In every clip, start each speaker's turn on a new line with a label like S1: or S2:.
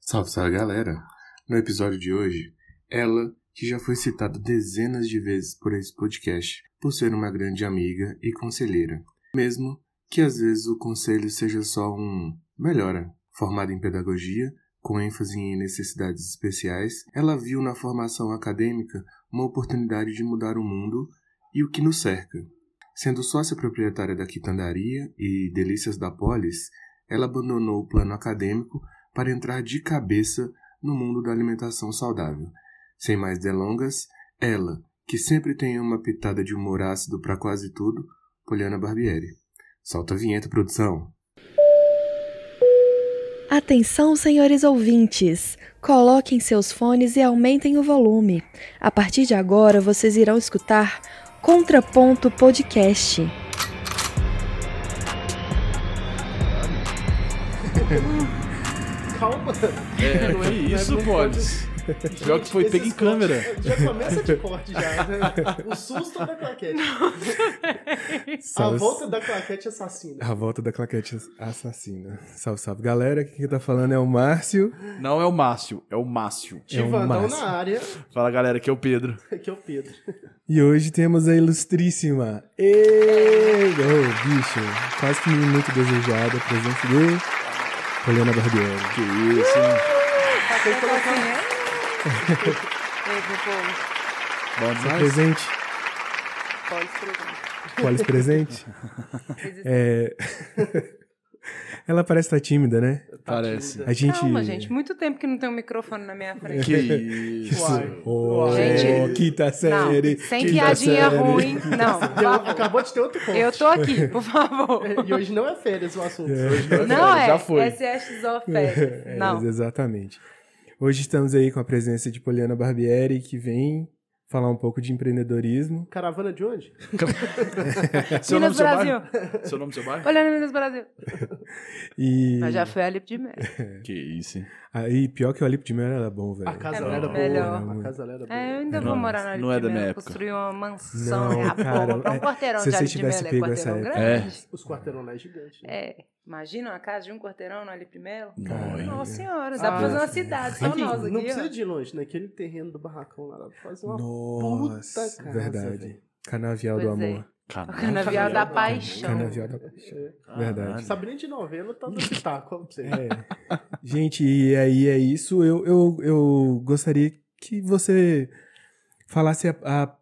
S1: Salve, salve galera! No episódio de hoje, ela, que já foi citada dezenas de vezes por esse podcast, por ser uma grande amiga e conselheira, mesmo que às vezes o conselho seja só um melhora. Formada em pedagogia, com ênfase em necessidades especiais, ela viu na formação acadêmica uma oportunidade de mudar o mundo e o que nos cerca. Sendo sócia proprietária da Quitandaria e Delícias da Polis, ela abandonou o plano acadêmico para entrar de cabeça no mundo da alimentação saudável. Sem mais delongas, ela, que sempre tem uma pitada de humor ácido para quase tudo, Poliana Barbieri. Solta a vinheta, produção!
S2: Atenção, senhores ouvintes! Coloquem seus fones e aumentem o volume. A partir de agora, vocês irão escutar Contraponto Podcast.
S3: Calma.
S4: É,
S3: Não é- não
S4: que
S3: é
S4: é isso,
S3: muito
S4: Bodes? Pior que foi
S3: Esses
S4: pego em
S3: cortes-
S4: câmera.
S3: Já começa de corte já. né? O susto da claquete. A
S5: Salve-
S3: volta da claquete
S4: É um
S3: assassina.
S5: A volta da claquete assassina. Salve, salve, galera. Aqui quem tá falando é o Márcio.
S4: Não é o Márcio, é o Márcio.
S5: É um
S3: Tivandão na
S5: máximo.
S3: área,
S4: Fala galera, aqui é o Pedro.
S3: que é o Pedro.
S5: E hoje temos a ilustríssima. Ei! Ô, bicho. Quase que muito desejada. Presença de Poliana Barbieri.
S4: Que isso, hein?
S3: Tem que colocar
S4: Bom
S5: Tá
S4: demais.
S5: presente? Polis presente. É... Ela parece estar tímida, né?
S4: Parece.
S5: A gente...
S6: Calma, gente. Muito tempo que não tem um microfone na minha frente.
S4: Que isso.
S3: Uai.
S5: Oh,
S6: Gente.
S5: quinta
S6: Não,
S5: série.
S6: sem
S5: quinta
S6: piadinha
S5: série.
S6: ruim. Não, por
S3: Deu-
S6: favor.
S3: acabou de ter outro ponto.
S6: Eu tô aqui, por favor.
S3: E hoje não é férias o assunto.
S6: Não é.
S4: Já foi.
S6: Essa é a xizofé.
S5: É,
S6: Não.
S5: Exatamente. Hoje estamos aí com a presença de Poliana Barbieri, que vem falar um pouco de empreendedorismo.
S3: é Caravana de onde?
S4: Seu nome
S6: Minas
S4: do seu
S6: Brasil.
S4: bairro? Seu nome do seu bairro?
S6: Olha, Minas Brasil.
S5: E
S6: Mas já foi a Lipe de Mel.
S4: Que isso, hein?
S5: aí, pior que o Alipe de Mel era bom, velho.
S3: A casa
S6: É
S3: lá era boa. né?
S6: melhor.
S3: A casa lá era boa.
S6: É, eu ainda
S4: Não,
S6: vou morar na Lipe
S4: não é da
S6: de Mel.
S4: minha época.
S6: Construir uma mansão,
S5: Não,
S6: é a
S5: cara,
S6: porra, pra um
S5: é-
S6: quarteirão
S5: se
S6: de
S5: você
S6: Alipe de Mel.
S5: tivesse
S6: É
S5: pego essa
S6: quarteirão
S5: época.
S6: grande.
S3: Os quarteirão lá é gigante. né?
S6: É. Imagina uma casa de um quarteirão na Lipe de Mel.
S4: Não,
S6: Nossa
S5: hein?
S6: senhora, dá pra
S3: Ah,
S6: fazer uma cidade só
S3: Aqui,
S6: nós
S3: não precisa
S6: aqui.
S3: de ir longe, naquele terreno do barracão lá, dá pra fazer uma
S5: Nossa,
S3: puta casa,
S5: verdade.
S3: velho.
S5: Canavial do
S6: Pois é.
S5: amor.
S6: ó. O
S4: Caralho.
S6: canavial da paixão.
S5: Canavial da...
S4: Caralho.
S5: Verdade.
S3: Sabe nem É. de novela, tá no espetáculo pra você.
S5: É. Gente, e aí é isso. Eu, eu, eu gostaria que você falasse a... a-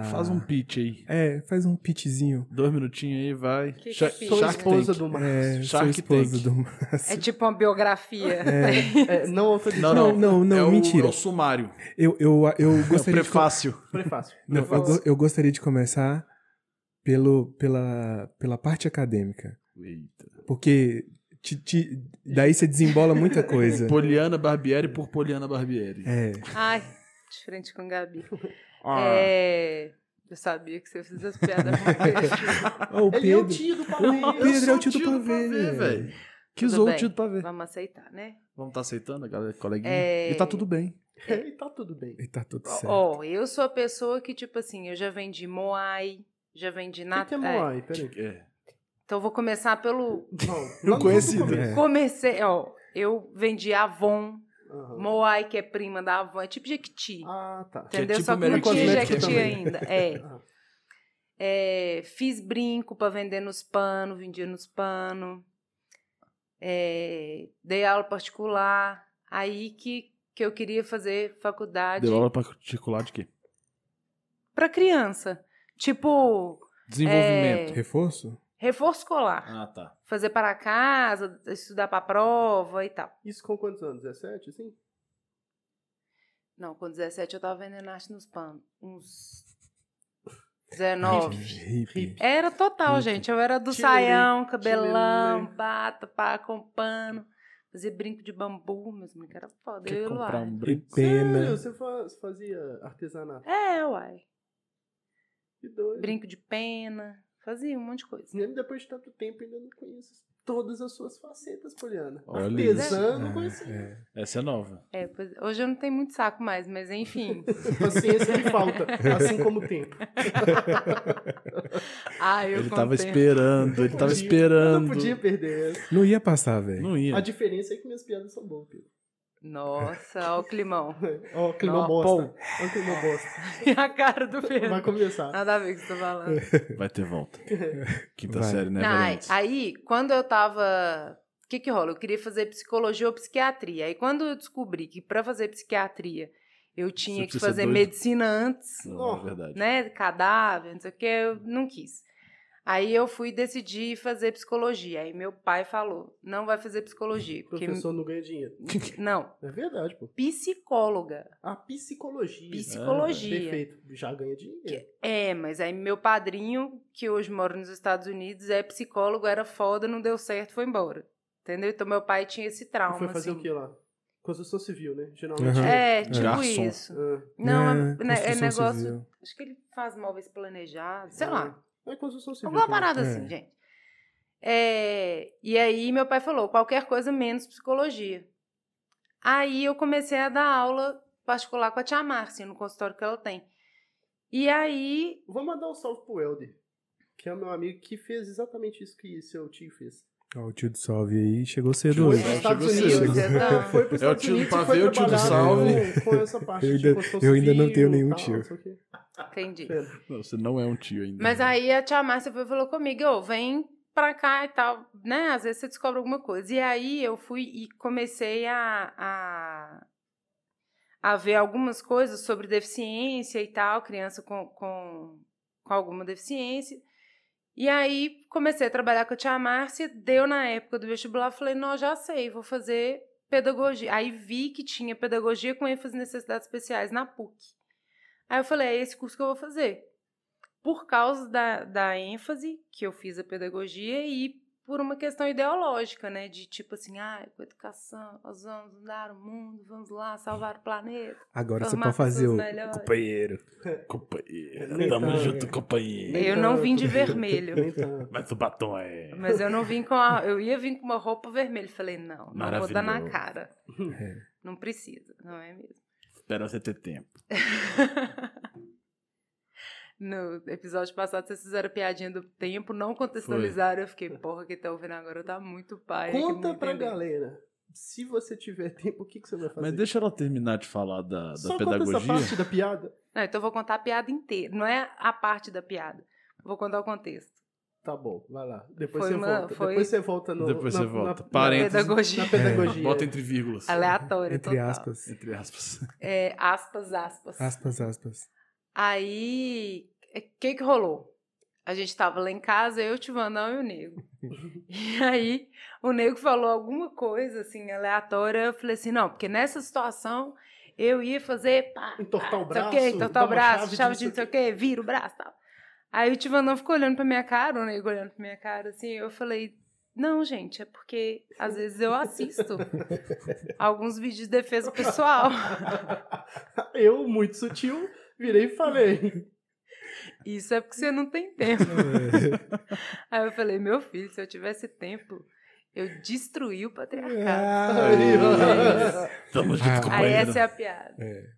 S5: a-
S4: Faz um pitch aí.
S5: É, faz um pitzinho.
S4: Dois minutinhos aí, vai.
S6: Que que
S4: Sha-
S6: pitch?
S3: Sou
S4: É. Shark
S3: esposa
S4: Tank.
S3: do Marcos.
S5: É, sou
S4: Shark
S5: esposo
S4: Tank.
S5: do...
S6: É tipo uma biografia.
S3: É, não autorizado.
S4: Não, não,
S5: Não, não, não,
S4: é o-
S5: mentira.
S4: é o sumário.
S5: Eu, eu, eu
S4: É o
S5: gostaria de...
S4: prefácio.
S3: Prefácio.
S5: Não, eu, go- eu gostaria de começar pelo, pela, pela parte acadêmica,
S4: Eita.
S5: porque te- te- daí você desembola muita coisa.
S4: Poliana Barbieri por Poliana Barbieri.
S5: É,
S6: Ai, de frente com Gabi. É, eu sabia que você fez as piadas ruins.
S5: Ó, o
S3: Ele é o
S5: Pedro.
S3: tio do pavê.
S5: O
S4: Eu
S5: Pedro
S4: sou
S5: é o tio do pavê,
S4: velho. Que
S6: Tudo
S4: zoou o
S6: bem.
S4: tio do pavê.
S6: Vamos aceitar, né?
S4: Vamos tá aceitando, a galera, coleguinha?
S6: É.
S4: E tá tudo bem.
S3: E tá tudo bem.
S5: E tá tudo certo.
S6: Ó, eu sou a pessoa que, tipo assim, eu já vendi Moai, já vendi
S3: O que
S6: Natal.
S3: que é Moai? Peraí.
S4: É.
S6: então eu vou começar pelo.
S3: Não, lá no
S4: conheci,
S3: começo.
S5: É.
S6: Comecei, ó. Eu vendi Avon,
S3: Aham.
S6: Moai, que é prima da Avon, é tipo Jequiti.
S3: Ah, tá.
S4: Que é
S6: entendeu?
S4: tipo
S6: Só um que não
S4: Mary
S6: tinha
S3: Kay.
S6: Jequiti
S3: Também.
S6: ainda. É.
S3: Ah,
S6: É, fiz brinco pra vender nos panos, vendia nos panos. É, dei aula particular. Aí que, que eu queria fazer faculdade
S4: Deu aula particular de quê?
S6: pra criança. Tipo, é,
S4: Desenvolvimento.
S5: Reforço?
S6: reforço escolar.
S4: Ah, tá.
S6: Fazer para casa, estudar pra prova e tal.
S3: Isso com quantos anos? 17, assim?
S6: Não, com 17 eu tava vendendo arte nos panos. Uns 19.
S5: Hippie.
S6: Era total, gente. Eu era do
S3: Tirelê,
S6: saião, cabelão,
S3: tirelê.
S6: bata, pá, com pano. Fazia brinco de bambu, meus brincos eram foda.
S4: Quer
S6: Eu e o
S4: comprar um
S6: Luar.
S5: Que
S3: É
S4: brinco?
S5: pena.
S3: Sério, você faz- fazia
S4: um.
S3: artesanato.
S6: É, uai.
S3: Que doido.
S6: Brinco de pena. Fazia um monte de coisa.
S3: Mesmo depois de tanto tempo, ainda não conheço todas as suas facetas, Poliana.
S4: Olha
S3: Artesã,
S6: isso.
S3: não
S5: É,
S3: conhecia.
S5: é.
S4: Essa é nova.
S6: É, pois- hoje eu não tenho muito saco mais, mas enfim.
S3: Paciência me falta, assim como o tempo.
S6: Ah, eu
S4: ele tava
S6: contei.
S4: esperando, ele
S3: Podia.
S4: tava
S3: Eu
S4: esperando.
S3: não podia perder essa.
S5: Não ia passar, velho.
S4: Não ia.
S3: A diferença é que minhas piadas são boas, Pedro.
S6: Nossa, ó o climão.
S3: Ó, clima é
S6: Não,
S3: bosta. Ó, clima é bosta.
S6: E a cara do
S3: Vai
S6: Pedro.
S3: começar.
S6: Nada a ver com o que você tá falando.
S4: Vai ter volta. Quinta
S5: Vai.
S4: série, né,
S6: Não, aí,
S4: Valentes?
S6: aí, quando eu tava. O que que rola? Eu queria fazer psicologia ou psiquiatria. Aí, quando eu descobri que pra fazer psiquiatria eu tinha que
S4: precisa ser
S6: fazer
S4: doido.
S6: medicina antes,
S4: Não, é verdade.
S6: né? Cadáver, não sei o que, eu não quis. Aí eu fui decidir fazer psicologia. Aí meu pai falou: não vai fazer psicologia.
S3: O
S6: Porque...
S3: professor não ganha dinheiro.
S6: Não,
S3: É verdade, pô.
S6: psicóloga.
S3: A psicologia. É,
S6: Psicologia.
S3: Perfeito. Já ganha dinheiro.
S6: É, mas aí meu padrinho, que hoje mora nos Estados Unidos, é psicólogo, era foda, não deu certo, foi embora. Entendeu? Então meu pai tinha esse trauma.
S3: E foi fazer
S6: assim.
S3: o que lá? Construção civil, né? Geralmente.
S5: Aham.
S6: É, tipo
S4: Garçom.
S6: isso.
S3: Ah,
S6: Não, é, né, é
S5: construção
S6: negócio.
S5: civil.
S6: Acho que ele faz móveis planejados, né? Tipo sei
S3: É.
S6: lá.
S3: É construção civil.
S6: Alguma
S3: também.
S6: parada
S5: É.
S6: assim, gente. É, e aí meu pai falou: qualquer coisa menos psicologia. Aí eu comecei a dar aula particular com a tia Márcia, no consultório que ela tem. E aí.
S3: Vou mandar um salve pro Helder, que é o meu amigo que fez exatamente isso que seu tio fez.
S5: Ó, o tio do salve aí chegou cedo
S4: Tio
S5: hoje.
S4: do Salve.
S3: Estados
S4: chegou
S3: Unidos.
S4: cedo.
S3: Foi pros
S4: É o
S3: Estados
S4: tio do
S3: Unidos e
S4: pavê,
S3: foi
S4: o tio do
S3: trabalhar
S4: salve.
S3: Com, com essa parte
S5: Eu
S3: de
S5: ainda-
S3: construção
S5: eu ainda não
S3: civil
S5: tenho nenhum
S3: e tal,
S5: tio.
S3: não sei o quê.
S6: Entendi.
S4: Não, você não é um tio ainda.
S6: Mas aí a tia Márcia foi e falou comigo, ô, vem pra cá e tal, né? Às vezes você descobre alguma coisa. E aí eu fui e comecei a, a, a ver algumas coisas sobre deficiência e tal, criança com, com, com alguma deficiência. E aí comecei a trabalhar com a tia Márcia, deu na época do vestibular, falei, não, já sei, vou fazer pedagogia. Aí vi que tinha pedagogia com ênfase em necessidades especiais na PUC. Aí eu falei, é esse curso que eu vou fazer por causa da, da ênfase que eu fiz a pedagogia e por uma questão ideológica, né? De tipo assim, ah, com a educação, nós vamos mudar o mundo, vamos lá salvar o planeta.
S5: Agora você
S6: Formar
S5: pode fazer o
S6: pessoas melhores.
S5: companheiro.
S4: Companheiro,
S3: Nem
S4: tamo
S3: tá,
S4: junto,
S3: né?
S4: companheiro.
S3: Nem
S6: Eu não
S3: tanto.
S6: vim de vermelho,
S3: Nem tanto.
S4: Mas o batom é.
S6: mas eu não vim com a. Eu ia vir com uma roupa vermelha. Falei, não, não vou dar na
S4: Maravilhoso.
S6: cara.
S5: É.
S6: Não precisa, não é mesmo?
S4: Espera você ter tempo.
S6: No episódio passado, vocês fizeram piadinha do tempo, não contextualizaram. Eu fiquei, porra, quem tá ouvindo agora tá muito pai.
S3: Conta pra galera. Se você tiver tempo, o que, que você vai fazer?
S4: Mas deixa ela terminar de falar da, da
S3: Só
S4: pedagogia.
S3: conta essa parte da piada.
S6: Não, então eu vou contar a piada inteira. Não é a parte da piada. Vou contar o contexto.
S3: Tá bom, vai lá. Depois
S6: Foi
S3: você
S6: uma-
S3: volta.
S6: foi-
S3: Depois você volta no.
S4: Depois
S3: na,
S4: você volta.
S3: Na,
S4: Parênteses.
S6: Pedagogia.
S3: na pedagogia.
S4: Bota entre vírgulas.
S6: Aleatória.
S5: Entre
S6: total.
S5: aspas.
S4: Entre aspas.
S6: É, aspas, aspas.
S5: Aspas, aspas.
S6: Aí, o que que rolou? A gente tava lá em casa, eu, o Tivanão e o Nego. e aí, o Nego falou alguma coisa, assim, aleatória. Eu falei assim, não, porque nessa situação, eu ia fazer pá,
S3: Entortar o
S6: não sei
S3: braço.
S6: quê, Ah, tá entortar o
S3: dar uma
S6: braço, chave
S3: disso
S6: de não sei o
S3: aqui.
S6: quê, vira o braço e tal. Aí o Tivanão ficou olhando pra minha cara, o Nego olhando pra minha cara, assim, eu falei, não, gente, é porque às vezes eu assisto alguns vídeos de defesa pessoal.
S3: Eu, muito sutil, virei e falei.
S6: Isso é porque você não tem tempo. Aí eu falei, meu filho, se eu tivesse tempo, eu destruí o patriarcado.
S5: Ah,
S4: Tamo junto,
S5: Ah,
S6: Aí
S4: companheiro.
S6: essa é a piada.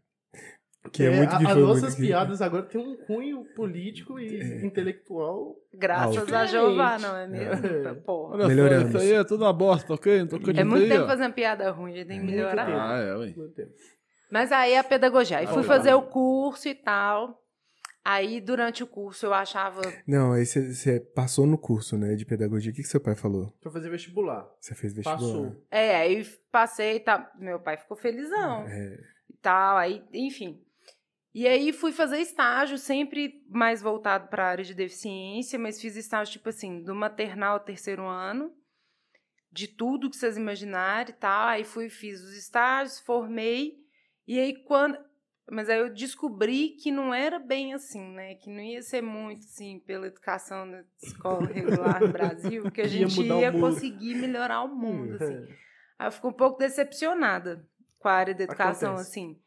S5: que é muito
S3: a- As
S5: difícil.
S3: nossas piadas agora têm um cunho político e
S4: É.
S3: intelectual
S6: Graças a
S3: Diferente.
S6: Jeová, não é mesmo?
S3: É.
S6: Porra.
S4: Olha só,
S5: Melhoramos.
S4: Isso aí é tudo uma bosta, ok? Não tô com
S6: É muito
S4: ideia.
S6: tempo fazendo Então piada ruim, a gente tem que
S3: Muito
S6: melhorar.
S3: tempo.
S4: Ah, é, ué.
S3: Meu Deus.
S6: Mas aí a pedagogia. Aí
S4: Ah,
S6: fui
S4: tá.
S6: fazer o curso e tal. Aí durante o curso eu achava.
S5: Não, aí você- você passou no curso, né, de pedagogia. O que, que seu pai falou?
S3: Pra fazer vestibular.
S5: Você fez vestibular?
S3: Passou.
S6: É, aí passei e tal. Meu pai ficou felizão.
S5: É,
S6: e tal, aí, enfim. E aí fui fazer estágio, sempre mais voltado para a área de deficiência, mas fiz estágio tipo assim, do maternal ao terceiro ano, de tudo que vocês imaginarem e tal. Aí fui, fiz os estágios, formei, e aí quando. Mas aí eu descobri que não era bem assim, né? Que não ia ser muito assim pela educação da escola regular no Brasil, que a
S3: Ia
S6: gente
S3: mudar o
S6: ia
S3: mundo.
S6: conseguir melhorar o mundo, assim. Aí eu fico um pouco decepcionada com a área da educação,
S3: Acontece.
S6: assim.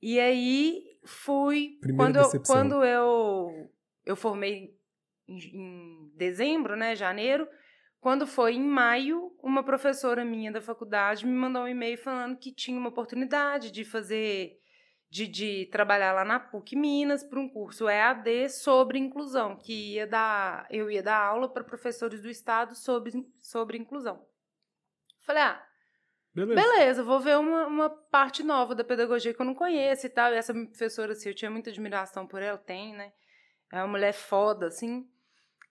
S6: E aí fui.
S5: Primeira
S6: Quando eu,
S5: decepção.
S6: quando eu, eu formei em, em dezembro, né? Janeiro. Quando foi em maio, uma professora minha da faculdade me mandou um e-mail falando que tinha uma oportunidade de fazer. De, de trabalhar lá na PUC Minas para um curso EAD sobre inclusão, que ia dar, eu ia dar aula para professores do estado sobre, sobre inclusão. Falei, ah,
S5: Beleza.
S6: Beleza, vou ver uma, uma parte nova da pedagogia que eu não conheço e tal. E essa professora, assim, eu tinha muita admiração por ela, tem, né? É uma mulher foda, assim.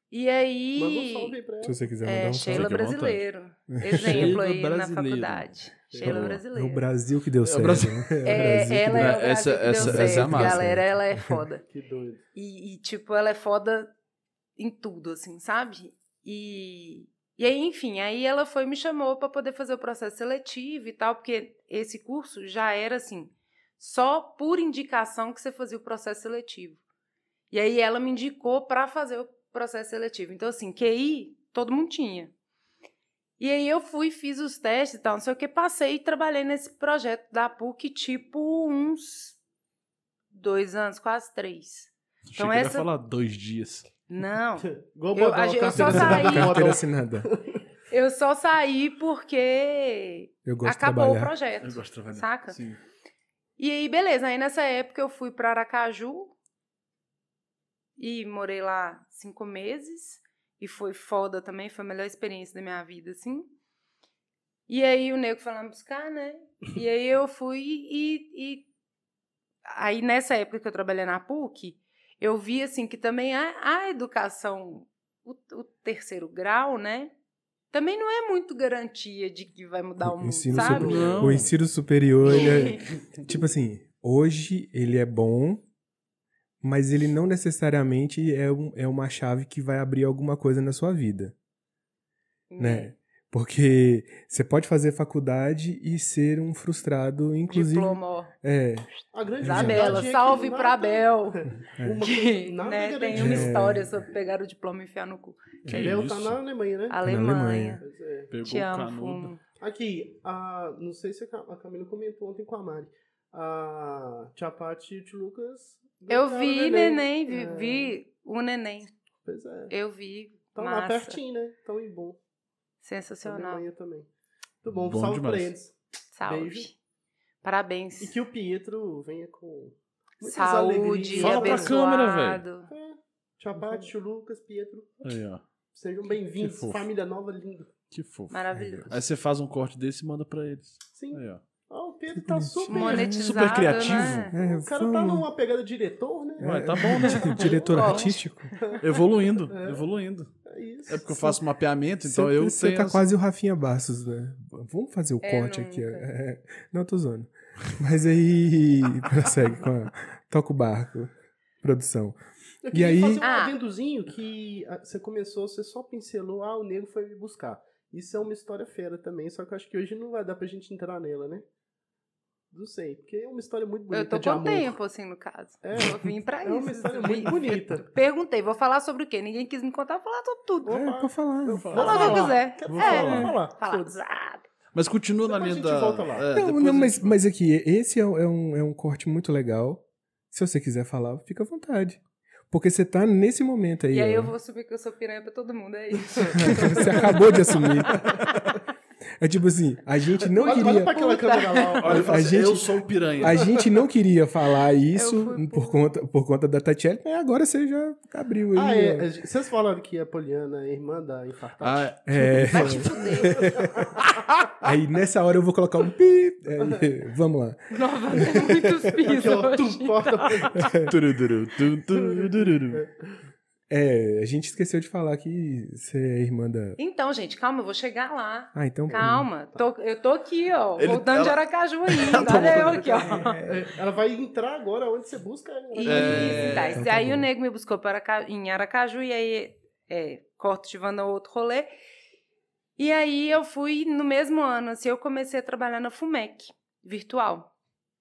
S6: E aí.
S3: Manda um salve aí pra ela.
S5: Se você quiser mandar
S6: É,
S5: um
S4: Fica
S6: Sheila
S4: à vontade.
S6: Brasileiro. Exemplo aí
S4: Sheila
S6: na
S4: Brasileiro.
S6: faculdade. Sheila
S4: Boa.
S5: É o
S6: Brasileiro.
S5: Brasil que deu
S4: o
S5: certo.
S4: Brasil.
S5: né?
S6: É,
S5: Brasil que
S6: ela
S5: deu-
S6: é o
S4: Essa-
S6: Brasil que
S4: essa-
S6: deu
S4: essa é a
S6: certo,
S4: massa.
S6: galera. Ela é foda.
S3: Que doido.
S6: E, e, tipo, ela é foda em tudo, assim, sabe? E, e aí, enfim, aí ela foi e me chamou pra poder fazer o processo seletivo e tal, porque esse curso já era assim, só por indicação que você fazia o processo seletivo. E aí ela me indicou pra fazer o processo seletivo. Então, assim, QI, todo mundo tinha. E aí eu fui, fiz os testes e tal, não sei o que, passei e trabalhei nesse projeto da PUC, tipo, uns dois anos, quase três.
S4: Achei
S6: Então
S4: que eu ia
S6: essa-
S4: falar dois dias.
S6: Não,
S3: Igual
S6: Eu-
S3: botar
S6: a
S3: uma
S6: gente- eu
S5: Você
S6: só
S3: carteira
S5: dá
S6: saí-
S3: assinada.
S5: carteira assinada.
S6: eu só saí porque
S5: Eu gosto
S6: acabou
S5: de
S6: o
S5: trabalhar.
S6: projeto.
S4: Eu gosto de trabalhar.
S6: Saca?
S4: Sim.
S6: E aí, beleza. Aí nessa época eu fui para Aracaju e morei lá cinco meses. E foi foda também, foi a melhor experiência da minha vida, assim. E aí o nego foi lá me buscar, né? E aí eu fui e, e- Aí nessa época que eu trabalhei na PUC, eu vi, assim, que também a, a educação, o, o terceiro grau, né? Também não é muito garantia de que vai mudar o mundo,
S5: Ensino
S6: sabe?
S5: superior.
S4: Não.
S5: O ensino superior, ele é, tipo assim, hoje ele é bom, mas ele não necessariamente é, um- é uma chave que vai abrir alguma coisa na sua vida, né? Porque você pode fazer faculdade e ser um frustrado, inclusive.
S6: Diploma, ó.
S5: É,
S3: A grande
S6: Isabela,
S3: verdade é que
S6: salve
S3: nada-
S6: pra Bel.
S3: Uma
S6: Que,
S3: coisa, nada
S6: né,
S3: é
S6: tem
S3: garantido.
S6: uma
S5: É.
S6: história sobre pegar o diploma e enfiar no cu.
S4: Que
S3: Bel
S4: isso?
S3: tá na Alemanha, né?
S6: Alemanha.
S5: Alemanha.
S3: Pois é.
S4: Pegou
S6: Te
S4: o
S6: amo,
S4: canudo.
S6: fumo.
S3: Aqui, a, não sei se a Ca- a Camila comentou ontem com a Mari. A Tia Paty e o Tio Lucas.
S6: Eu
S3: ganharam
S6: vi
S3: o
S6: neném, vi,
S3: É,
S6: vi o neném.
S3: Pois é.
S6: Eu vi.
S3: Estão
S6: massa.
S3: lá pertinho, né? Estão em bom. Na
S6: Sensacional.
S3: Alemanha também. Muito bom,
S4: Bom
S3: salve
S4: demais.
S3: pra eles.
S6: Salve.
S3: Beijo.
S6: Parabéns.
S3: E que o Pietro venha com muitas
S6: Saúde, é
S3: alegrias.
S4: Fala pra câmera,
S6: abençoado.
S3: É, Tia Paty, Tio Lucas, Pietro.
S4: Aí, ó.
S3: Sejam bem-vindos.
S4: Que fofo.
S3: Família nova, linda.
S4: Que fofo.
S6: Maravilhoso.
S4: Aí você faz um corte desse e manda pra eles.
S3: Sim.
S4: Aí, ó.
S3: Ah, o Pedro tá
S5: Bonitinho.
S3: super.
S6: Monetizado,
S4: Super criativo.
S6: né?
S5: é,
S3: O cara tá
S5: vamos-
S3: numa pegada diretor, né?
S4: Ué, tá bom, né?
S5: Diretor
S6: Ó.
S5: artístico.
S4: Evoluindo,
S3: É.
S4: evoluindo.
S3: É isso.
S4: É porque eu faço mapeamento, então
S5: Você-
S4: eu
S5: você
S4: tenho...
S5: tá
S4: as-
S5: quase o Rafinha Bastos, né? Vamos fazer o
S6: É,
S5: corte aqui. ó.
S6: nunca.
S5: É, não, tô zoando. Mas aí prossegue com a... Toca o barco. Produção.
S3: Eu
S5: E
S3: queria
S5: aí-
S3: fazer um
S6: Ah.
S3: adendozinho que ah, você começou, você só pincelou, ah, o negro foi me buscar. Isso é uma história fera também, só que eu acho que hoje não vai dar pra gente entrar nela, né? Não sei, porque é uma história muito bonita
S6: Eu tô
S3: de
S6: com
S3: amor.
S6: tempo, assim, no caso.
S3: É.
S6: Eu vim pra
S3: É uma
S6: isso.
S3: história muito bonita.
S6: Perguntei, vou falar sobre o quê? Ninguém quis me contar, vou falar sobre tudo.
S3: Opa,
S5: É, pra falar.
S3: eu
S4: falo.
S3: vou
S6: Fala o que eu
S3: falar.
S6: quiser.
S3: Quero
S4: Vou
S3: falar,
S4: falar.
S6: É.
S3: vou falar.
S6: Falar.
S3: Foda-se.
S4: Mas continua na
S3: Depois
S4: linha
S3: a gente
S4: da...
S3: volta lá.
S4: É,
S5: Não,
S4: depois
S5: não,
S4: a
S5: mas,
S4: gente-
S5: mas aqui, esse é, um- é um, é um corte muito legal. Se você quiser falar, fica à vontade. Porque você tá nesse momento aí.
S6: E aí
S4: é.
S5: ó.
S6: eu vou subir que eu sou piranha pra todo mundo, é isso.
S5: você acabou de assumir. É tipo assim, a gente não
S3: olha, olha
S5: queria.
S3: pra aquela câmera lá.
S4: Olha, eu, falo
S5: A
S4: assim,
S5: gente-
S4: eu sou o piranha.
S5: A gente não queria falar
S6: Eu
S5: isso
S6: fui
S5: por conta, por conta da Tatiele, mas agora você já abriu
S3: Ah,
S5: aí.
S3: é.
S5: ó.
S3: é, Vocês falaram que a Poliana é irmã da
S6: Tá.
S3: infartada.
S4: Ah,
S5: É,
S6: Vai te fuder.
S5: aí nessa hora eu vou colocar um pi. é, vamos lá.
S6: Nova tem muitos pisos
S3: Aquela
S6: hoje.
S3: tu porta
S4: tururu, tu, tu, tururu.
S5: É, a gente esqueceu de falar que você é irmã da.
S6: Então, gente, calma, eu vou chegar lá.
S5: Ah, então.
S6: Calma, tô- eu tô aqui, ó,
S4: Ele-
S6: voltando de
S4: ela- tá
S6: Aracaju ainda, olha eu aqui, ó.
S3: É, Ela vai entrar agora onde você busca. ela.
S6: Isso,
S4: É,
S6: tá.
S5: então tá
S6: aí
S5: bom.
S6: o nego me buscou para Araca- em Aracaju e aí é, corto de Wanda outro rolê. E aí eu fui no mesmo ano, assim, eu comecei a trabalhar na FUMEC, virtual.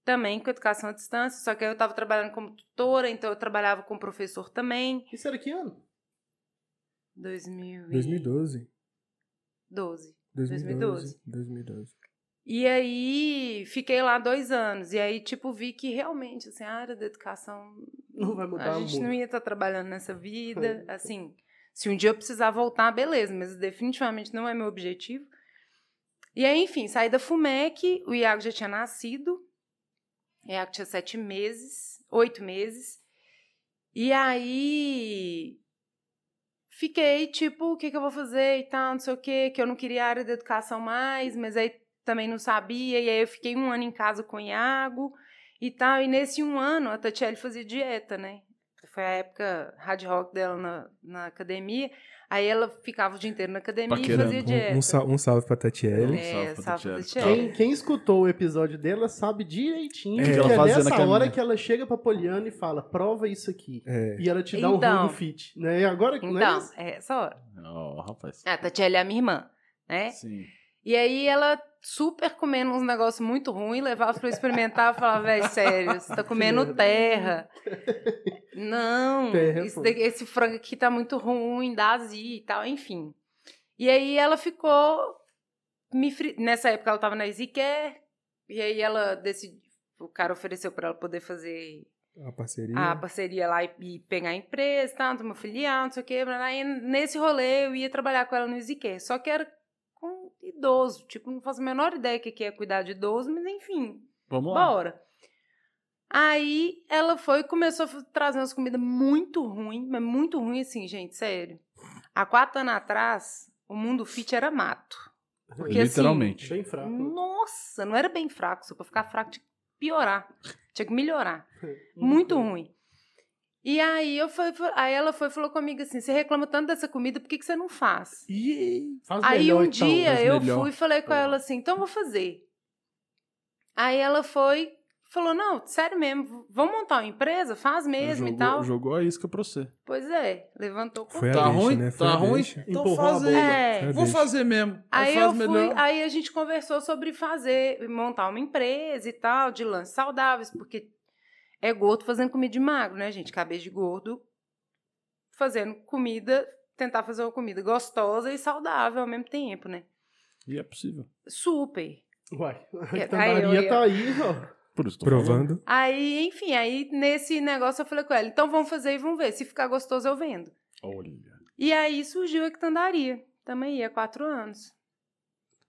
S6: Também com educação à distância, só que aí eu tava trabalhando como tutora, então eu trabalhava com professor também.
S3: Isso era que ano?
S6: 2000 e-
S5: 2012.
S6: 12.
S5: 2012. 2012.
S6: E aí fiquei lá dois anos. E aí, tipo, vi que realmente assim, a área da educação
S3: Não vai mudar
S6: a gente
S3: muito.
S6: não ia estar trabalhando nessa vida. Assim, se um dia eu precisar voltar, beleza, mas definitivamente não é meu objetivo. E aí, enfim, saí da FUMEC, o Iago já tinha nascido. O Iago tinha sete meses, oito meses. E aí fiquei tipo, o que, que eu vou fazer e tal, não sei o quê, que eu não queria a área da educação mais, mas aí também não sabia, e aí eu fiquei um ano em casa com o Iago e tal. E nesse um ano a Tatiele fazia dieta, né? Foi a época hard rock dela na, na academia. Aí ela ficava o dia inteiro na academia
S4: Paquerando.
S6: e fazia dieta.
S5: Um, um sal- um salve pra Tatiele.
S6: É,
S4: Salve,
S6: salve
S4: Tatiele.
S6: Tatiele.
S4: Salve.
S3: Quem, quem escutou o episódio dela sabe direitinho
S4: É,
S3: que,
S4: que ela
S3: é
S4: fazia na
S3: nessa
S4: caminha.
S3: hora que ela chega pra Poliana e fala, prova isso aqui.
S5: É.
S3: E ela te dá
S6: Então.
S3: um rango fit, né? E agora que não é
S6: Então,
S3: isso?
S6: é essa hora.
S4: Ó, rapaz.
S6: A Tatiele é a minha irmã, né?
S4: Sim.
S6: E aí ela super comendo uns negócios muito ruins, levava pra eu experimentar e falava, velho, sério, você tá comendo terra. Não,
S3: Terra é
S6: isso
S3: foda.
S6: daqui- esse frango aqui tá muito ruim, dá azia e tal, enfim. E aí ela ficou... Me fri- Nessa época ela tava na EasyCare, e aí ela decidiu... O cara ofereceu pra ela poder fazer
S5: A parceria.
S6: a parceria lá e, e pegar a empresa, tanto, uma filial, não sei o quê. blá, blá, E nesse rolê eu ia trabalhar com ela no Easycare. Só que era com idoso. Tipo, não faço a menor ideia o que que é cuidar de idoso, mas enfim,
S4: Vamos lá.
S6: bora. Aí ela foi e começou a fa- trazer umas comidas muito ruins, mas muito ruim assim, gente, sério. Há quatro anos atrás, o mundo fit era mato. Porque, assim,
S4: Literalmente.
S3: Bem fraco.
S6: Hum,
S3: Hum,
S6: Nossa, não era bem fraco, só pra ficar fraco tinha que piorar. Tinha que melhorar. Muito
S3: hum. Uhum.
S6: ruim. E aí, eu fui, fui- aí ela foi e falou comigo assim: você reclama tanto dessa comida, por que, que você não faz?
S3: Faz
S6: aí
S3: melhor,
S6: um
S3: então.
S6: dia
S4: faz
S6: eu
S4: melhor.
S6: fui e falei com ela assim: então eu vou fazer. Aí ela foi falou: não, sério mesmo, vamos montar uma empresa, faz mesmo
S4: jogou,
S6: e tal.
S4: jogou a isca pra você.
S6: Pois é, levantou com
S5: Foi a
S4: tá
S5: deixa,
S4: ruim?
S5: né? Foi
S4: Tá
S5: a
S4: ruim?
S5: deixa.
S4: Então
S3: Empurrou a
S4: faz aí.
S3: bola.
S6: É.
S5: Eu
S4: Vou
S5: deixo.
S4: fazer mesmo.
S6: Aí eu
S4: faz
S6: fui,
S4: melhor.
S6: aí a gente conversou sobre fazer, montar uma empresa e tal, de lances saudáveis, porque é gordo fazendo comida de magro, né, gente? Cabeça de gordo fazendo comida, tentar fazer uma comida gostosa e saudável ao mesmo tempo, né?
S4: E é possível.
S6: Super.
S3: Uai,
S6: É,
S3: a
S6: tá aí,
S3: Maria
S6: eu-
S3: tá aí, ó.
S4: Por isso que eu tô falando.
S5: Provando.
S6: Aí, enfim, aí nesse negócio eu falei com ela, então vamos fazer e vamos ver, se ficar gostoso eu vendo.
S4: Olha.
S6: E aí surgiu a quitandaria, também aí há quatro anos.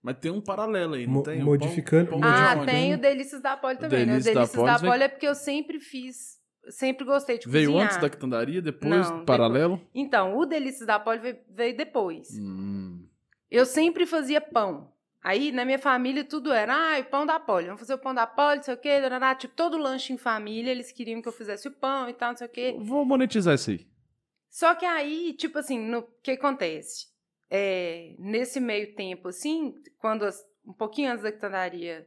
S4: Mas tem um paralelo aí, não
S5: Mo-
S4: tem? O
S5: modificando-
S4: pão- pão de
S6: Ah,
S4: onde?
S6: tem o Delícias da Poli também,
S4: Delícias
S6: né?
S4: da
S6: O Delícias
S4: Poli,
S6: da
S4: vem-
S6: Poli é porque eu sempre fiz, sempre gostei de
S4: Veio
S6: cozinhar.
S4: antes da quitandaria, depois,
S6: Não,
S4: paralelo?
S6: Então, o Delícias da Poli veio, veio depois.
S4: Hum.
S6: Eu sempre fazia pão. Aí, na minha família, tudo era, ah, o pão da Poli, vamos fazer o pão da Poli, não sei o quê, darará. tipo, todo lanche em família, eles queriam que eu fizesse o pão e tal, não sei o quê.
S4: Vou monetizar isso aí.
S6: Só que aí, tipo assim, no- o que acontece? É, nesse meio tempo, assim, quando as- um pouquinho antes da quitandaria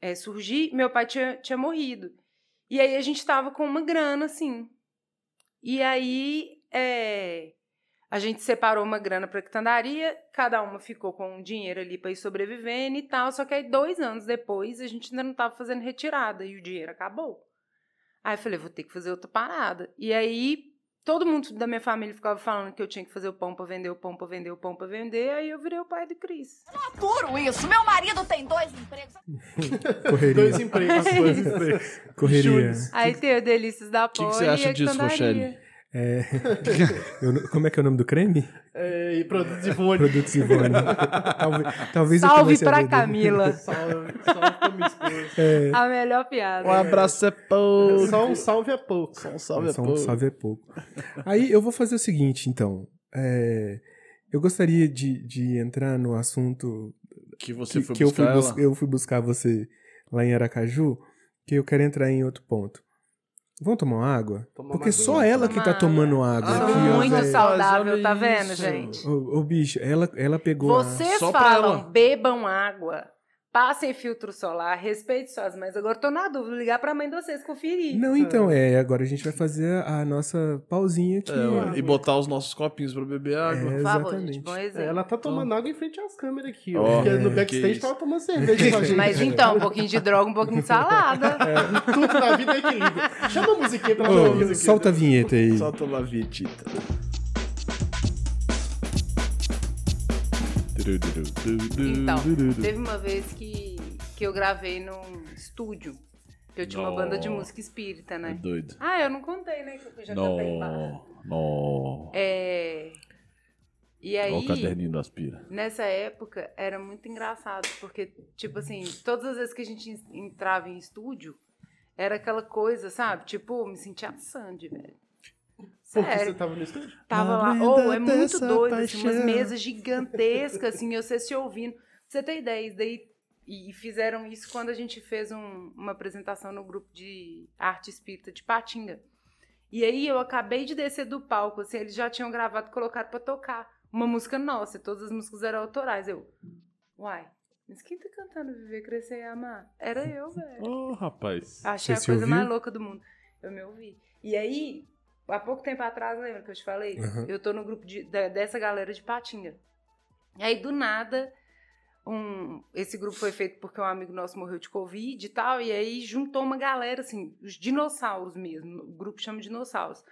S6: é, surgir, meu pai tinha, tinha morrido. E aí a gente tava com uma grana, assim. E aí é, a gente separou uma grana pra quitandaria, cada uma ficou com um dinheiro ali pra ir sobrevivendo e tal. Só que aí, dois anos depois, a gente ainda não tava fazendo retirada e o dinheiro acabou. Aí eu falei, vou ter que fazer outra parada. E aí, todo mundo da minha família ficava falando que eu tinha que fazer o pão pra vender, o pão pra vender, o pão pra vender, aí eu virei o pai do Cris.
S7: Duro isso. Meu marido tem dois empregos.
S3: Dois
S5: Correria.
S3: empregos, dois empregos.
S5: Correria.
S3: Július.
S6: Aí tem o Delícias da
S4: que
S6: Poli
S4: você
S6: e
S4: acha
S6: a
S4: disso,
S6: Quitandaria.
S5: É, eu não- como é que é o nome do creme?
S3: É, e produtos de fone.
S5: Produtos Ivone. talvez talvez eu
S6: Salve
S5: comece a
S6: pra
S5: vender. É.
S6: Camila,
S3: Salve, salve pra minha esposa.
S6: a melhor piada.
S4: Um abraço é pouco.
S3: Só um salve é pouco.
S4: Só um salve é
S5: Só um
S4: pouco.
S5: salve é pouco. Aí eu vou fazer o seguinte, então. É, eu gostaria de, de entrar no assunto
S4: Que você
S5: que,
S4: foi
S5: que eu, fui
S4: buscar
S5: bus-
S4: ela.
S5: eu fui buscar você lá em Aracaju, que eu quero entrar em outro ponto. Vamos tomar uma água?
S3: Tomar
S5: Porque
S3: uma
S5: só
S3: aguinha.
S5: ela que tá
S6: Tomar
S5: tomando água
S6: Sou
S4: Ah,
S5: aqui, ó,
S6: muito
S5: velho.
S6: saudável,
S4: Mas
S6: tá
S4: olha
S6: vendo,
S4: isso.
S6: gente?
S5: Ô, ô, bicho, ela, ela pegou a-
S6: Vocês
S4: Só pra ela.
S6: falam, bebam água, passem filtro solar, respeitem suas mães. Agora eu tô na dúvida, vou ligar pra mãe de vocês conferir.
S5: Não, então, é, agora a gente vai fazer a nossa pausinha aqui.
S4: É, e botar os nossos copinhos pra beber água.
S5: É,
S6: Por favor,
S5: exatamente.
S6: gente, bom
S3: É,
S6: exemplo.
S3: Ela tá tomando água em frente às câmeras aqui, ó.
S4: Ó,
S3: porque no
S4: que
S3: backstage
S4: isso.
S3: tava tomando cerveja com a gente.
S6: Mas então, um pouquinho de droga, um pouquinho de
S5: É.
S6: salada.
S3: Tudo na vida é equilíbrio. Chama a musiquinha pra
S5: Ô,
S3: oh, musiquinha.
S5: solta a vinheta aí.
S4: Solta lá, Vitita.
S6: Então, teve uma vez que, que eu gravei num estúdio. Que eu tinha uma
S4: Nó.
S6: banda de música espírita,
S4: É
S6: né?
S4: doido.
S6: Ah, eu não contei, né? Que eu já cantei em bar.
S4: Não, não.
S6: É. E
S4: Igual o
S6: aí,
S4: caderninho do Aspira.
S6: nessa época, era muito engraçado, porque, tipo assim, todas as vezes que a gente en- entrava em estúdio, era aquela coisa, sabe? Tipo, me sentia a Sandy, velho.
S3: Porque você
S6: Sério.
S3: tava no estúdio?
S6: Tava lá,
S4: Aumenta
S6: ou é muito
S4: dessa
S6: doido,
S4: paixão.
S6: assim, umas mesas gigantescas, assim, e você se ouvindo. Pra você ter ideia, isso daí E, e fizeram isso quando a gente fez um- uma apresentação no grupo de arte espírita de Patinga. E aí eu acabei de descer do palco, assim, eles já tinham gravado e colocaram pra tocar uma música nossa, e todas as músicas eram autorais. Eu, uai, mas quem tá cantando Viver, Crescer e Amar? Era eu, velho.
S4: Ô, rapaz.
S6: Achei
S5: Você
S6: a
S5: se
S6: coisa mais
S5: ouviu?
S6: louca do mundo. Eu me ouvi. E aí, há pouco tempo atrás, lembra que eu te falei?
S5: Aham.
S6: Eu tô no grupo de- da- dessa galera de Patinga. E aí, do nada, um- esse grupo foi feito porque um amigo nosso morreu de Covid e tal. E aí juntou uma galera, assim, os dinossauros mesmo. O grupo chama dinossauros.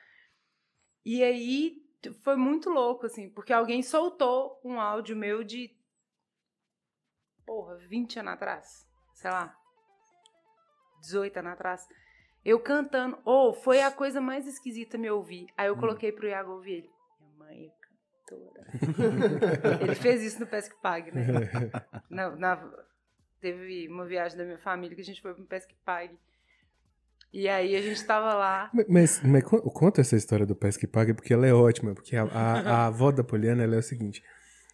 S6: E aí t- foi muito louco, assim, porque alguém soltou um áudio meu de. Porra, 20 anos atrás. Sei lá. 18 anos atrás. Eu cantando. Ou foi a coisa mais esquisita me ouvir. Aí eu coloquei pro Iago ouvir ele. Minha mãe é cantora. ele fez isso no Pesque Pague, né? Na- na- teve uma viagem da minha família que a gente foi pro Pesque Pague. E aí a gente tava lá.
S5: Mas, mas con- conta essa história do Pesca e Paga, porque ela é ótima. Porque a, a, a avó da Poliana, ela é o seguinte.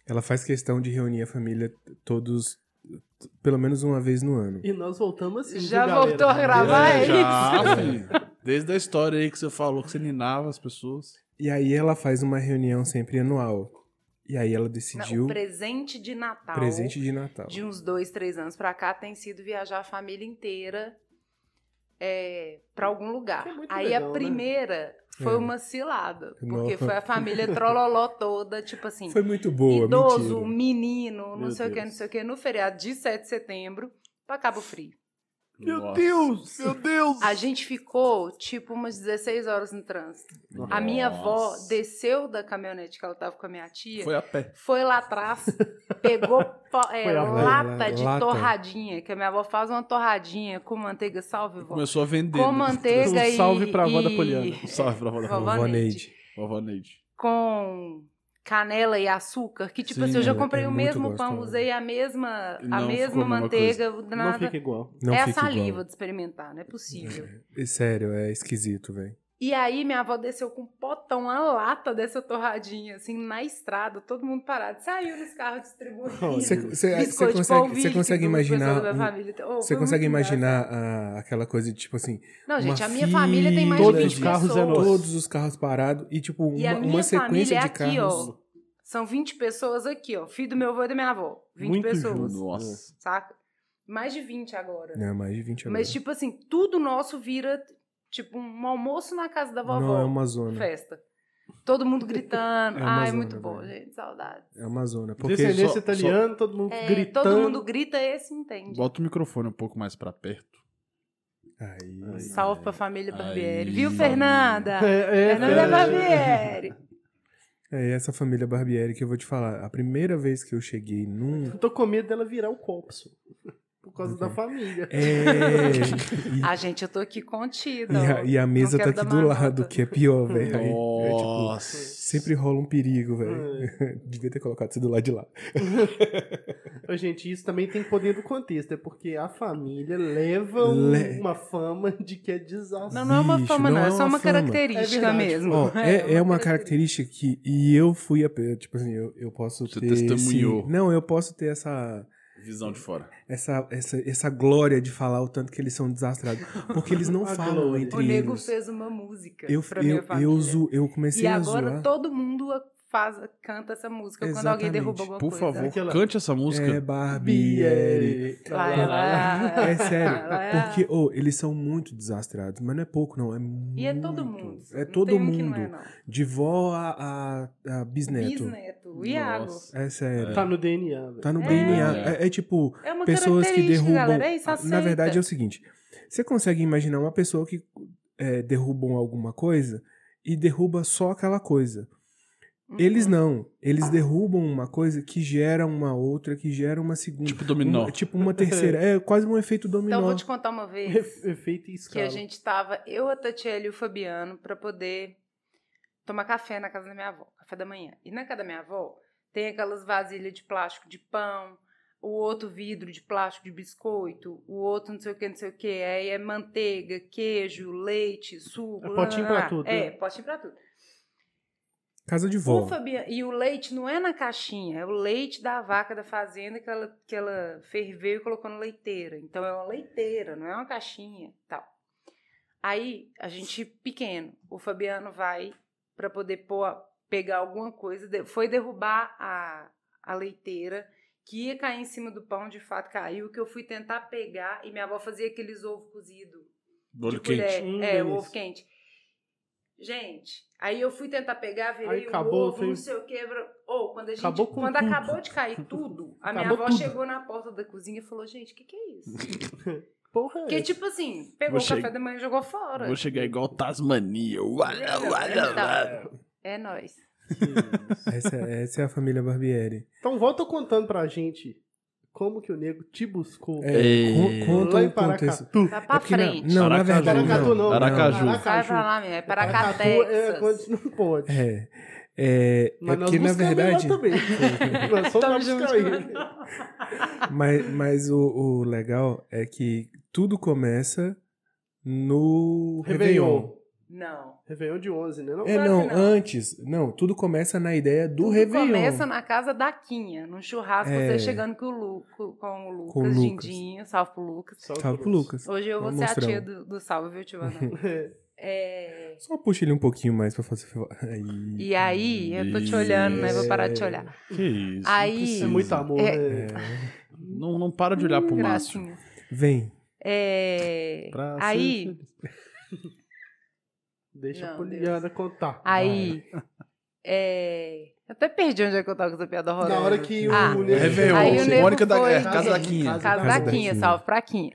S5: Ela faz questão de reunir a família todos, t- pelo menos uma vez no ano.
S3: E nós voltamos assim.
S6: Já
S3: viu,
S6: voltou a
S3: galera?
S6: gravar?
S4: É,
S6: é
S4: já, assim, filho. Desde a história aí que você falou que você ninava as pessoas.
S5: E aí ela faz uma reunião sempre anual. E aí ela decidiu
S6: Não, né, o presente de Natal.
S5: presente de Natal.
S6: de uns dois, três anos pra cá tem sido viajar a família inteira é, para algum lugar.
S3: Que é muito
S6: Aí
S3: legal,
S6: a
S3: né?
S6: primeira foi
S5: É.
S6: uma cilada, porque
S5: Nossa.
S6: foi a família trololó toda, tipo assim,
S5: Foi muito boa,
S6: idoso,
S5: mentira.
S6: menino, não
S4: Meu
S6: sei o que, não
S4: Deus.
S6: sei o que, no feriado de 7 de setembro pra Cabo Frio.
S3: Meu
S4: Nossa.
S3: Deus! Meu Deus!
S6: A gente ficou tipo umas 16 horas no trânsito. A minha avó
S4: Nossa.
S6: desceu da caminhonete que ela tava com a minha tia.
S4: Foi a pé.
S6: foi lá atrás, pegou po- é,
S3: Foi a
S6: lata
S5: lata.
S6: de
S5: Lata.
S6: torradinha, que a minha avó faz uma torradinha com manteiga, salve, vó.
S4: Começou a vender.
S6: Com
S4: né?
S6: manteiga
S4: um
S6: e-
S4: salve pra avó da
S6: e-
S4: Poliana. Um salve pra avó da
S6: Vovó
S4: Poliana.
S5: Vovó
S6: Neide.
S5: Neide.
S4: Vovó Neide.
S6: Com canela e açúcar, que tipo
S4: Sim,
S6: assim, eu já
S5: é-
S6: comprei
S5: é
S6: o
S5: muito
S6: mesmo pão,
S5: gostoso.
S6: usei a mesma,
S4: Não ficou
S6: a mesma
S4: a mesma
S6: manteiga, nada.
S3: Não fica igual.
S5: Não
S6: é a
S5: fica igual.
S6: saliva de experimentar, não é possível.
S5: É, Sério, é esquisito, velho.
S6: E aí minha avó desceu com um potão, uma lata dessa torradinha, assim, na estrada, todo mundo parado. Saiu nos carros distribuindo.
S5: Você
S6: Biscoito,
S5: consegue,
S6: pão,
S5: você consegue
S6: vinho, que o pessoal
S5: imaginar.
S6: da minha
S5: um-
S6: família- Oh,
S5: Você
S6: foi
S5: consegue
S6: muito engraçado.
S5: imaginar a- aquela coisa de tipo assim.
S6: Não, gente,
S5: uma
S6: a minha família tem mais de
S5: fila
S6: 20
S5: de
S3: carros é
S6: pessoas.
S3: nossa.
S5: Todos os carros parados e tipo uma,
S6: E a minha
S5: uma sequência
S6: família é
S5: de
S6: aqui,
S5: carros.
S6: ó. São 20 pessoas aqui, ó. Filho do meu avô e da minha avó. 20
S3: Muito
S6: pessoas. É.
S3: junto.
S4: Nossa.
S6: Saca? Mais de 20 agora.
S5: Não, é mais de 20 agora.
S6: Mas, tipo assim, tudo nosso vira tipo um almoço na casa da vovó.
S5: Não, é uma zona.
S6: Festa. Todo mundo gritando.
S5: É uma
S6: Ai,
S5: zona,
S6: muito bom,
S5: velho.
S6: gente. Saudade.
S5: É uma zona. Porque
S3: Descendência
S4: só-
S3: italiana, todo mundo
S6: É,
S3: gritando.
S6: Todo mundo grita, esse entende.
S4: Bota o microfone um pouco mais pra perto.
S5: Aí.
S6: Salve pra família Barbieri.
S4: Aí.
S6: Viu, Fernanda?
S3: É, é,
S6: Fernanda
S3: é.
S6: Barbieri.
S5: É essa família Barbieri que eu vou te falar. A primeira vez que eu cheguei num.
S3: Eu tô com medo dela virar o colapso. Por causa
S4: Uhum.
S3: da família.
S5: É. e,
S6: Ah, gente, eu tô aqui contida.
S5: e
S6: ó.
S5: a, e a mesa tá
S6: Não quero
S5: aqui
S6: dar
S5: do
S6: marmota.
S5: lado, que é pior, velho. Aí, é, tipo,
S4: Nossa.
S5: Sempre rola um perigo, velho.
S4: É.
S6: Hum.
S5: Devia ter colocado isso do lado de lá.
S3: Ô, Gente, isso também tem poder do contexto. É porque a família leva um-
S5: Le-
S3: uma fama de que é desastre.
S6: Não, não é uma
S5: Bicho,
S6: fama, não.
S5: não
S6: é
S5: é
S6: só
S5: uma
S6: uma
S5: fama.
S3: É
S6: característica
S3: verdade.
S6: mesmo.
S5: Ó, é, é uma característica que. E eu fui. A, tipo assim, eu, eu posso
S4: Você
S5: ter.
S4: testemunhou.
S5: esse- não, eu posso ter essa.
S4: Visão de fora.
S5: Essa, essa, essa glória de falar o tanto que eles são desastrados. Porque eles não
S3: A
S5: falam
S3: glória.
S5: entre
S6: O nego
S5: eles.
S6: fez uma música
S5: eu,
S6: pra minha
S5: eu,
S6: família.
S5: eu, zo- eu comecei
S6: e
S5: a
S6: agora
S5: zoar.
S6: todo mundo a- faz, canta essa música quando alguém
S5: Exatamente.
S6: derruba alguma
S4: Por
S6: coisa.
S4: favor,
S3: Aquela-
S4: cante essa música.
S5: É Barbieri.
S3: Bieri.
S6: Vai, vai, vai.
S5: É sério.
S6: Vai, vai.
S5: Porque, ô, eles são muito desastrados. Mas não é pouco, não. É muito.
S6: E é todo mundo.
S5: É
S6: Não
S5: todo
S6: tem um que não é,
S5: mundo.
S6: não.
S5: De vó a, a, a bisneto.
S6: Bisneto, o Iago.
S4: Nossa.
S5: É sério.
S3: Tá no DNA, velho.
S5: Tá no
S6: É.
S5: DNA. É, é tipo,
S6: É uma
S5: pessoas que
S6: característica,
S5: derrubam.
S6: galera. É isso, aceita.
S5: Na verdade é o seguinte: você consegue imaginar uma pessoa que é, derrubam alguma coisa e derruba só aquela coisa.
S6: Uhum.
S5: Eles não. Eles derrubam uma coisa que gera uma outra, que gera uma segunda.
S4: Tipo dominó.
S5: Uma- tipo uma terceira. É quase um efeito dominó.
S6: Então, vou te contar uma vez.
S3: Efe- Efeito e
S6: que
S3: escala.
S6: a gente tava, eu, a Tatiele e o Fabiano, pra poder tomar café na casa da minha avó, café da manhã. E na casa da minha avó tem aquelas vasilhas de plástico de pão, o outro vidro de plástico de biscoito, o outro não sei o que, não sei o que. Aí é manteiga, queijo, leite, suco.
S3: É potinho pra
S6: lá, lá, lá.
S3: tudo,
S6: É,
S3: né?
S6: potinho pra tudo.
S5: Casa de
S6: O
S5: vó.
S6: Fabiano, e o leite não é na caixinha, é o leite da vaca da fazenda que ela, que ela ferveu e colocou na leiteira. Então é uma leiteira, não é uma caixinha, tal. Aí a gente pequeno, o Fabiano vai para poder pôr, a- pegar alguma coisa, de- foi derrubar a, a leiteira que ia cair em cima do pão, de fato caiu, que eu fui tentar pegar e minha avó fazia aqueles ovo cozido
S4: Olho
S6: de colher.
S4: quente.
S3: Hum,
S6: é, o
S3: delícia.
S6: ovo quente. Gente, aí eu fui tentar pegar, virei
S3: Aí acabou,
S6: o ovo,
S3: foi-
S6: não sei o que. bro- Ou quando a gente.
S3: Acabou com
S6: quando
S3: tudo.
S6: acabou de cair tudo, a minha
S3: Acabou
S6: avó
S3: tudo.
S6: chegou na porta da cozinha e falou, gente, o que, que é isso?
S3: Porra,
S6: Porque,
S3: é.
S6: tipo assim,
S4: Vou
S6: pegou o café
S4: chegar-
S6: da manhã e jogou fora. é
S4: Vou chegar igual Tasmania. Uau, uau, uau.
S6: Então, é nóis.
S5: Essa, essa é a família Barbieri.
S3: Então volta contando pra gente como que o nego te buscou.
S5: É,
S4: Ei.
S5: con- conta
S3: Lá
S5: um
S3: em
S5: contexto.
S3: Paracatu.
S6: Vai
S5: É
S6: pra
S5: porque na-
S6: frente.
S5: Não, na
S4: Aracaju.
S5: verdade.
S3: Paracatu não.
S5: não,
S4: Aracaju.
S5: não.
S6: Sai pra lá, minha. É para cá,
S3: Paracatu é quando
S6: Texas.
S3: não pode.
S5: É. É, é
S3: Mas nós
S5: porque, na
S3: buscamos ele
S5: verdade.
S3: lá também. nós somos lá
S6: Tamo
S3: buscar
S6: junto.
S3: ele.
S5: Mas, mas o, o legal é que tudo começa no Réveillon.
S3: Réveillon.
S6: Não.
S3: Réveillon de 11, né? Não?
S5: É,
S6: Claro
S5: não,
S6: que não.
S5: antes. Não, tudo começa na ideia do
S6: Tudo
S5: Réveillon.
S6: começa na casa da Quinha, num churrasco,
S5: É.
S6: você chegando com o, Lu, com, com o Lucas,
S5: Com o Lucas.
S6: Dindinho, salve pro Lucas.
S3: Só
S5: Salve
S3: que-
S5: pro Lucas.
S6: Hoje eu vou
S5: Vamos
S6: ser
S5: mostrar
S6: a tia
S5: um.
S6: do, do salve, viu, Tio Vaná?
S3: É.
S6: É,
S5: Só puxa ele um pouquinho mais pra fazer favor. Aí.
S6: E aí, eu tô te olhando, né? Vou parar de te olhar.
S4: Que isso. não
S6: Aí-
S4: precisa.
S3: É muito amor,
S5: É,
S3: né?
S4: Não, não para de olhar pro Márcio.
S6: Gracinha.
S5: vem.
S6: É,
S4: Pra ser
S6: aí,
S3: Deixa a
S6: Não,
S3: Poliana contar.
S6: aí, é, eu até perdi onde é que eu tava com essa piada horrorosa.
S3: Na hora que o
S6: Ah,
S5: É
S3: nego...
S4: Réveillon.
S6: Aí o nego
S4: Mônica da
S6: foi-
S4: é, Casa da Quinha.
S3: Casa
S6: Casa
S5: da
S6: da
S5: Quinha.
S6: Quinha, salve pra Quinha.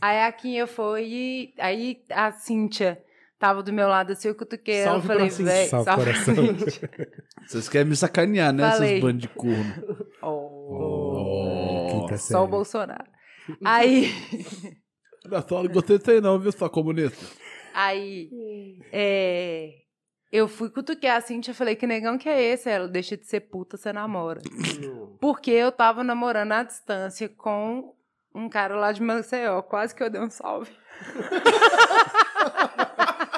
S6: Aí a Quinha foi e aí a Cíntia tava do meu lado, assim, eu cutuquei. ela, Eu
S3: Salve pra
S6: falei,
S3: Cíntia.
S6: véi,
S5: Salve,
S6: salve pra
S5: coração.
S6: Cíntia.
S4: Vocês querem me sacanear, né?
S6: Falei.
S4: Seus bandos de corno.
S5: Quinta
S4: Oh.
S6: Oh, Só um o
S5: série.
S6: Bolsonaro. Aí...
S4: Olha só, não gostei disso aí não, viu, sua comunista?
S6: Aí, é, eu fui cutuquear a Cintia, falei, que negão que é esse? Ela, deixa de ser puta, você namora. Porque eu tava namorando à distância com um cara lá de Maceió, quase que eu dei um salve.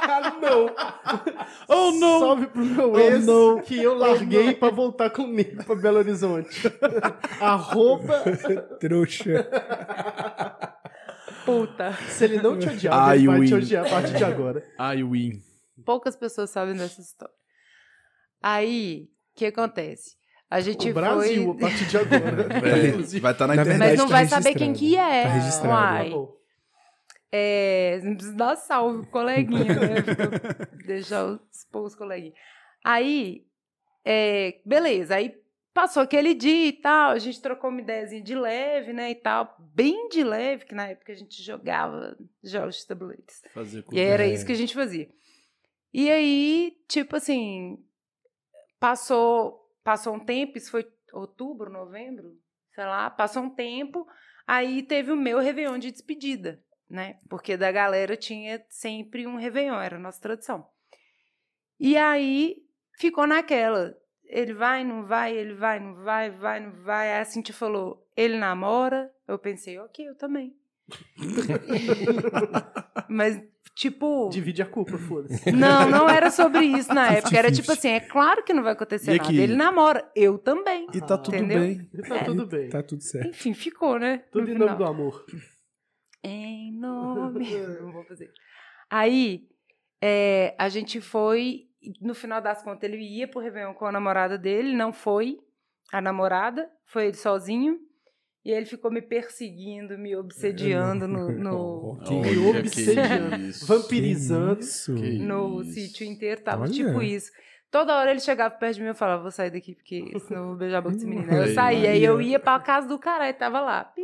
S3: Cara, Ah, não.
S4: Oh, não!
S3: Salve pro meu
S4: Oh,
S3: ex,
S4: não.
S3: que eu larguei pra voltar comigo pra Belo Horizonte. Arroba,
S5: Trouxa.
S6: Puta.
S3: se ele não te odiava,
S4: Ai,
S3: ele vai te
S4: Will. É.
S3: odiar a partir de agora.
S4: Ai, Win.
S6: Poucas pessoas sabem dessa história. Aí, o que acontece? A gente
S3: O Brasil,
S6: foi...
S3: a partir de agora. Tá
S4: É, vai estar na,
S5: Na
S4: internet.
S5: verdade,
S6: Mas não
S5: tá
S6: vai saber
S5: registrado.
S6: quem que é.
S5: Tá registrado.
S6: Uai.
S3: Bom,
S6: É, não precisa dar salve pro coleguinha, né? Fica- Deixar eu expor os coleguinhas. Aí, é, beleza, aí passou aquele dia e tal, a gente trocou uma ideiazinha de leve, né, e tal, bem de leve, que na época a gente jogava jogos de tabuleiros.
S4: Fazer com-
S6: E era
S5: É.
S6: isso que a gente fazia. E aí, tipo assim, passou, passou um tempo, isso foi outubro, novembro, sei lá, passou um tempo, aí teve o meu Réveillon de despedida, né? Porque da galera tinha sempre um Réveillon, era a nossa tradição. E aí ficou naquela. Ele vai, não vai, ele vai, não vai, vai, não vai. Aí a Cintia falou, ele namora. Eu pensei, ok, eu também. Mas, tipo.
S3: Divide a culpa, foda-se.
S6: Não, não era sobre isso na época. Era tipo assim, é claro que não vai acontecer
S4: Tá E
S6: nada.
S4: aqui?
S6: Ele namora, eu também.
S4: E tá tudo
S6: Entendeu?
S4: bem.
S3: Tá tudo bem.
S5: Tá tudo certo.
S6: Enfim, ficou, né?
S3: Tudo
S6: No
S3: em
S6: final.
S3: nome do
S4: É,
S3: amor.
S6: Em nome. Não vou fazer. Aí, é, a gente foi. e No final das contas, ele ia pro Réveillon com a namorada dele, não foi a namorada, foi ele sozinho. E ele ficou me perseguindo, me obsediando no, no,
S5: Que
S4: Olha,
S3: E
S4: que
S3: obsediando,
S4: isso.
S3: Vampirizando.
S5: Isso.
S4: Que-
S6: no
S4: Isso.
S6: sítio inteiro, tava
S5: Olha.
S6: tipo isso. Toda hora ele chegava perto de mim e eu falava, vou sair daqui, porque senão eu vou beijar a boca desse menino. Aí
S4: Ei,
S6: eu saía, aí eu
S5: Maria.
S6: ia pra casa do caralho, tava lá. Pi.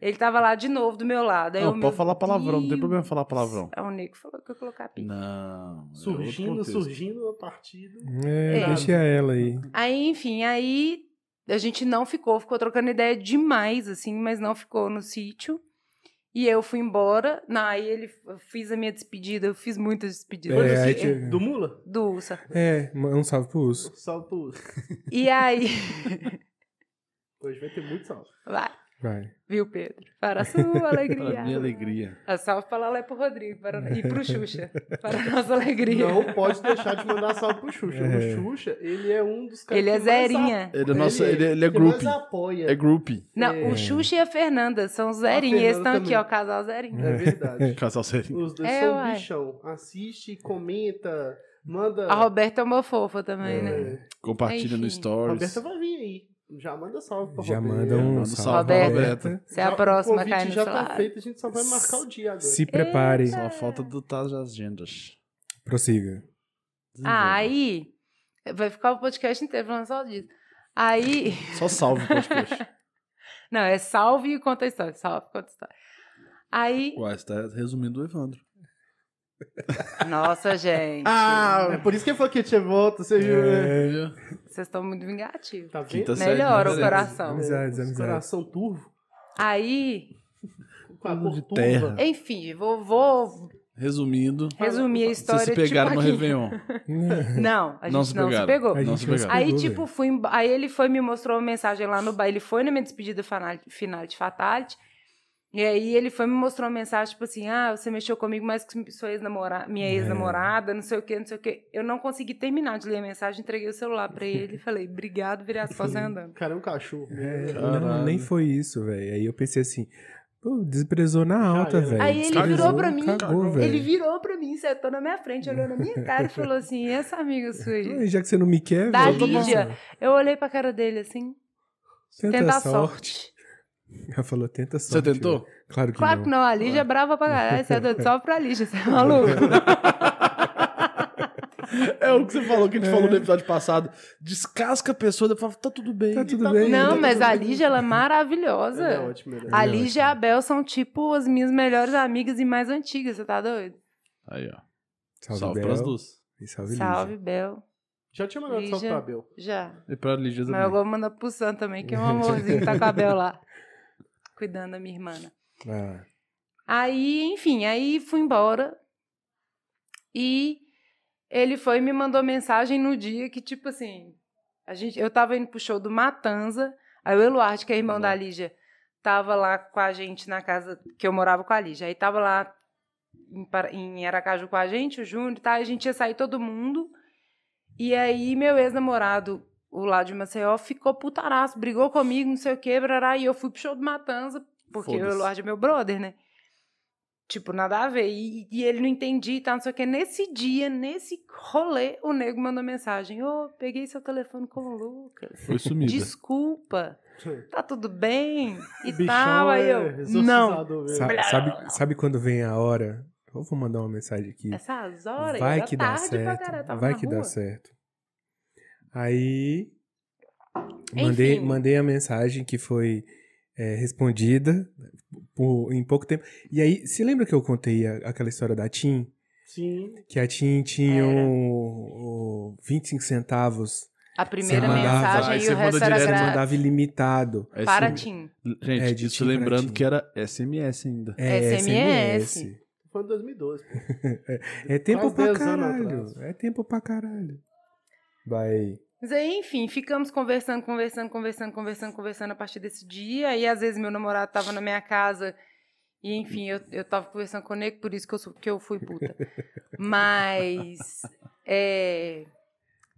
S6: Ele tava lá de novo do meu lado. Aí eu,
S4: Não,
S6: meu
S4: pode falar palavrão, não tem
S6: Deus.
S4: problema falar palavrão.
S6: Aí É o Nico falou que eu ia colocar pi.
S4: Não. é
S3: Surgindo,
S4: outro contexto.
S3: surgindo a partir do...
S5: É,
S6: É.
S5: deixa ela aí.
S6: Aí, enfim, aí a gente não ficou, ficou trocando ideia demais, assim, mas não ficou no sítio. E eu fui embora. Não, aí ele eu fiz a minha despedida, eu fiz muitas despedidas.
S5: É, aí
S6: assim,
S5: tinha-
S3: Do Mula?
S6: Do Ursa.
S5: É, um salve pro Urso.
S3: Salve pro...
S6: E aí.
S3: Hoje vai ter muito salve.
S6: Vai.
S5: Vai.
S6: Viu, Pedro? Para a sua é alegria. Ah,
S4: Pra minha alegria.
S6: A salve pra Lala e pro Rodrigo para... e pro Xuxa. Para a nossa alegria.
S3: Não pode deixar de mandar salve pro Xuxa.
S5: É.
S3: O Xuxa, ele é um dos caras
S6: Ele
S3: que
S6: é
S3: mais
S6: Zerinha.
S4: Ele, é nossa, ele, é- ele é
S3: que mais
S4: grupo.
S3: apoia.
S4: É grupo.
S6: Não,
S5: É.
S6: o Xuxa e a Fernanda são Zerinha. Eles
S3: Fernanda
S6: estão aqui,
S3: também.
S6: ó, casal Zerinha.
S3: É verdade.
S4: Casal sério.
S3: Os dois
S6: É,
S3: são
S6: uai.
S3: bichão. Assiste, comenta, manda.
S6: A Roberta é uma fofa também, né?
S3: É,
S4: Compartilha no
S6: Enfim.
S3: a
S4: Stories.
S3: Roberta vai vir aí. Já manda salve pra
S5: Já
S3: Roberta.
S5: manda um
S4: Manda
S5: salve,
S4: salve,
S5: Roberta.
S6: Se é a
S3: Já-
S6: próxima
S3: o
S6: cai
S3: convite
S6: no
S3: já
S6: seu
S3: tá
S6: lado.
S3: feito, a gente só vai marcar o dia agora.
S5: Se prepare.
S4: Só falta dotar as agendas.
S5: Prossiga.
S6: Ah, aí vai ficar o podcast inteiro falando só disso. Aí,
S4: Só salve, podcast.
S6: não, é salve e conta a história. Salve, conta a história. Aí,
S4: Uai, você tá resumindo o Evandro.
S6: nossa, gente.
S3: É por isso que ele falou que tinha volta, você viu, né?
S4: É.
S6: Vocês estão muito vingativos.
S3: Tá vendo?
S4: Quinta série,
S6: Melhora o
S4: né?
S6: coração.
S5: Amizades, amizades.
S3: Coração turvo.
S6: Aí,
S3: Com a
S4: Turvo de
S3: cor
S4: terra.
S6: É.
S3: turva.
S6: enfim, vou, vou
S4: Resumindo,
S6: resumir a
S4: vocês
S6: história.
S4: se pegaram no
S6: tipo aqui.
S4: Réveillon.
S6: Não, a gente não se, pegou.
S5: A
S4: Não
S5: gente
S4: se
S5: não
S4: pegaram.
S5: se
S6: Aí,
S5: Pegou,
S6: tipo,
S5: velho.
S6: fui, em- aí ele foi me mostrou uma mensagem lá no bar. Ele foi na minha despedida fana- final de Fatality. E aí ele foi me mostrou uma mensagem, tipo assim, ah, você mexeu comigo mais que sua ex-namorada, minha
S5: É.
S6: ex-namorada, não sei o quê, não sei o quê. Eu não consegui terminar de ler a mensagem, entreguei o celular pra ele e falei, obrigado, virei as costas e andando.
S3: O cara é um cachorro.
S5: É, não,
S4: Caralho.
S5: nem foi isso, velho. Aí eu pensei assim, pô, desprezou na alta,
S3: era.
S5: velho.
S6: Aí ele
S5: Desprezou,
S6: virou pra mim,
S5: Cagou,
S6: Ele
S5: É, velho.
S6: virou pra mim, sentou na minha frente, olhou na minha cara e falou assim, e essa amiga sua aí?
S5: Já que você não me quer,
S6: Da
S5: velho,
S6: Lídia.
S5: nossa,
S6: Eu olhei pra cara dele assim,
S5: Tenta,
S6: tenta a
S5: sorte.
S6: sorte.
S5: Ela falou, tenta
S4: Você
S5: sorte.
S4: tentou?
S5: velho. Claro que
S6: Claro que
S5: não.
S6: não, a Lígia é brava pra caralho. Você é doido só pra Lígia, você é maluco.
S4: É o que você falou, que a gente falou no episódio passado. Descasca a pessoa, depois fala, tá tudo bem.
S5: Tá tudo
S3: Tá
S5: bem.
S6: Não, mas a
S3: tudo
S6: Lígia, ela é maravilhosa.
S3: Ele é ótimo, ele é
S6: a
S5: Ela é
S6: Lígia e a Bel são tipo as minhas melhores amigas e mais antigas, você tá doido?
S4: Aí,
S5: Tá
S4: ó.
S5: Salve,
S4: salve
S5: Bel.
S4: pras duas.
S5: E salve, Lígia.
S6: Salve, Bel.
S3: Já tinha mandado salve
S6: Lígia.
S3: pra Abel.
S6: Já.
S4: E pra Lígia
S6: Mas eu
S4: também.
S6: vou mandar pro Sam também, que é um amorzinho tá com a Bel lá. Cuidando da minha irmã. né?
S5: Ah,
S6: Aí, enfim, aí fui embora. E ele foi e me mandou mensagem no dia que, tipo assim, a gente, eu tava indo pro show do Matanza. Aí o Eluard, que é irmão da Lígia, tava lá com a gente na casa que eu morava com a Lígia. Aí tava lá em, Para- em Aracaju com a gente, o Júnior, tá? A gente ia sair todo mundo. E aí meu ex-namorado, o lá de Maceió, ficou putaraço, brigou comigo, não sei o quê, brará, e eu fui pro show do Matanza, porque o
S4: Foda-se.
S6: Eluard é meu brother, né? Tipo, nada a ver. E, e ele não entendia e tal, não sei o quê. Nesse dia, nesse rolê, o nego mandou mensagem. Ô, peguei seu telefone com o Lucas.
S4: Foi sumida.
S6: Desculpa, tá tudo bem? E
S3: Bichão
S6: tal. Aí
S3: é
S6: eu. Não.
S3: exorcizador mesmo.
S5: sa- sabe, sabe quando vem a hora? Eu vou mandar uma mensagem aqui.
S6: Essas horas,
S5: Vai
S6: era
S5: que dá
S6: tarde pra caralho,
S5: certo.
S6: tava
S5: Vai
S6: na
S5: que
S6: rua.
S5: dá certo. Aí mandei,
S6: Enfim.
S5: mandei a mensagem que foi é, respondida né, por- em pouco tempo. E aí, se lembra que eu contei a- aquela história da Tim?
S3: Sim.
S5: Que a Tim tinha
S6: Era.
S5: um, um 25 centavos.
S6: A primeira
S5: Você mandava,
S4: aí
S6: mensagem e
S4: você
S6: o resto
S4: manda
S6: era
S4: direto,
S5: Você
S4: Grátis.
S5: mandava
S6: grátis.
S5: ilimitado.
S4: É
S6: Para,
S4: sumi-
S6: Tim.
S5: É,
S4: Gente,
S5: de
S4: isso
S5: tim pra
S4: lembrando
S5: tim.
S4: que era SMS ainda.
S5: É
S6: SMS.
S5: SMS.
S3: Foi em 2012. pô.
S5: É tempo
S3: Quase
S5: pra
S3: 10 anos
S5: caralho.
S3: atrás.
S5: É tempo pra caralho. Vai.
S6: Mas aí, enfim, ficamos conversando, conversando, conversando, conversando, conversando a partir desse dia. E às vezes meu namorado tava na minha casa. E enfim, eu, eu tava conversando com o Nico, por isso que eu, sou- que eu fui puta. Mas. É,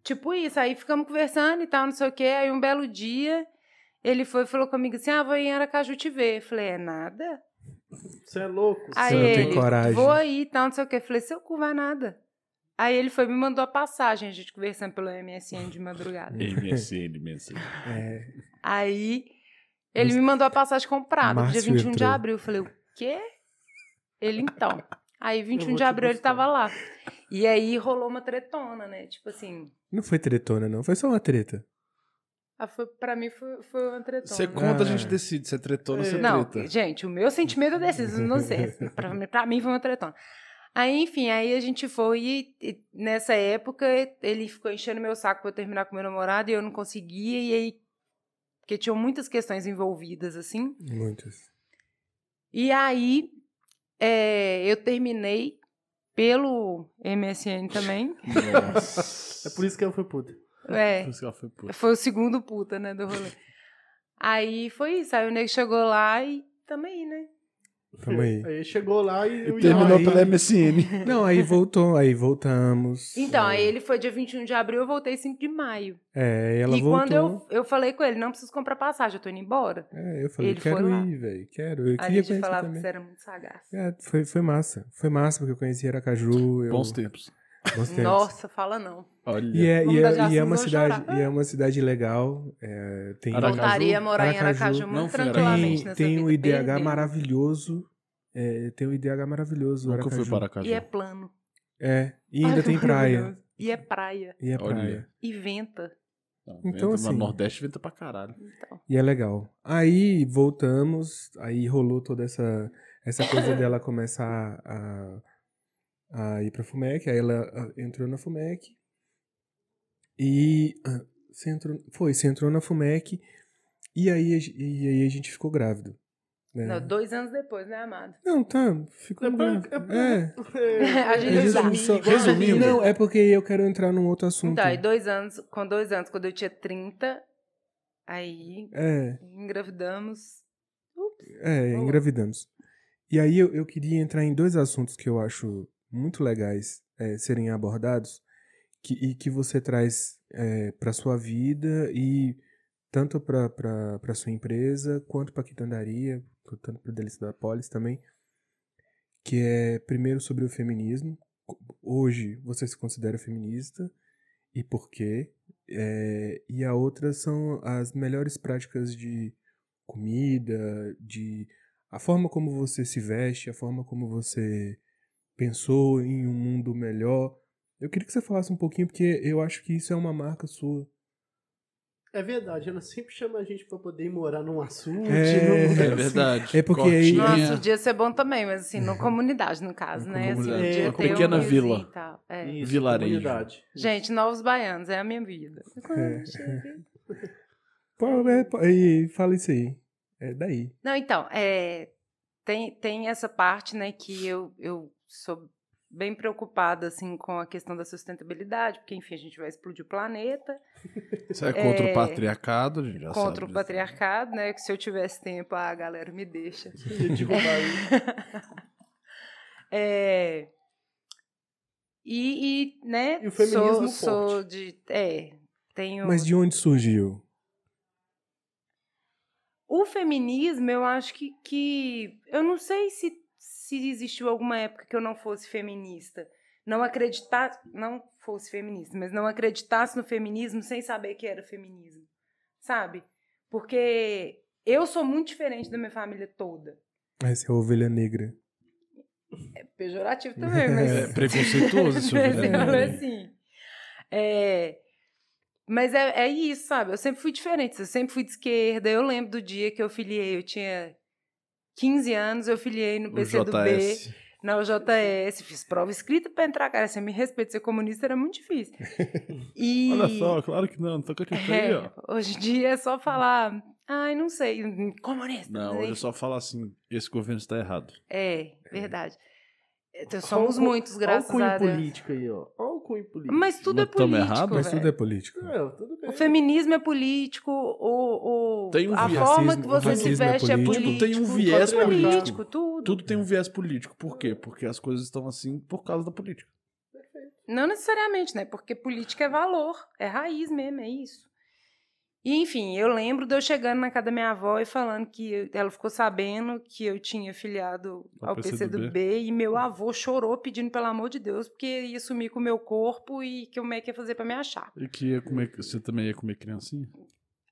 S6: tipo isso, aí ficamos conversando e tal, não sei o quê. Aí um belo dia. Ele foi e falou comigo assim: Ah, vou em Aracaju te ver. Eu falei: É nada?
S3: Você é louco.
S6: Aí
S5: não tem
S6: ele,
S5: coragem.
S6: vou aí e tal, não sei o quê. Eu Falei, seu cu vai nada. Aí ele foi, me mandou a passagem, a gente conversando pelo MSN de madrugada.
S4: MSN, MSN.
S5: É,
S6: aí ele me mandou a passagem comprada, dia
S5: Márcio
S6: 21 de
S5: entrou.
S6: abril. Eu falei, o quê? Ele, então. Aí
S3: Eu vou
S6: 21
S3: te
S6: de abril ele
S3: buscar.
S6: tava lá. E aí rolou uma tretona, né? Tipo assim,
S5: não foi tretona, não. Foi só uma treta.
S6: ah, foi, pra mim foi, foi uma tretona.
S4: Você conta, a gente
S5: Ah.
S4: decide. Você tretou ou
S3: É.
S4: você
S6: Então, Não,
S4: treta.
S6: gente, o meu sentimento é desse, não sei. Pra, mim- pra mim foi uma tretona. Aí, enfim, aí a gente foi e, e nessa época ele ficou enchendo meu saco pra eu terminar com meu namorado e eu não conseguia, e aí. Porque tinham muitas questões envolvidas, assim.
S5: Muitas.
S6: E aí é, eu terminei pelo MSN também.
S4: Nossa.
S3: É por isso que ela foi puta.
S6: É,
S4: Por isso que ela foi puta.
S6: foi o segundo puta, né, do rolê. Aí foi isso. Aí o nego chegou lá e também, né?
S5: Tamo aí.
S3: Aí chegou lá e o
S4: Terminou
S3: Ian-
S4: pela MSN.
S5: Não, aí voltou, aí voltamos.
S6: Então, aí ele foi dia 21 de abril, eu voltei 5 de maio.
S5: É, ela
S6: e
S5: voltou.
S6: quando eu, eu falei com ele, não preciso comprar passagem, eu tô indo embora.
S5: É, eu falei,
S6: ele foi
S5: quero
S6: lá.
S5: ir, velho, quero. Eu
S6: A
S5: queria
S6: gente
S5: conhecer
S6: falava que
S5: também.
S6: você era muito sagaz.
S5: É, foi, foi massa. Foi massa porque eu conheci Aracaju. Eu...
S4: Bons tempos.
S5: Bons tempos.
S6: Nossa, fala não.
S4: Olha.
S5: E é,
S6: Vamos
S5: e é-
S6: dar de
S5: e é
S6: assunto,
S5: uma
S6: vou
S5: cidade,
S6: chorar.
S5: e é uma cidade legal. é, tem
S4: Aracaju.
S6: Voltaria a morar em Aracaju muito
S4: Não fui em Aracaju.
S6: tranquilamente
S5: Tem,
S6: nessa
S5: tem um
S6: vida,
S5: IDH
S6: perdendo.
S5: maravilhoso. é, tem um IDH maravilhoso.
S4: Nunca
S5: Aracaju.
S4: fui para casa.
S6: E é plano.
S5: É, e ainda
S6: Ai,
S5: tem
S6: que
S5: praia.
S6: maravilhoso. E é praia.
S5: E é
S4: Olha.
S5: praia.
S6: E venta.
S5: Então,
S4: Então,
S5: assim-
S4: Nordeste venta pra caralho.
S6: Então.
S5: E é legal. Aí voltamos, aí rolou toda essa, essa coisa dela começar a, a ir pra FUMEC. Aí ela ah, entrou na FUMEC. E. ah, você entrou, foi, você entrou na FUMEC. E aí, a ge- e aí a gente ficou grávido. né?
S4: É.
S6: Não, dois anos depois, né, amado?
S5: Não, tá, ficou
S3: É
S5: grávido.
S3: pra- é pra-
S5: É.
S6: A gente
S5: É,
S6: não
S5: resumo
S6: sabia.
S5: só-
S4: Resumindo.
S5: Não, é porque eu quero entrar num outro assunto.
S6: Então, aí dois anos, com dois anos, quando eu tinha 30, aí
S5: É.
S6: engravidamos. Ups.
S5: É,
S6: Boa.
S5: engravidamos. E aí eu, eu queria entrar em dois assuntos que eu acho muito legais é, serem abordados que, e que você traz é, para sua vida e tanto para sua empresa quanto para Quitandaria, tanto para Delícia da Polis também, que é primeiro sobre o feminismo. Co- Hoje você se considera feminista e por quê? É, e a outra são as melhores práticas de comida, de a forma como você se veste, a forma como você pensou em um mundo melhor. Eu queria que você falasse um pouquinho, porque eu acho que isso é uma marca sua.
S3: É verdade, ela sempre chama a gente pra poder ir morar num assunto.
S5: É,
S3: num-
S4: É verdade.
S5: É porque aí-
S4: Cortinha.
S6: Nossa, o dia ia ser bom também, mas assim, na comunidade, no caso,
S5: Na
S6: né? Assim,
S4: É. comunidade. É,
S6: podia
S3: Uma
S6: ter um
S4: pequena
S6: vizinho
S4: vila.
S6: e tal. É.
S3: Isso,
S4: Vilarejo.
S3: comunidade.
S6: Gente, novos baianos, é a minha vida.
S5: É. Pô, é, pô, E fala isso aí. É daí.
S6: Não, então, é, tem, tem essa parte, né, que eu, eu sou bem preocupada, assim, com a questão da sustentabilidade, porque, enfim, a gente vai explodir o planeta
S4: Isso é contra
S6: É.
S4: o patriarcado, a gente já sabe
S6: contra o
S4: disso.
S6: patriarcado, né, que se eu tivesse tempo, a galera me deixa.
S3: Ia derrubar isso.
S6: É, e, e, né,
S3: E o feminismo
S6: sou, sou
S3: forte.
S6: de... É, tenho...
S5: Mas de onde surgiu?
S6: O feminismo, eu acho que, que eu não sei se, se existiu alguma época que eu não fosse feminista. Não acreditasse, não fosse feminista, mas não acreditasse no feminismo sem saber que era feminismo. Sabe? Porque eu sou muito diferente da minha família toda.
S5: Essa é a ovelha negra.
S6: É pejorativo também, mas.
S4: É preconceituoso né? esse
S6: Mas
S4: ovelha
S6: eu falo
S4: negra.
S6: assim. É, mas é, é isso, sabe? Eu sempre fui diferente, eu sempre fui de esquerda. Eu lembro do dia que eu filiei, eu tinha 15 anos, eu filiei no
S4: O
S6: PCdoB,
S4: JS.
S6: na UJS, fiz prova escrita pra entrar, cara. Você me respeita, ser comunista era muito difícil. E-
S4: Olha só, claro que não, não tô com a gente aí, ó.
S6: é, hoje em dia é só falar, ai, não sei, comunista.
S4: Não, hoje
S6: sei.
S4: eu só falo assim, esse governo está errado.
S6: É, verdade. Então, somos
S3: Olha o cu-
S4: um
S6: muitos,
S3: Olha o
S6: graças
S3: cunho
S6: a Deus.
S3: político aí, ó. Olha o cunho político.
S6: Mas tudo é
S4: Não tamo
S6: político,
S4: errado?
S5: Mas tudo
S6: velho.
S5: é político.
S3: É, tudo bem.
S6: O feminismo é político, o, o-
S4: Tem um
S6: a
S4: viés.
S6: forma
S5: Racismo-
S6: que você se
S5: racismo é
S6: veste é político.
S5: político.
S4: Tem um viés
S6: tudo é
S3: político.
S6: tudo.
S4: Tudo tem um viés político. Por quê? Porque as coisas estão assim por causa da política.
S6: Não necessariamente, né? Porque política é valor, é raiz mesmo, é isso. E, enfim, eu lembro de eu chegando na casa da minha avó e falando que eu- ela ficou sabendo que eu tinha filiado
S4: Ao
S6: ao PCdoB e meu avô chorou pedindo, pelo amor de Deus, porque ia sumir com o meu corpo e que como é que ia fazer pra me achar.
S4: E que ia comer, você também ia comer criancinha?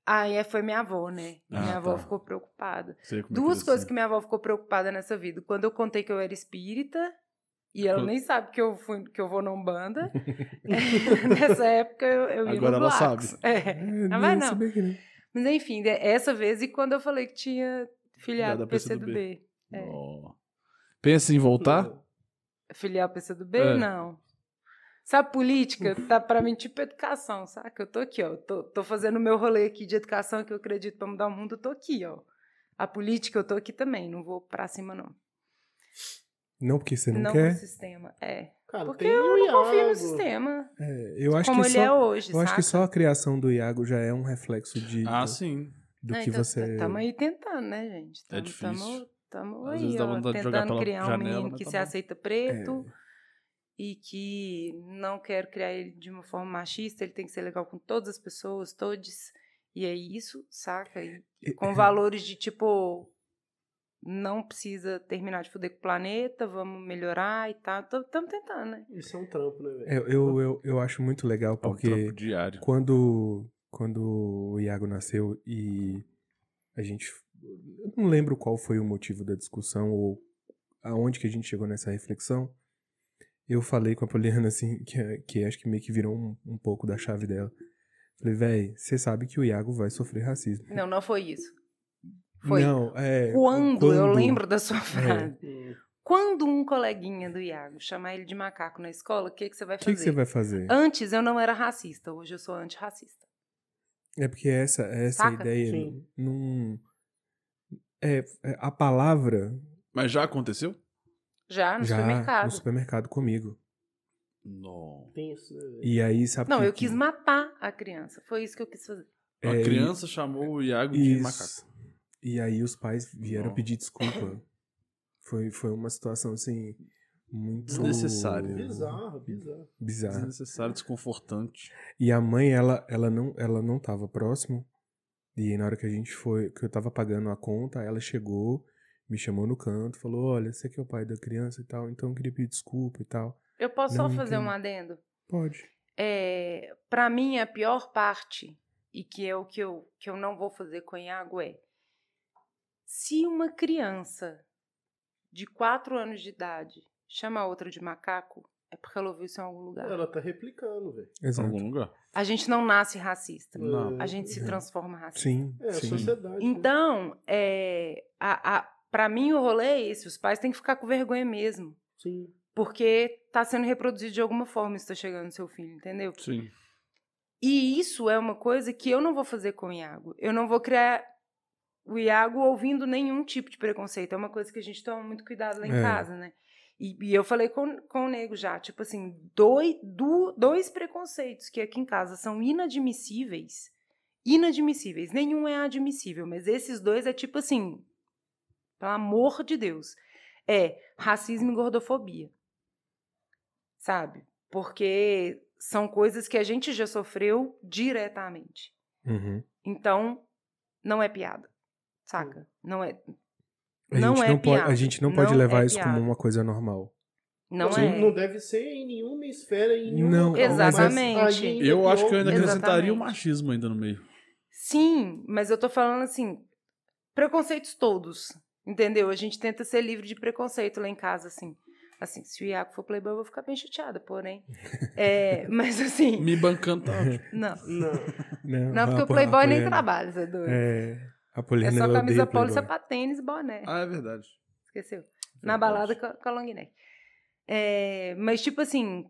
S6: Aí é, foi minha avó, né?
S4: Ah,
S6: minha avó
S4: tá.
S6: ficou preocupada.
S4: Você ia comer
S6: Duas coisas que
S4: criancinha?
S6: minha avó ficou preocupada nessa vida. Quando eu contei que eu era espírita, e ela
S4: Quando-
S6: nem sabe que eu, fui, que eu vou na Umbanda. É, nessa época eu, eu ia
S4: Agora
S6: no
S4: ela
S6: Blacos. É.
S5: É,
S6: Ah, vai
S5: não,
S6: não.
S5: se bem que não.
S6: Mas enfim, de- essa vez e quando eu falei que tinha
S4: Filiada
S6: filiado ao PCdoB. É.
S4: Ó. Pensa em voltar?
S6: Filiar ao PCdoB?
S4: É.
S6: Não. Sabe, política tá pra mim tipo educação, saca? Eu tô aqui, ó. eu Tô, tô fazendo o meu rolê aqui de educação que eu acredito pra mudar o mundo, eu tô aqui, ó. A política eu tô aqui também, não vou pra cima, não.
S5: Não, porque você não,
S6: não
S5: quer.
S6: pro sistema. É.
S3: Cara,
S6: Porque
S3: tem
S6: eu
S3: o
S6: não confio
S3: Iago.
S6: no sistema.
S5: É, eu acho
S6: como
S5: que
S6: ele
S5: só,
S6: é hoje,
S5: eu acho que
S6: saca?
S5: só a criação do Iago já é um reflexo de,
S4: Ah, sim.
S5: do
S6: Ah,
S5: que
S6: então,
S5: você.
S6: Tamo aí tentando, né, gente?
S4: É difícil.
S6: Tamo, tamo
S4: Às
S6: aí,
S4: vezes dá
S6: ó,
S4: vontade de jogar
S6: tentando
S4: pela
S6: criar um
S4: janela,
S6: menino
S4: mas
S6: que
S4: tá
S6: se
S4: bom.
S6: aceita preto e que não quero criar ele de uma forma machista, ele tem que ser legal com todas as pessoas, todos. E é isso, saca? E
S5: É,
S6: com valores de tipo. Não precisa terminar de fuder com o planeta, vamos melhorar e tal. Estamos tentando, né?
S3: Isso é um trampo, né, velho?
S5: é, eu, eu, eu acho muito legal
S4: É um
S5: porque.
S4: trampo diário.
S5: Quando, quando o Iago nasceu e a gente. Eu não lembro qual foi o motivo da discussão ou aonde que a gente chegou nessa reflexão. Eu falei com a Poliana, assim, que, é- que acho que meio que virou um, um pouco da chave dela. Falei, véi, você sabe que o Iago vai sofrer racismo.
S6: Não, não foi isso. Foi.
S5: Não, é.
S6: Quando, eu lembro da sua frase.
S3: Hum.
S6: Quando um coleguinha do Iago chamar ele de macaco na escola, o que, que você vai
S5: O
S6: fazer?
S5: que, que você vai fazer?
S6: Antes eu não era racista, hoje eu sou antirracista.
S5: É porque essa, essa
S6: Saca?
S5: ideia.
S3: Sim.
S5: Não. É, é, a palavra
S4: Mas já aconteceu?
S6: Já É no
S5: já no
S6: supermercado.
S5: supermercado comigo.
S4: Não.
S3: Tenso, né, velho?
S5: E aí, sabe
S6: Não,
S5: que-
S6: eu quis matar a criança. Foi isso que eu quis fazer.
S5: É,
S4: a
S5: e-
S4: criança chamou o Iago de
S5: Isso.
S4: macaco.
S5: E aí os pais vieram
S4: Não.
S5: pedir desculpa. Foi, foi uma situação, assim, muito...
S4: Desnecessária.
S3: Bizarro, bizarro.
S4: Tá.
S5: Bizarra.
S4: Desnecessário, desconfortante.
S5: E a mãe, ela, ela, não, ela não tava próximo. E aí, na hora que a gente foi, que eu tava pagando a conta, ela chegou, me chamou no canto, falou, olha, você que é o pai da criança e tal, então eu queria pedir desculpa e tal.
S6: Eu posso
S5: Não,
S6: só fazer
S5: entendo.
S6: um adendo?
S5: Pode.
S6: É, para mim, a pior parte, e que é o que eu, que eu não vou fazer com o Iago, é se uma criança de 4 anos de idade chama a outra de macaco, é porque ela ouviu isso em algum lugar.
S3: Ela tá replicando, velho.
S4: Em
S5: Exato.
S4: algum lugar.
S6: A gente não nasce racista.
S4: Não.
S6: A gente se transforma racista.
S5: Sim,
S3: É, a
S5: sim.
S3: sociedade. né?
S6: Então, é, a, a, para mim o rolê é esse. Os pais têm que ficar com vergonha mesmo.
S3: Sim.
S6: Porque tá sendo reproduzido de alguma forma isso tá chegando no seu filho, entendeu?
S4: Sim.
S6: E isso é uma coisa que eu não vou fazer com o Iago. Eu não vou criar o Iago ouvindo nenhum tipo de preconceito. É uma coisa que a gente toma muito cuidado lá em
S5: É.
S6: casa, né? E, e eu falei com, com o nego já, tipo assim, dois, do- dois preconceitos que aqui em casa são inadmissíveis. Inadmissíveis. Nenhum é admissível, mas esses dois é tipo assim, pelo amor de Deus. É racismo e gordofobia. Sabe? Porque são coisas que a gente já sofreu diretamente.
S5: Uhum.
S6: Então, não é piada. Saca? Não é.
S5: A,
S6: Não
S5: gente
S6: é
S5: não pode,
S6: piada.
S5: a gente não
S6: Não
S5: pode levar
S6: é
S5: isso
S6: piada.
S5: como uma coisa normal.
S6: Não
S3: Sim,
S6: é.
S3: não deve ser em nenhuma esfera, em nenhum
S5: Não,
S3: local, mas
S6: Exatamente.
S3: aí ainda
S4: Eu
S3: é
S4: acho que eu
S3: pior.
S4: ainda acrescentaria o
S6: Exatamente.
S4: machismo ainda no meio.
S6: Sim, mas eu tô falando assim, preconceitos todos, entendeu? A gente tenta ser livre de preconceito lá em casa, assim. Assim, se o Iago for playboy, eu vou ficar bem chateada, porém. É, mas assim,
S4: Me bancando tá ótimo.
S6: não.
S3: Não,
S5: Não,
S6: Não, porque
S5: a
S6: o
S5: po- a
S6: playboy nem
S5: Poliana-
S6: trabalha, você é doido.
S5: Ah, É. A
S6: É
S5: Poliana,
S6: só
S5: ela
S6: camisa
S5: odeia
S6: polo,
S5: Playboy.
S6: sapatênis e boné.
S4: Ah, é verdade.
S6: Esqueceu. Na balada com a, com a long neck. É, mas, tipo assim,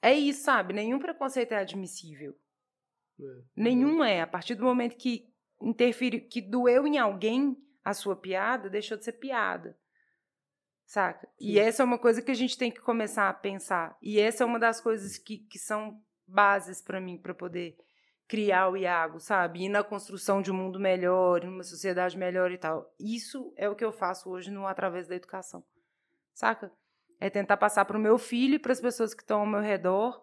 S6: é isso, sabe? Nenhum preconceito é admissível.
S3: é.
S6: Nenhum é. A partir do momento que interfere, que doeu em alguém a sua piada, deixou de ser piada. Saca? E
S3: Sim.
S6: essa é uma coisa que a gente tem que começar a pensar. E essa é uma das coisas que, que são bases pra mim, pra poder criar o Iago, sabe? E na construção de um mundo melhor, numa sociedade melhor e tal. Isso é o que eu faço hoje no através da educação. Saca? É tentar passar pro meu filho e pras pessoas que estão ao meu redor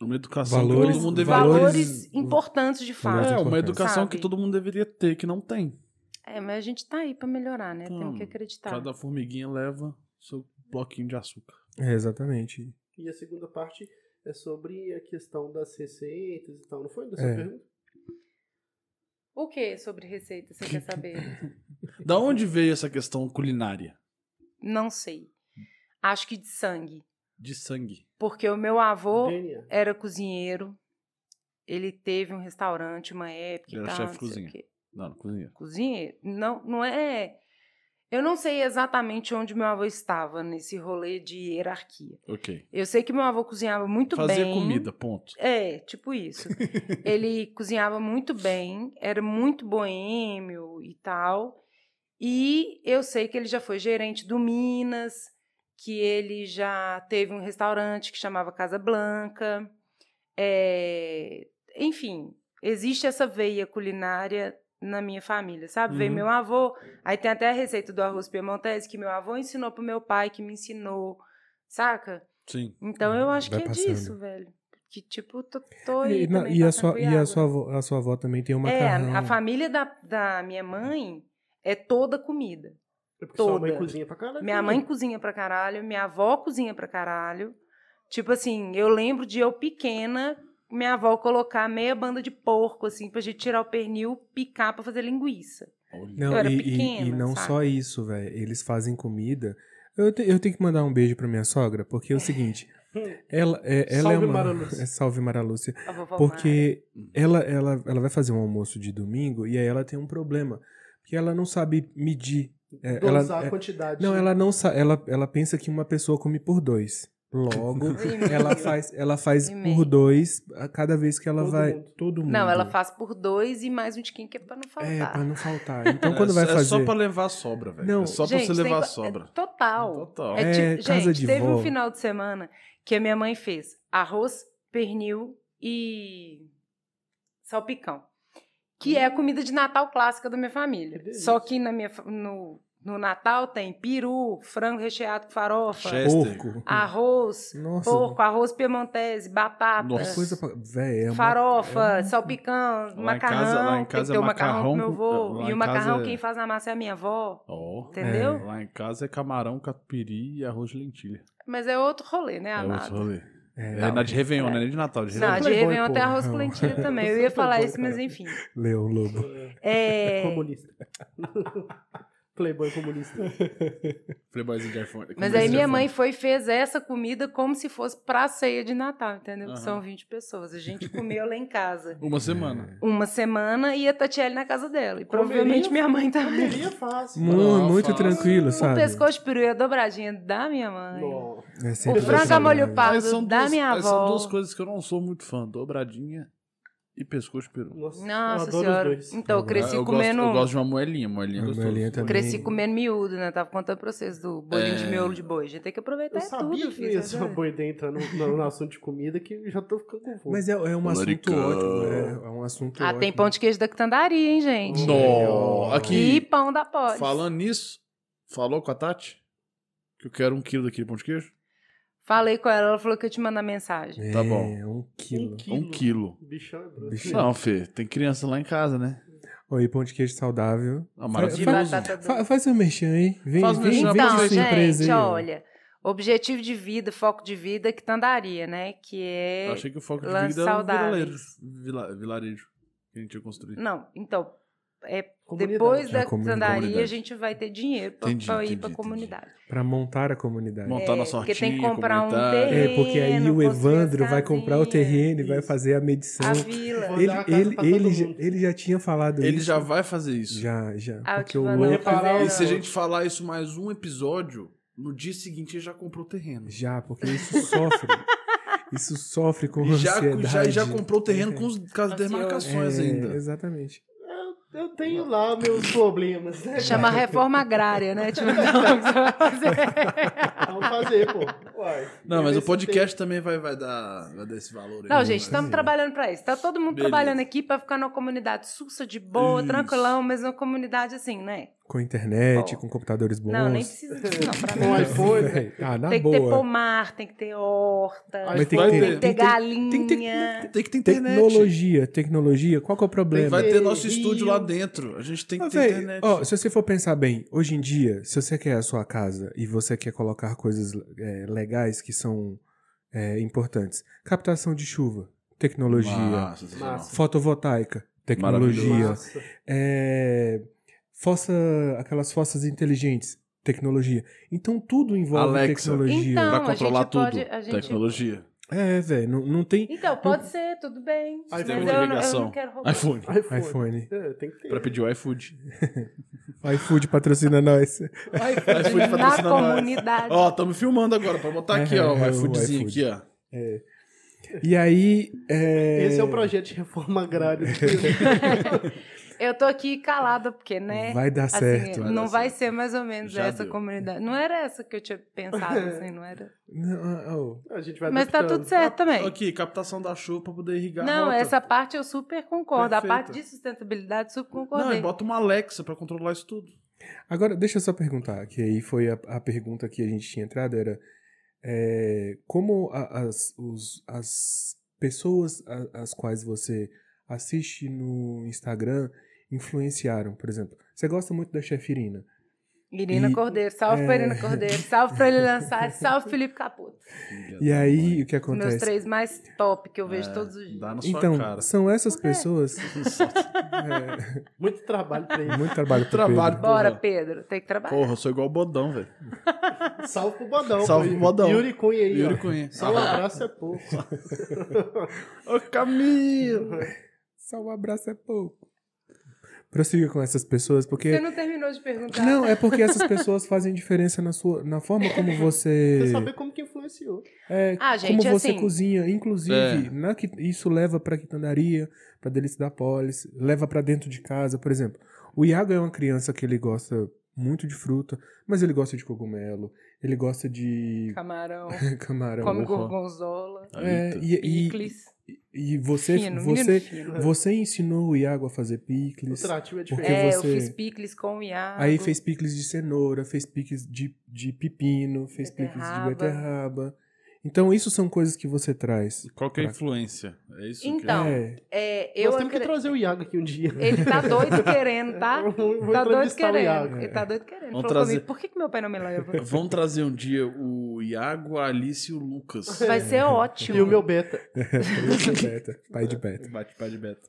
S4: Uma educação
S5: Valores-
S4: que todo mundo deveria
S6: valores,
S5: valores-
S6: importantes de fato.
S5: valores
S4: É, uma
S5: importantes.
S4: educação
S6: Sabe?
S4: que todo mundo deveria ter, que não tem.
S6: É, mas a gente tá aí pra melhorar, né?
S4: Então,
S6: Temos que acreditar.
S4: Cada formiguinha leva seu bloquinho de açúcar.
S5: É, exatamente.
S3: E a segunda parte é sobre a questão das receitas e tal. Não foi dessa
S5: É.
S3: pergunta?
S6: O que sobre receita você quer saber?
S4: Da onde veio essa questão culinária?
S6: Não sei. Acho que de sangue.
S4: De sangue.
S6: Porque o meu avô
S3: DNA.
S6: era cozinheiro. Ele teve um restaurante uma época.
S4: Ele
S6: e
S4: era
S6: tal,
S4: chefe
S6: não sei o
S4: cozinha.
S6: quê.
S4: Não, não cozinha.
S6: Cozinheiro? Não, não é. Eu não sei exatamente onde meu avô estava nesse rolê de hierarquia.
S4: Ok.
S6: Eu sei que meu avô cozinhava muito
S4: Fazer
S6: bem.
S4: comida, ponto.
S6: É, tipo isso. ele cozinhava muito bem, era muito boêmio e tal. E eu sei que ele já foi gerente do Minas, que ele já teve um restaurante que chamava Casa Blanca. É, Enfim, existe essa veia culinária na minha família, sabe? Veio
S5: Uhum.
S6: meu avô, aí tem até a receita do arroz piemontese que meu avô ensinou pro meu pai, que me ensinou, saca?
S4: Sim.
S6: Então eu acho
S5: Vai
S6: que é
S5: passando.
S6: disso, velho. Que tipo, tô, né, tô aí
S5: E, na-
S6: também
S5: e a
S6: passando
S5: sua, e
S6: cuiabra.
S5: a sua, avó, a sua avó também tem o
S6: É,
S5: macarrão.
S6: a, a família da, da minha mãe é toda comida.
S3: É porque sua mãe
S6: Toda.
S3: cozinha pra caralho. né,
S6: Minha mãe cozinha pra caralho, minha avó cozinha pra caralho. Tipo assim, eu lembro de eu pequena, minha avó colocar meia banda de porco, assim, pra gente tirar o pernil, picar pra fazer linguiça.
S5: Não,
S4: É,
S6: Eu era
S5: e, e-
S6: pequena,
S5: e não
S6: saca?
S5: só isso, velho. Eles fazem comida. Eu, te- eu tenho que mandar um beijo pra minha sogra, porque é o seguinte. Ela, é, ela
S3: Salve,
S5: é uma.
S3: Mara Lúcia.
S5: É, salve Mara Lúcia.
S6: A vovó Mara.
S5: Porque ela, ela, ela vai fazer um almoço de domingo e aí ela tem um problema. Porque ela não sabe medir. É, ela,
S3: Dosar a
S5: é-
S3: quantidade.
S5: não, ela não sa- ela, ela pensa que uma pessoa come por dois. Logo,
S6: E meio.
S5: ela faz, ela faz
S6: E
S5: por
S6: meio.
S5: dois a cada vez que ela
S3: Todo
S5: vai.
S3: mundo.
S5: Todo mundo.
S6: Não, ela faz por dois e mais um de quem que é pra não
S5: É,
S6: faltar.
S5: pra não faltar. Então
S4: É
S5: quando vai
S4: só-
S5: fazer.
S4: É só pra levar sobra, velho.
S5: Não.
S4: É só pra
S6: Gente,
S4: você
S6: tem
S4: levar
S6: co-
S4: sobra.
S6: é total.
S4: Total.
S6: É
S5: É,
S6: tipo,
S5: casa
S6: gente,
S5: de
S6: teve um
S5: vó.
S6: final de semana que a minha mãe fez arroz, pernil e salpicão, que
S4: Hum.
S6: é a comida de Natal clássica da minha família.
S3: Que delícia.
S6: Só que na minha fa- no, no Natal tem peru, frango recheado com farofa,
S4: Chester.
S5: Porco.
S3: Ah,
S6: arroz,
S5: Nossa.
S6: porco, arroz piemontese, batata.
S5: que
S4: Nossa.
S5: Coisa pra... Véi, é uma-
S6: Farofa, salpicão,
S4: em
S6: macarrão,
S4: casa- lá em
S6: tem que
S4: casa
S6: ter
S4: é
S6: o macarrão,
S4: macarrão
S6: pro meu
S4: com-
S6: avô.
S4: lá
S6: E
S4: em
S6: o macarrão
S4: casa é-
S6: quem faz na massa é a minha avó,
S4: Ó.
S6: entendeu?
S4: Lá em casa é camarão, catupiry e arroz de lentilha.
S6: Mas é outro rolê, né,
S4: É
S6: amado?
S4: outro rolê.
S5: É,
S4: É na de Réveillon, né? Nem de Natal, de
S6: Não,
S4: Réveillon.
S6: de
S5: Playboy,
S6: Réveillon até
S5: porra.
S6: arroz com lentilha também. Eu ia
S3: Playboy,
S6: falar isso,
S3: cara.
S6: mas enfim.
S5: Leão Lobo.
S6: É,
S3: Comunista. Playboy comunista.
S4: Playboyzinho de iPhone.
S6: Mas aí minha mãe foi e fez essa comida como se fosse pra ceia de Natal, entendeu? Que
S4: Aham.
S6: São 20 pessoas. A gente comeu lá em casa.
S4: Uma
S5: É.
S4: semana.
S6: Uma semana e a Tatiele na casa dela. E
S3: Comeria?
S6: provavelmente minha mãe também.
S3: Comeria fácil.
S5: Mu-
S4: Farofa.
S5: muito tranquilo,
S6: O
S5: sabe?
S6: pescoço de peru e a dobradinha da minha mãe.
S3: Nossa.
S5: É
S6: O
S5: sempre
S6: frango a
S5: assim, né?
S6: molho
S4: Mas
S6: pardo da
S4: duas,
S6: minha
S4: mas São
S6: avó.
S4: duas coisas que eu não sou muito fã: dobradinha e pescoço de peru. Ah,
S3: Nossa, Hum,
S6: Nossa
S3: eu adoro
S6: senhora.
S3: os dois.
S6: Então, eu cresci
S4: eu,
S6: comendo...
S4: gosto, eu gosto de uma moelinha, moelinha
S5: Uma
S4: gostosa.
S5: moelinha também.
S6: Cresci comendo miúdo, né? Tava contando pra vocês do bolinho de
S4: É.
S6: miolo de boi. A gente tem que aproveitar
S3: Eu sabia
S6: é tudo,
S3: que é
S6: filho, né?
S3: ia ser uma
S6: sabe?
S3: boa ideia entrar no, no- no assunto de comida que eu já tô ficando com fome.
S5: Mas é, é um assunto
S4: Larica.
S5: ótimo. É, é um assunto
S6: Ah,
S5: ótimo.
S6: tem pão de queijo da quitandaria, hein, gente?
S4: Nó,
S6: Que
S4: aqui.
S6: pão da pós.
S4: Falando nisso, falou com a Tati? Que eu quero um quilo daquele pão de queijo?
S6: Falei com ela, ela falou que eu te mando a mensagem.
S5: É,
S4: Tá bom.
S5: um quilo.
S4: Um quilo.
S3: Bichão é bruto.
S5: Bichão.
S4: Não, Fê, tem criança lá em casa, né?
S5: Oi, pão de queijo saudável.
S4: Ah,
S6: De
S4: maravilhoso.
S6: batata
S5: Fa-
S6: doce.
S5: faz seu merchan aí. Vem,
S4: Faz o
S5: vem,
S4: merchan,
S5: vem
S4: faz
S5: com
S6: Então,
S4: o
S5: sua empresa
S6: gente,
S5: aí. ó.
S6: olha. Objetivo de vida, foco de vida, quitandaria, né? Que é...
S4: Eu achei que o foco de
S6: Lance
S4: vida era um vilarejo,
S6: saudáveis.
S4: vila- vilarejo que a gente ia construir.
S6: Não, então... É,
S3: Comunidade.
S6: depois
S5: É,
S6: da
S5: comuni-
S6: quitandaria, a
S4: comunidade.
S6: gente vai ter dinheiro pra,
S4: Entendi,
S6: pra ir pra
S4: entendi,
S6: comunidade.
S5: Pra montar a comunidade.
S4: Montar
S6: É,
S4: nossa
S6: porque tem que
S4: hortinha
S6: comprar um
S4: comunitária.
S5: É, porque aí
S6: terreno,
S5: o
S6: construir
S5: Evandro
S6: as
S5: vai comprar o
S6: casinhas.
S5: terreno então, e vai
S3: Isso.
S5: fazer a medição.
S6: A vila.
S3: Vou
S5: Ele,
S3: dar a casa
S5: ele,
S3: pra todo
S5: ele, já,
S3: mundo.
S5: ele já tinha falado
S4: Ele
S5: isso.
S4: já vai fazer isso.
S5: Já, já.
S6: Ah, eu
S5: porque
S6: te
S5: o
S6: mando
S5: louco
S3: Reparar-
S6: É,
S4: E se a gente falar isso mais um episódio, no dia seguinte ele já comprou o terreno.
S5: já, porque isso sofre. isso sofre com
S4: E já, já,
S5: ansiedade.
S4: e já comprou o terreno com, os, com as
S6: Ansioso.
S4: demarcações
S5: É,
S4: ainda.
S5: Exatamente.
S3: Eu tenho lá meus problemas, né?
S6: Chama reforma agrária, né? Tipo, não, vai fazer.
S3: Vamos fazer, pô. Uai.
S4: Não, mas
S3: Vê
S4: o
S3: se
S4: podcast também vai, vai, dar, vai dar esse valor aí.
S6: Não, gente,
S4: Vai.
S6: estamos trabalhando para isso. Tá todo mundo
S4: um Beleza.
S6: trabalhando aqui para ficar numa comunidade sussa, de boa,
S4: Isso.
S6: tranquilão, mas uma comunidade assim, né?
S5: Com internet,
S6: Ó.
S5: com computadores bons.
S6: Não, nem precisa disso, não, pra
S3: tem-
S6: mim.
S3: Um
S6: não.
S3: iPhone.
S4: é
S5: Véi, Ah, na
S6: Tem que ter
S5: boa.
S6: pomar, tem que ter horta,
S3: Mas
S6: tem
S5: tem
S4: Vai
S5: que
S6: que
S5: ter,
S6: ter
S5: tem que ter
S6: galinha.
S5: tem que
S4: Tem que ter internet.
S5: tecnologia. Tecnologia, qual que é o
S4: Tem-
S5: problema?
S4: vai
S6: né?
S4: ter nosso
S3: Rio.
S4: estúdio lá dentro. A gente tem que
S5: Mas,
S4: ter
S5: véi,
S4: internet.
S5: ó, se você for pensar bem, hoje em dia, se você quer a sua casa e você quer colocar coisas é, legais que são é, importantes, captação de chuva, tecnologia,
S4: Massa, sensacional.
S3: Massa.
S5: fotovoltaica,
S4: Maravilhoso.
S5: tecnologia,
S3: Massa.
S5: é, fossa, aquelas fossas inteligentes, tecnologia. Então tudo envolve
S4: Alexa.
S5: tecnologia.
S6: Então-
S4: Pra
S6: a
S4: controlar
S6: gente
S4: tudo.
S6: pode- a gente-
S4: Tecnologia.
S5: É, velho, não, não tem
S6: Então, pode ser, tudo bem.
S3: Aí
S6: Mas
S3: tem
S6: eu,
S3: uma
S6: não- eu
S4: ligação.
S6: não quero roubar.
S4: iPhone.
S3: iPhone.
S5: iPhone.
S3: É, tem que ter.
S4: Pra pedir o iFood.
S5: iFood patrocina nós.
S4: iFood
S6: Na
S4: patrocina nós.
S6: comunidade.
S4: Ó, estamos filmando agora pra botar aqui, ó,
S5: É,
S4: o
S5: o
S4: iFoodzinho
S5: iFood.
S4: aqui, ó.
S5: E é, aí. é,
S3: é Esse é o projeto de reforma agrária.
S6: Eu tô aqui calada, porque, né?
S5: Vai dar
S6: assim,
S5: certo.
S4: Vai
S6: não
S4: dar
S6: vai
S4: certo.
S6: ser mais ou menos
S4: Já
S6: essa
S4: deu.
S6: comunidade. Não era essa que eu tinha pensado, assim, não era.
S5: Não, ah, oh.
S3: A gente vai
S6: Mas tá
S3: adaptando.
S6: tudo certo também.
S4: Aqui, captação da chuva pra poder irrigar a
S6: Não,
S4: rota.
S6: essa parte eu super concordo. A
S4: Perfeito.
S6: parte de sustentabilidade, super
S4: Não, é
S6: concordei.
S4: e bota uma Alexa pra controlar isso tudo.
S5: Agora, deixa eu só perguntar, que aí foi a, a pergunta que a gente tinha entrado, era é, como a- as, os- as pessoas a- as quais você assiste no Instagram influenciaram, por exemplo. Você gosta muito da chefirina.
S6: Irina
S5: E- é.
S6: Cordeiro, salve pra Irina Cordeiro, salve pra Lilian Salles, salve Felipe Caputo.
S5: E aí, o que
S6: Os meus
S5: acontece?
S6: três mais top que eu vejo todos os dias.
S4: Dá na sua
S5: Então,
S4: cara.
S5: são essas pessoas...
S3: Muito trabalho pra ele.
S5: É, muito trabalho pro
S4: Trabalho.
S5: Pedro.
S6: Bora,
S4: Porra.
S6: Pedro, tem que trabalhar.
S4: Porra, eu sou igual o Bodão, velho.
S3: Salve pro Bodão.
S4: Salve
S3: pô.
S4: pro Bodão.
S3: Então, Yuri Cunha aí,
S4: Yuri
S3: ó.
S4: Cunha.
S3: Só um abraço é pouco.
S4: Ô, Camilo!
S5: Só um abraço é pouco. Prossiga com essas pessoas, porque...
S6: Você não terminou de perguntar.
S5: Não, é porque essas pessoas fazem diferença na sua, na forma como você,
S3: Você saber como que influenciou.
S5: é,
S6: Ah, gente,
S5: como você
S6: assim-
S5: cozinha, inclusive,
S4: É.
S5: na qui- isso leva pra quitandaria, pra delícia da polis, leva pra dentro de casa, por exemplo. O Iago é uma criança que ele gosta muito de fruta, mas ele gosta de cogumelo, ele gosta de
S6: Camarão,
S5: camarão.
S6: come
S4: porra.
S6: gorgonzola,
S5: É, e, e,
S6: picles,
S5: e você,
S6: fino, menino
S5: você,
S6: fino.
S5: você ensinou o Iago a fazer
S3: O
S5: picles.
S3: trativo é
S5: Porque
S3: diferente.
S6: É, eu
S5: você-
S6: fiz picles com o Iago.
S5: Aí fez picles de cenoura, fez picles de, de pepino, fez picles de
S6: Beterraba.
S5: beterraba. Então, isso são coisas que você traz.
S4: Qual que é a
S5: Pra-
S4: influência? É isso
S6: Então,
S5: é,
S6: É, eu
S3: Nós temos que
S6: acre-
S3: trazer o Iago aqui um dia.
S6: Ele tá doido querendo, tá?
S3: Eu vou- vou
S6: Tá doido
S3: entrevistar o
S6: querendo.
S3: Iago.
S6: Ele tá doido querendo.
S4: Vamos
S6: Falou
S4: trazer-
S6: comigo, por que, que meu pai não me leva?
S4: que... Vamos trazer um dia o Iago, a Alice e o Lucas.
S6: Vai ser ótimo.
S3: E o meu beta.
S5: esse é o beta, pai de beta.
S4: Bate pé de beta.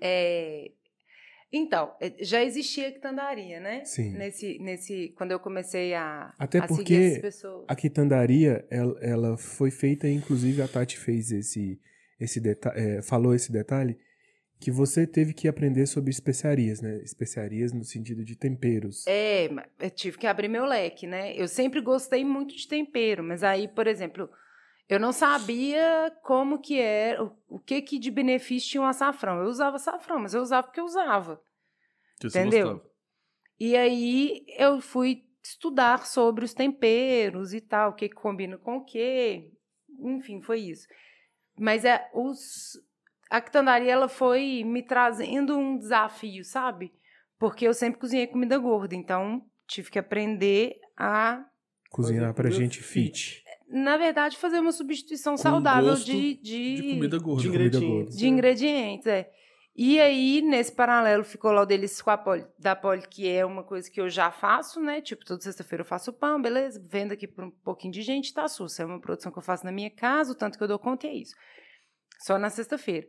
S6: É, Então, é, já existia quitandaria, né?
S5: Sim.
S6: Nesse, nesse, quando eu comecei a,
S5: Até
S6: a
S5: porque
S6: seguir essas pessoas.
S5: A quitandaria, ela, ela foi feita, inclusive a Tati fez esse, esse deta- é, falou esse detalhe, que você teve que aprender sobre especiarias, né? Especiarias no sentido de temperos.
S6: É, ma- eu tive que abrir meu leque, né? Eu sempre gostei muito de tempero, mas aí, por exemplo, eu não sabia como que era, o, o que que de benefício tinha o açafrão. Eu usava açafrão, mas eu usava porque eu usava.
S4: Que você
S6: Entendeu?
S4: gostava.
S6: E aí eu fui estudar sobre os temperos e tal, o que que combina com o quê. Enfim, foi isso. Mas é, os... a quitandaria ela foi me trazendo um desafio, sabe? Porque eu sempre cozinhei comida gorda, então tive que aprender a,
S5: Cozinhar
S3: fazer
S5: pra
S3: comida
S5: gente fit.
S6: na verdade, fazer uma substituição
S4: Com
S6: saudável
S4: um gosto
S6: de,
S4: De comida gorda.
S3: De
S5: comida
S3: ingredientes.
S6: de ingredientes, é. E aí, nesse paralelo, ficou lá o delícia com a Poli, da Poli, que é uma coisa que eu já faço, né? Tipo, toda sexta-feira eu faço pão, beleza? Vendo aqui para um pouquinho de gente, tá sussa. É uma produção que eu faço na minha casa, o tanto que eu dou conta e é isso. Só na sexta-feira.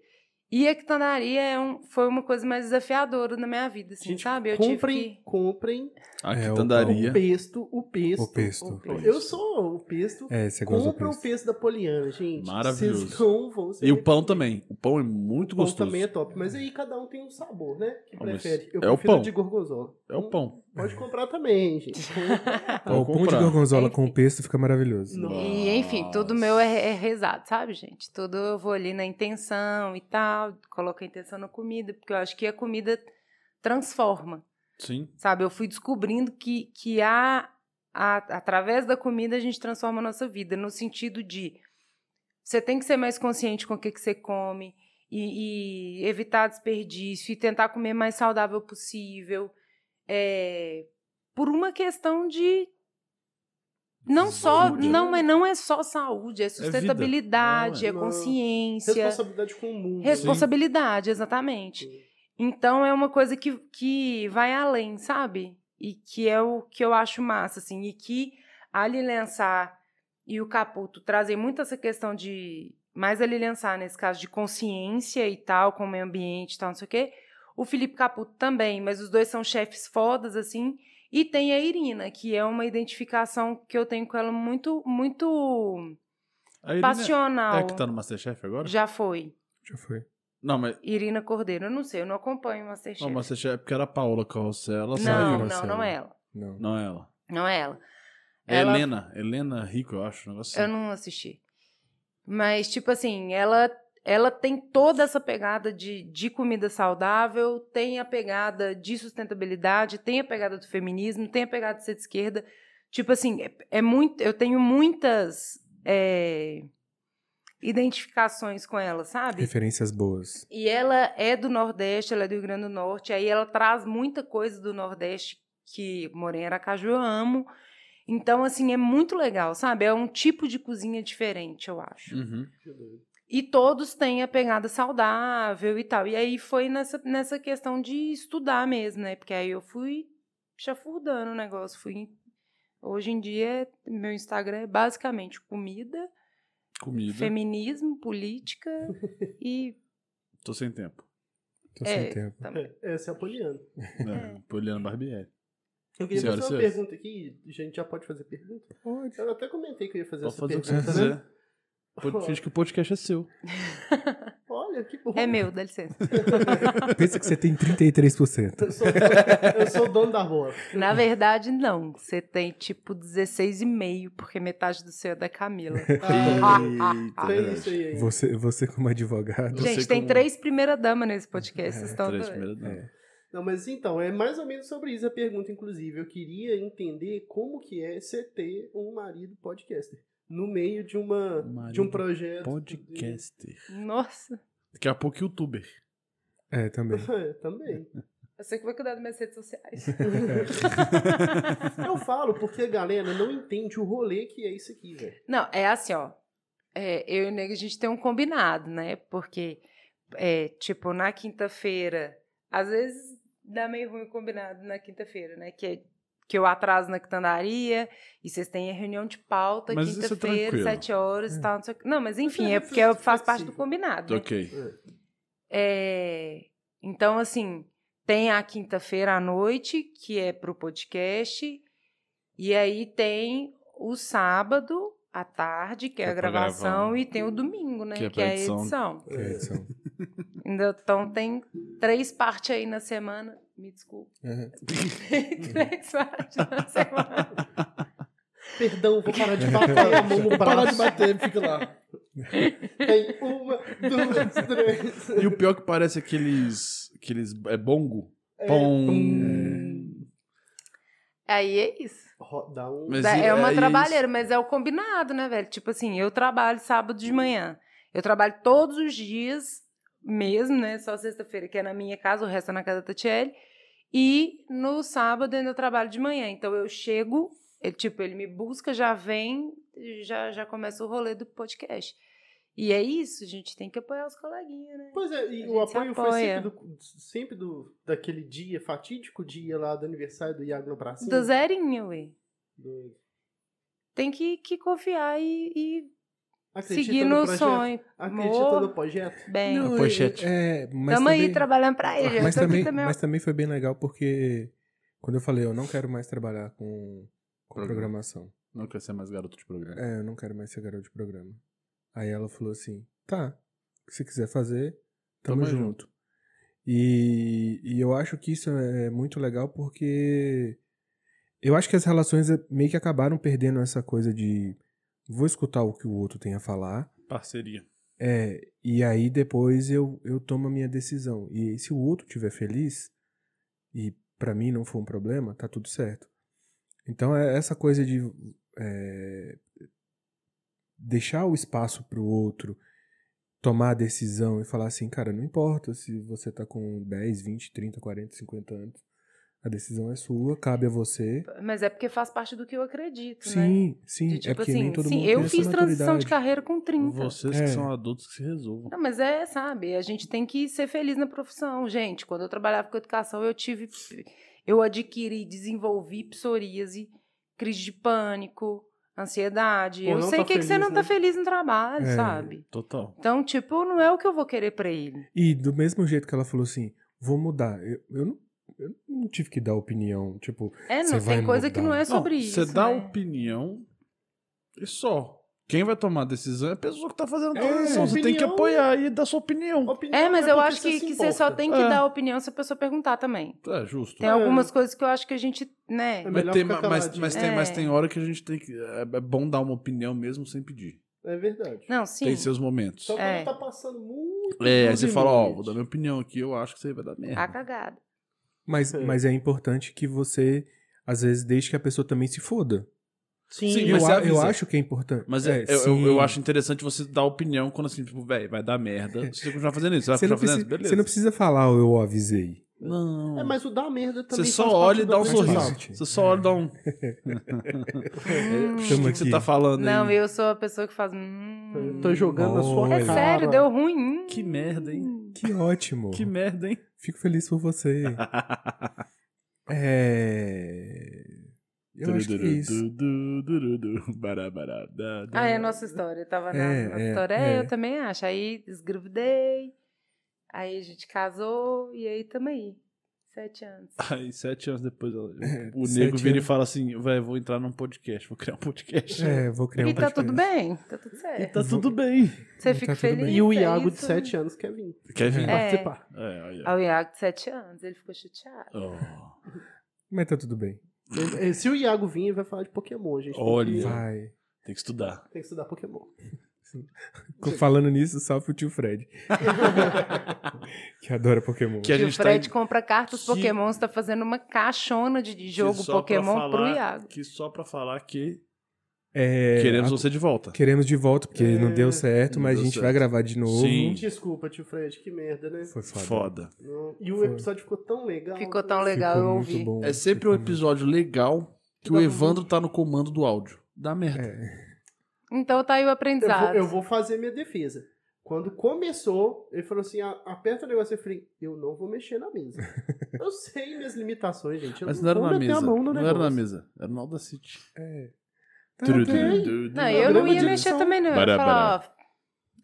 S6: E a quitandaria é um, foi uma coisa mais desafiadora na minha vida, assim,
S3: Gente,
S6: sabe? Eu
S3: comprem,
S6: tive que...
S3: comprem
S4: A
S5: É, o
S4: quitandaria.
S3: o pesto, o pesto.
S5: O pesto.
S3: Eu sou o pesto.
S5: É, você gosta do
S6: um
S3: Compra o
S5: pesto.
S3: pesto da Poliana, gente.
S4: Maravilhoso.
S3: Vocês não vão se
S4: E o pão também. O pão é muito
S3: O pão
S4: gostoso.
S3: também é top. Mas aí cada um tem um sabor, né? Que
S4: Ah, mas
S3: prefere. Eu
S4: é o
S3: prefiro
S4: pão.
S3: de gorgonzola.
S4: É o pão.
S3: Pode comprar também, gente.
S5: Ó, O pão de
S4: comprar.
S5: gorgonzola
S6: Enfim.
S5: com pesto fica maravilhoso.
S3: Não.
S6: E, enfim, tudo
S4: Nossa.
S6: meu é, é rezado, sabe, gente? Tudo eu vou ali na intenção e tal, coloco a intenção na comida, porque eu acho que a comida transforma,
S4: Sim.
S6: sabe? Eu fui descobrindo que, que há, a- através da comida, a gente transforma a nossa vida, no sentido de você tem que ser mais consciente com o que, que você come e, e evitar desperdício e tentar comer mais saudável possível, é, por uma questão de não só,
S4: Saúde,
S6: não,
S3: né?
S6: mas não é só saúde, é
S4: vida.
S6: sustentabilidade, é,
S3: Não, é.
S6: consciência,
S3: Responsabilidade com o mundo.
S6: responsabilidade, exatamente.
S3: Sim.
S6: Então é uma coisa que, que vai além, sabe? E que é o que eu acho massa, assim, e que a Lilensar e o Caputo trazem muito essa questão de mais a Lilensar, nesse caso, de consciência e tal, com o meio ambiente e tal, não sei o quê. O Felipe Caputo também, mas os dois são chefes fodas, assim. E tem a Irina, que é uma identificação que eu tenho com ela muito, muito
S4: A Irina
S6: passional.
S4: é que tá no Masterchef agora?
S6: Já foi.
S5: Já foi.
S4: Não, mas.
S6: Irina Cordeiro, eu não sei, eu não acompanho o Masterchef.
S4: Não, Masterchef é porque era a Paula Carrossel. Ela saiu.
S6: não, não, não
S5: Marcelo.
S6: é ela.
S5: Não.
S4: Não é ela.
S6: Não é ela.
S4: É
S6: Ela-
S4: Helena. Helena Rico, eu acho. Um negócio
S6: Eu
S4: assim.
S6: não assisti. Mas, tipo assim, ela Ela tem toda essa pegada de, de comida saudável, tem a pegada de sustentabilidade, tem a pegada do feminismo, tem a pegada de ser de esquerda. Tipo assim, é, é muito, eu tenho muitas é, identificações com ela, sabe?
S5: Referências boas.
S6: E ela é do Nordeste, ela é do Rio Grande do Norte, aí ela traz muita coisa do Nordeste que Morena Aracaju eu amo. Então, assim, é muito legal, sabe? É um tipo de cozinha diferente, eu acho.
S5: Hum.
S4: Uhum.
S6: E todos têm a pegada saudável e tal. E aí foi nessa, nessa questão de estudar mesmo, né? Porque aí eu fui chafurdando o negócio. Fui... Hoje em dia, meu Instagram é basicamente comida,
S4: Comida.
S6: feminismo, política e.
S4: Tô sem tempo.
S5: Tô sem
S6: É.
S5: tempo.
S3: Essa é a Poliana.
S4: Não, Poliana Né? Barbieri.
S3: Eu queria
S4: Senhoras
S3: fazer uma
S4: e senhores.
S3: pergunta aqui. A gente já pode fazer pergunta? Eu até comentei que eu ia fazer
S4: Pode
S3: essa
S4: fazer o que você
S3: pergunta, né?
S4: quiser. Pode, finge que o podcast é seu.
S3: Olha, que bom.
S6: É meu, dá licença.
S5: Pensa que você tem 33%.
S3: Eu sou, o dono- eu sou o dono da bola.
S6: Na verdade, não. Você tem tipo 16,5, porque metade do seu é da Camila.
S4: Eita,
S6: Ah,
S3: Tem
S4: verdade.
S3: Ah, é isso então tá aí. aí.
S5: Você, você como advogado.
S4: sei
S6: Gente, tem
S4: como- É,
S6: três primeira dama nesse podcast. Vocês estão
S4: Três
S6: doidos?
S4: primeiras damas.
S3: Não, mas então, é mais ou menos sobre isso a pergunta, inclusive. Eu queria entender como que é você ter um marido podcaster. No meio de uma de um
S4: Marido
S3: projeto.
S4: Podcaster.
S6: Nossa.
S4: Daqui a pouco, youtuber.
S5: É, também.
S3: É, também.
S6: Você que vai cuidar das minhas redes sociais.
S3: Eu falo porque a galera não entende o rolê que é isso aqui, velho.
S6: Não, é assim, ó. É, eu e o Nego, a gente tem um combinado, né? Porque, é, tipo, na quinta-feira, às vezes dá meio ruim o combinado na quinta-feira, né? Que, é- que eu atraso na quitandaria e vocês têm a reunião de pauta
S4: Mas isso é
S6: quinta-feira,
S4: tranquilo.
S6: sete horas e tal, não sei o que. Não, mas enfim,
S3: é
S6: é porque eu faço
S3: flexível.
S6: parte do combinado. né?
S4: Ok.
S6: É, então, assim, tem a quinta-feira à noite, que é pro podcast, e aí tem o sábado à tarde, que é
S4: Que
S6: a
S4: é pra
S6: gravação,
S4: gravar.
S6: e tem o domingo, né?
S4: Que é
S6: Que é a
S4: pra edição.
S6: edição.
S5: É, Edson.
S6: Ainda- Então tem três partes aí na semana. Me desculpa.
S5: Uhum.
S6: Tem três partes na semana.
S3: Perdão, vou parar de bater a mão no
S4: Para
S3: braço.
S4: de bater, fica lá.
S3: Tem uma, duas, três.
S4: E o pior é que parece aqueles. aqueles. É bongo?
S3: É,
S4: Pom.
S3: pum.
S6: Aí é isso.
S3: Ro- Dá um.
S4: Mas
S6: Da-
S4: e-
S6: é uma
S4: é
S6: trabalheira, mas é o combinado, né, velho? Tipo assim, eu trabalho sábado de manhã. Eu trabalho todos os dias mesmo, né? Só sexta-feira, que é na minha casa, o resto é na casa da Tatiele. E no sábado ainda eu trabalho de manhã. Então eu chego, ele, tipo, ele me busca, já vem, já, já começa o rolê do podcast. E é isso, a gente tem que apoiar os coleguinhas, né?
S3: Pois é, e
S6: A
S3: o
S6: gente se
S3: apoio foi
S6: apoia.
S3: sempre, do, sempre do, daquele dia, fatídico dia lá do aniversário do Iago no bracinho.
S6: Do zerinho, ué.
S3: Do-
S6: Tem que, que confiar e, e
S3: Acredita
S6: seguir
S3: no
S6: no,
S3: projeto?
S6: sonho.
S3: Acredita
S6: Amor.
S3: no projeto?
S6: Bem.
S5: Não, é-
S4: pochete.
S5: É, mas
S6: Tamo
S5: também,
S6: aí trabalhando pra ele.
S5: mas,
S6: eu tô
S5: também, é
S6: aqui também.
S5: mas também foi bem legal porque quando eu falei, eu não quero mais trabalhar com, com
S4: Programa.
S5: programação.
S4: Não quer ser mais garoto de programa.
S5: É, eu não quero mais ser garoto de programa. Aí ela falou assim, tá, o que você quiser fazer, tamo, junto. E, e eu acho que isso é muito legal porque eu acho que as relações eh, meio que acabaram perdendo essa coisa de vou escutar o que o outro tem a falar
S4: Parceria.
S5: É, e aí depois eu, eu tomo a minha decisão. E se o outro estiver feliz, e pra mim não for um problema, tá tudo certo. Então é essa coisa de é, deixar o espaço pro outro tomar a decisão e falar assim, cara, não importa se você tá com 10, 20, 30, 40, 50 anos, a decisão é sua, cabe a você.
S6: Mas é porque faz parte do que eu acredito, né?
S5: Sim, sim,
S6: De, assim,
S5: é porque nem todo
S6: sim,
S5: mundo
S6: eu
S5: tem essa
S6: fiz transição de
S5: maturidade.
S6: carreira com 30.
S4: Vocês
S5: É.
S4: que são adultos que se resolvam.
S6: Não, mas é, sabe, a gente tem que ser feliz na profissão, gente. Quando eu trabalhava com educação, eu tive eu adquiri, desenvolvi psoríase, crise de pânico, ansiedade.
S3: Pô,
S6: eu
S3: não
S6: sei
S3: tá
S6: que, é que você
S3: feliz,
S6: não tá
S3: né?
S6: feliz no trabalho,
S5: É.
S6: sabe?
S4: Total.
S6: Então, tipo, não é o que eu vou querer pra ele.
S5: E do mesmo jeito que ela falou assim, vou mudar. Eu, eu, não, eu não tive que dar opinião. Tipo,
S6: É,
S5: Você
S6: não
S5: vai
S6: tem coisa que
S5: mudar.
S6: não é sobre
S4: Não,
S6: isso.
S4: Você dá
S6: né?
S4: opinião e só. Quem vai tomar a decisão é a pessoa que tá fazendo a
S3: É,
S4: decisão. Você tem que
S3: opinião-
S4: apoiar e dar sua opinião.
S3: Opinião
S6: É, mas
S3: é
S6: eu
S3: porque
S6: acho que,
S3: se
S6: que você só
S3: importa.
S6: tem que
S4: É.
S6: dar opinião se a pessoa perguntar também.
S4: É justo.
S6: Tem
S3: É.
S6: algumas coisas que eu acho que a gente,
S3: É
S6: né?
S3: melhor
S4: Mas tem,
S3: ficar
S4: mas,
S3: caladinho.
S4: mas tem, mas
S6: É.
S4: tem hora que a gente tem que. É é bom dar uma opinião mesmo sem pedir.
S3: É verdade.
S6: Não, sim.
S4: Tem seus momentos.
S3: Só que
S6: É.
S3: ela tá passando muito.
S4: É, aí
S3: dos
S4: você fala, ó,
S3: limites.
S4: vou dar minha opinião aqui, eu acho que você vai dar merda.
S6: Tá cagado.
S5: Mas,
S3: É.
S5: mas é importante que você, às vezes, deixe que a pessoa também se foda.
S4: Sim,
S5: eu,
S4: mas você
S5: a- eu
S4: avisa.
S5: acho que é importante.
S4: Mas
S5: é,
S4: é, eu, eu,
S5: sim.
S4: eu acho interessante você dar opinião quando assim, tipo, velho, vai dar merda. Se você continuar fazendo isso, você vai
S5: Você não,
S4: continuar fazendo
S5: precisa,
S4: isso, beleza.
S5: você não precisa falar, "Oh, eu avisei.
S4: Não.
S3: É, mas o dar merda também.
S4: Você só
S3: faz parte
S4: olha e
S3: do
S4: dá um
S5: aprendizado.
S4: sorriso. Você só olha e dá um. É, "Puxa, O
S5: Chama
S4: que que você
S5: Hum. aqui.
S4: tá falando?
S6: Hum. Não,
S4: hein?
S6: eu sou a pessoa que faz. hum.
S3: Tô jogando na sua
S5: Olha.
S6: É
S3: cara.
S6: sério, deu ruim. hum.
S4: Que merda, hein?
S5: Que ótimo.
S4: Que merda, hein?
S5: Fico feliz por você. é... Eu acho que é isso.
S6: Ah, é a nossa história. Tava na
S5: É,
S6: nossa
S5: é,
S6: história. É,
S5: é.
S6: eu também acho. Aí desgravidei. Aí a gente casou. E aí tamo aí. Sete anos.
S4: Aí, sete anos depois, ela-
S5: É,
S4: o
S5: sete
S4: nego vira e
S5: anos.
S4: fala assim: velho, vou entrar num podcast, vou criar um podcast.
S5: É, vou criar um
S6: e tá tudo
S5: podcast.
S6: bem. Tá tudo
S4: E
S6: certo.
S4: tá tudo bem.
S6: Você
S5: tá
S6: fica
S5: tudo bem.
S6: feliz.
S3: E o
S6: é
S3: Iago de
S6: isso?
S3: 7 anos quer vir
S4: Quer vir?
S6: É.
S3: participar.
S4: É, olha.
S6: Ah, O Iago de sete anos. Ele ficou chateado.
S4: Oh.
S5: Mas tá tudo bem.
S3: Ele- eh, Se o Iago vir, ele vai falar de Pokémon, gente. Tem que-
S4: Olha.
S3: Tem
S5: Vai.
S4: Tem que estudar.
S3: que, estudar Pokémon.
S5: Falando nisso, salve pro tio Fred. que adora Pokémon.
S4: Que a
S6: E o
S4: gente tá
S6: Fred
S4: em-
S6: compra cartas
S4: que-
S6: Pokémon, você tá fazendo uma caixona de- de jogo
S4: que só pra
S6: Pokémon pro
S4: falar-
S6: Iago.
S4: Que só pra falar que
S5: É,
S4: queremos
S5: a-
S4: você de volta.
S5: queremos de volta, porque
S3: É,
S5: não deu certo,
S4: não
S5: mas
S4: deu
S5: a gente
S4: certo.
S5: vai gravar de novo.
S4: Sim.
S3: Desculpa, tio Fred, que merda, né?
S5: Foi foda.
S4: Foda.
S3: Não- E o
S5: Foi.
S3: episódio ficou tão legal. Assim,
S6: Ficou tão
S5: Ficou
S6: legal, eu
S5: muito
S6: ouvi.
S5: bom.
S4: É sempre um
S5: Ficou muito-
S4: episódio legal que o
S3: Dá
S4: Evandro tá no comando do áudio. Dá merda.
S6: Então tá aí o
S3: Eu vou,
S6: aprendizado.
S3: eu vou fazer minha defesa. Quando começou, ele falou assim: "A- aperta o negócio. Eu falei: eu não vou mexer na mesa. eu sei minhas limitações, gente. Eu
S4: Mas não era
S3: vou
S4: na
S3: meter a
S4: mesa.
S3: mão no
S4: Não era
S3: negócio.
S4: na mesa. Era no Audacity.
S5: Tá,
S4: Turu,
S5: tá.
S4: turu, turu,
S6: Não,
S4: turu.
S6: eu não
S3: Problema
S6: ia
S3: de
S6: mexer
S3: edição.
S6: também, não. Eu ia
S4: Bará,
S6: falar, ó. tá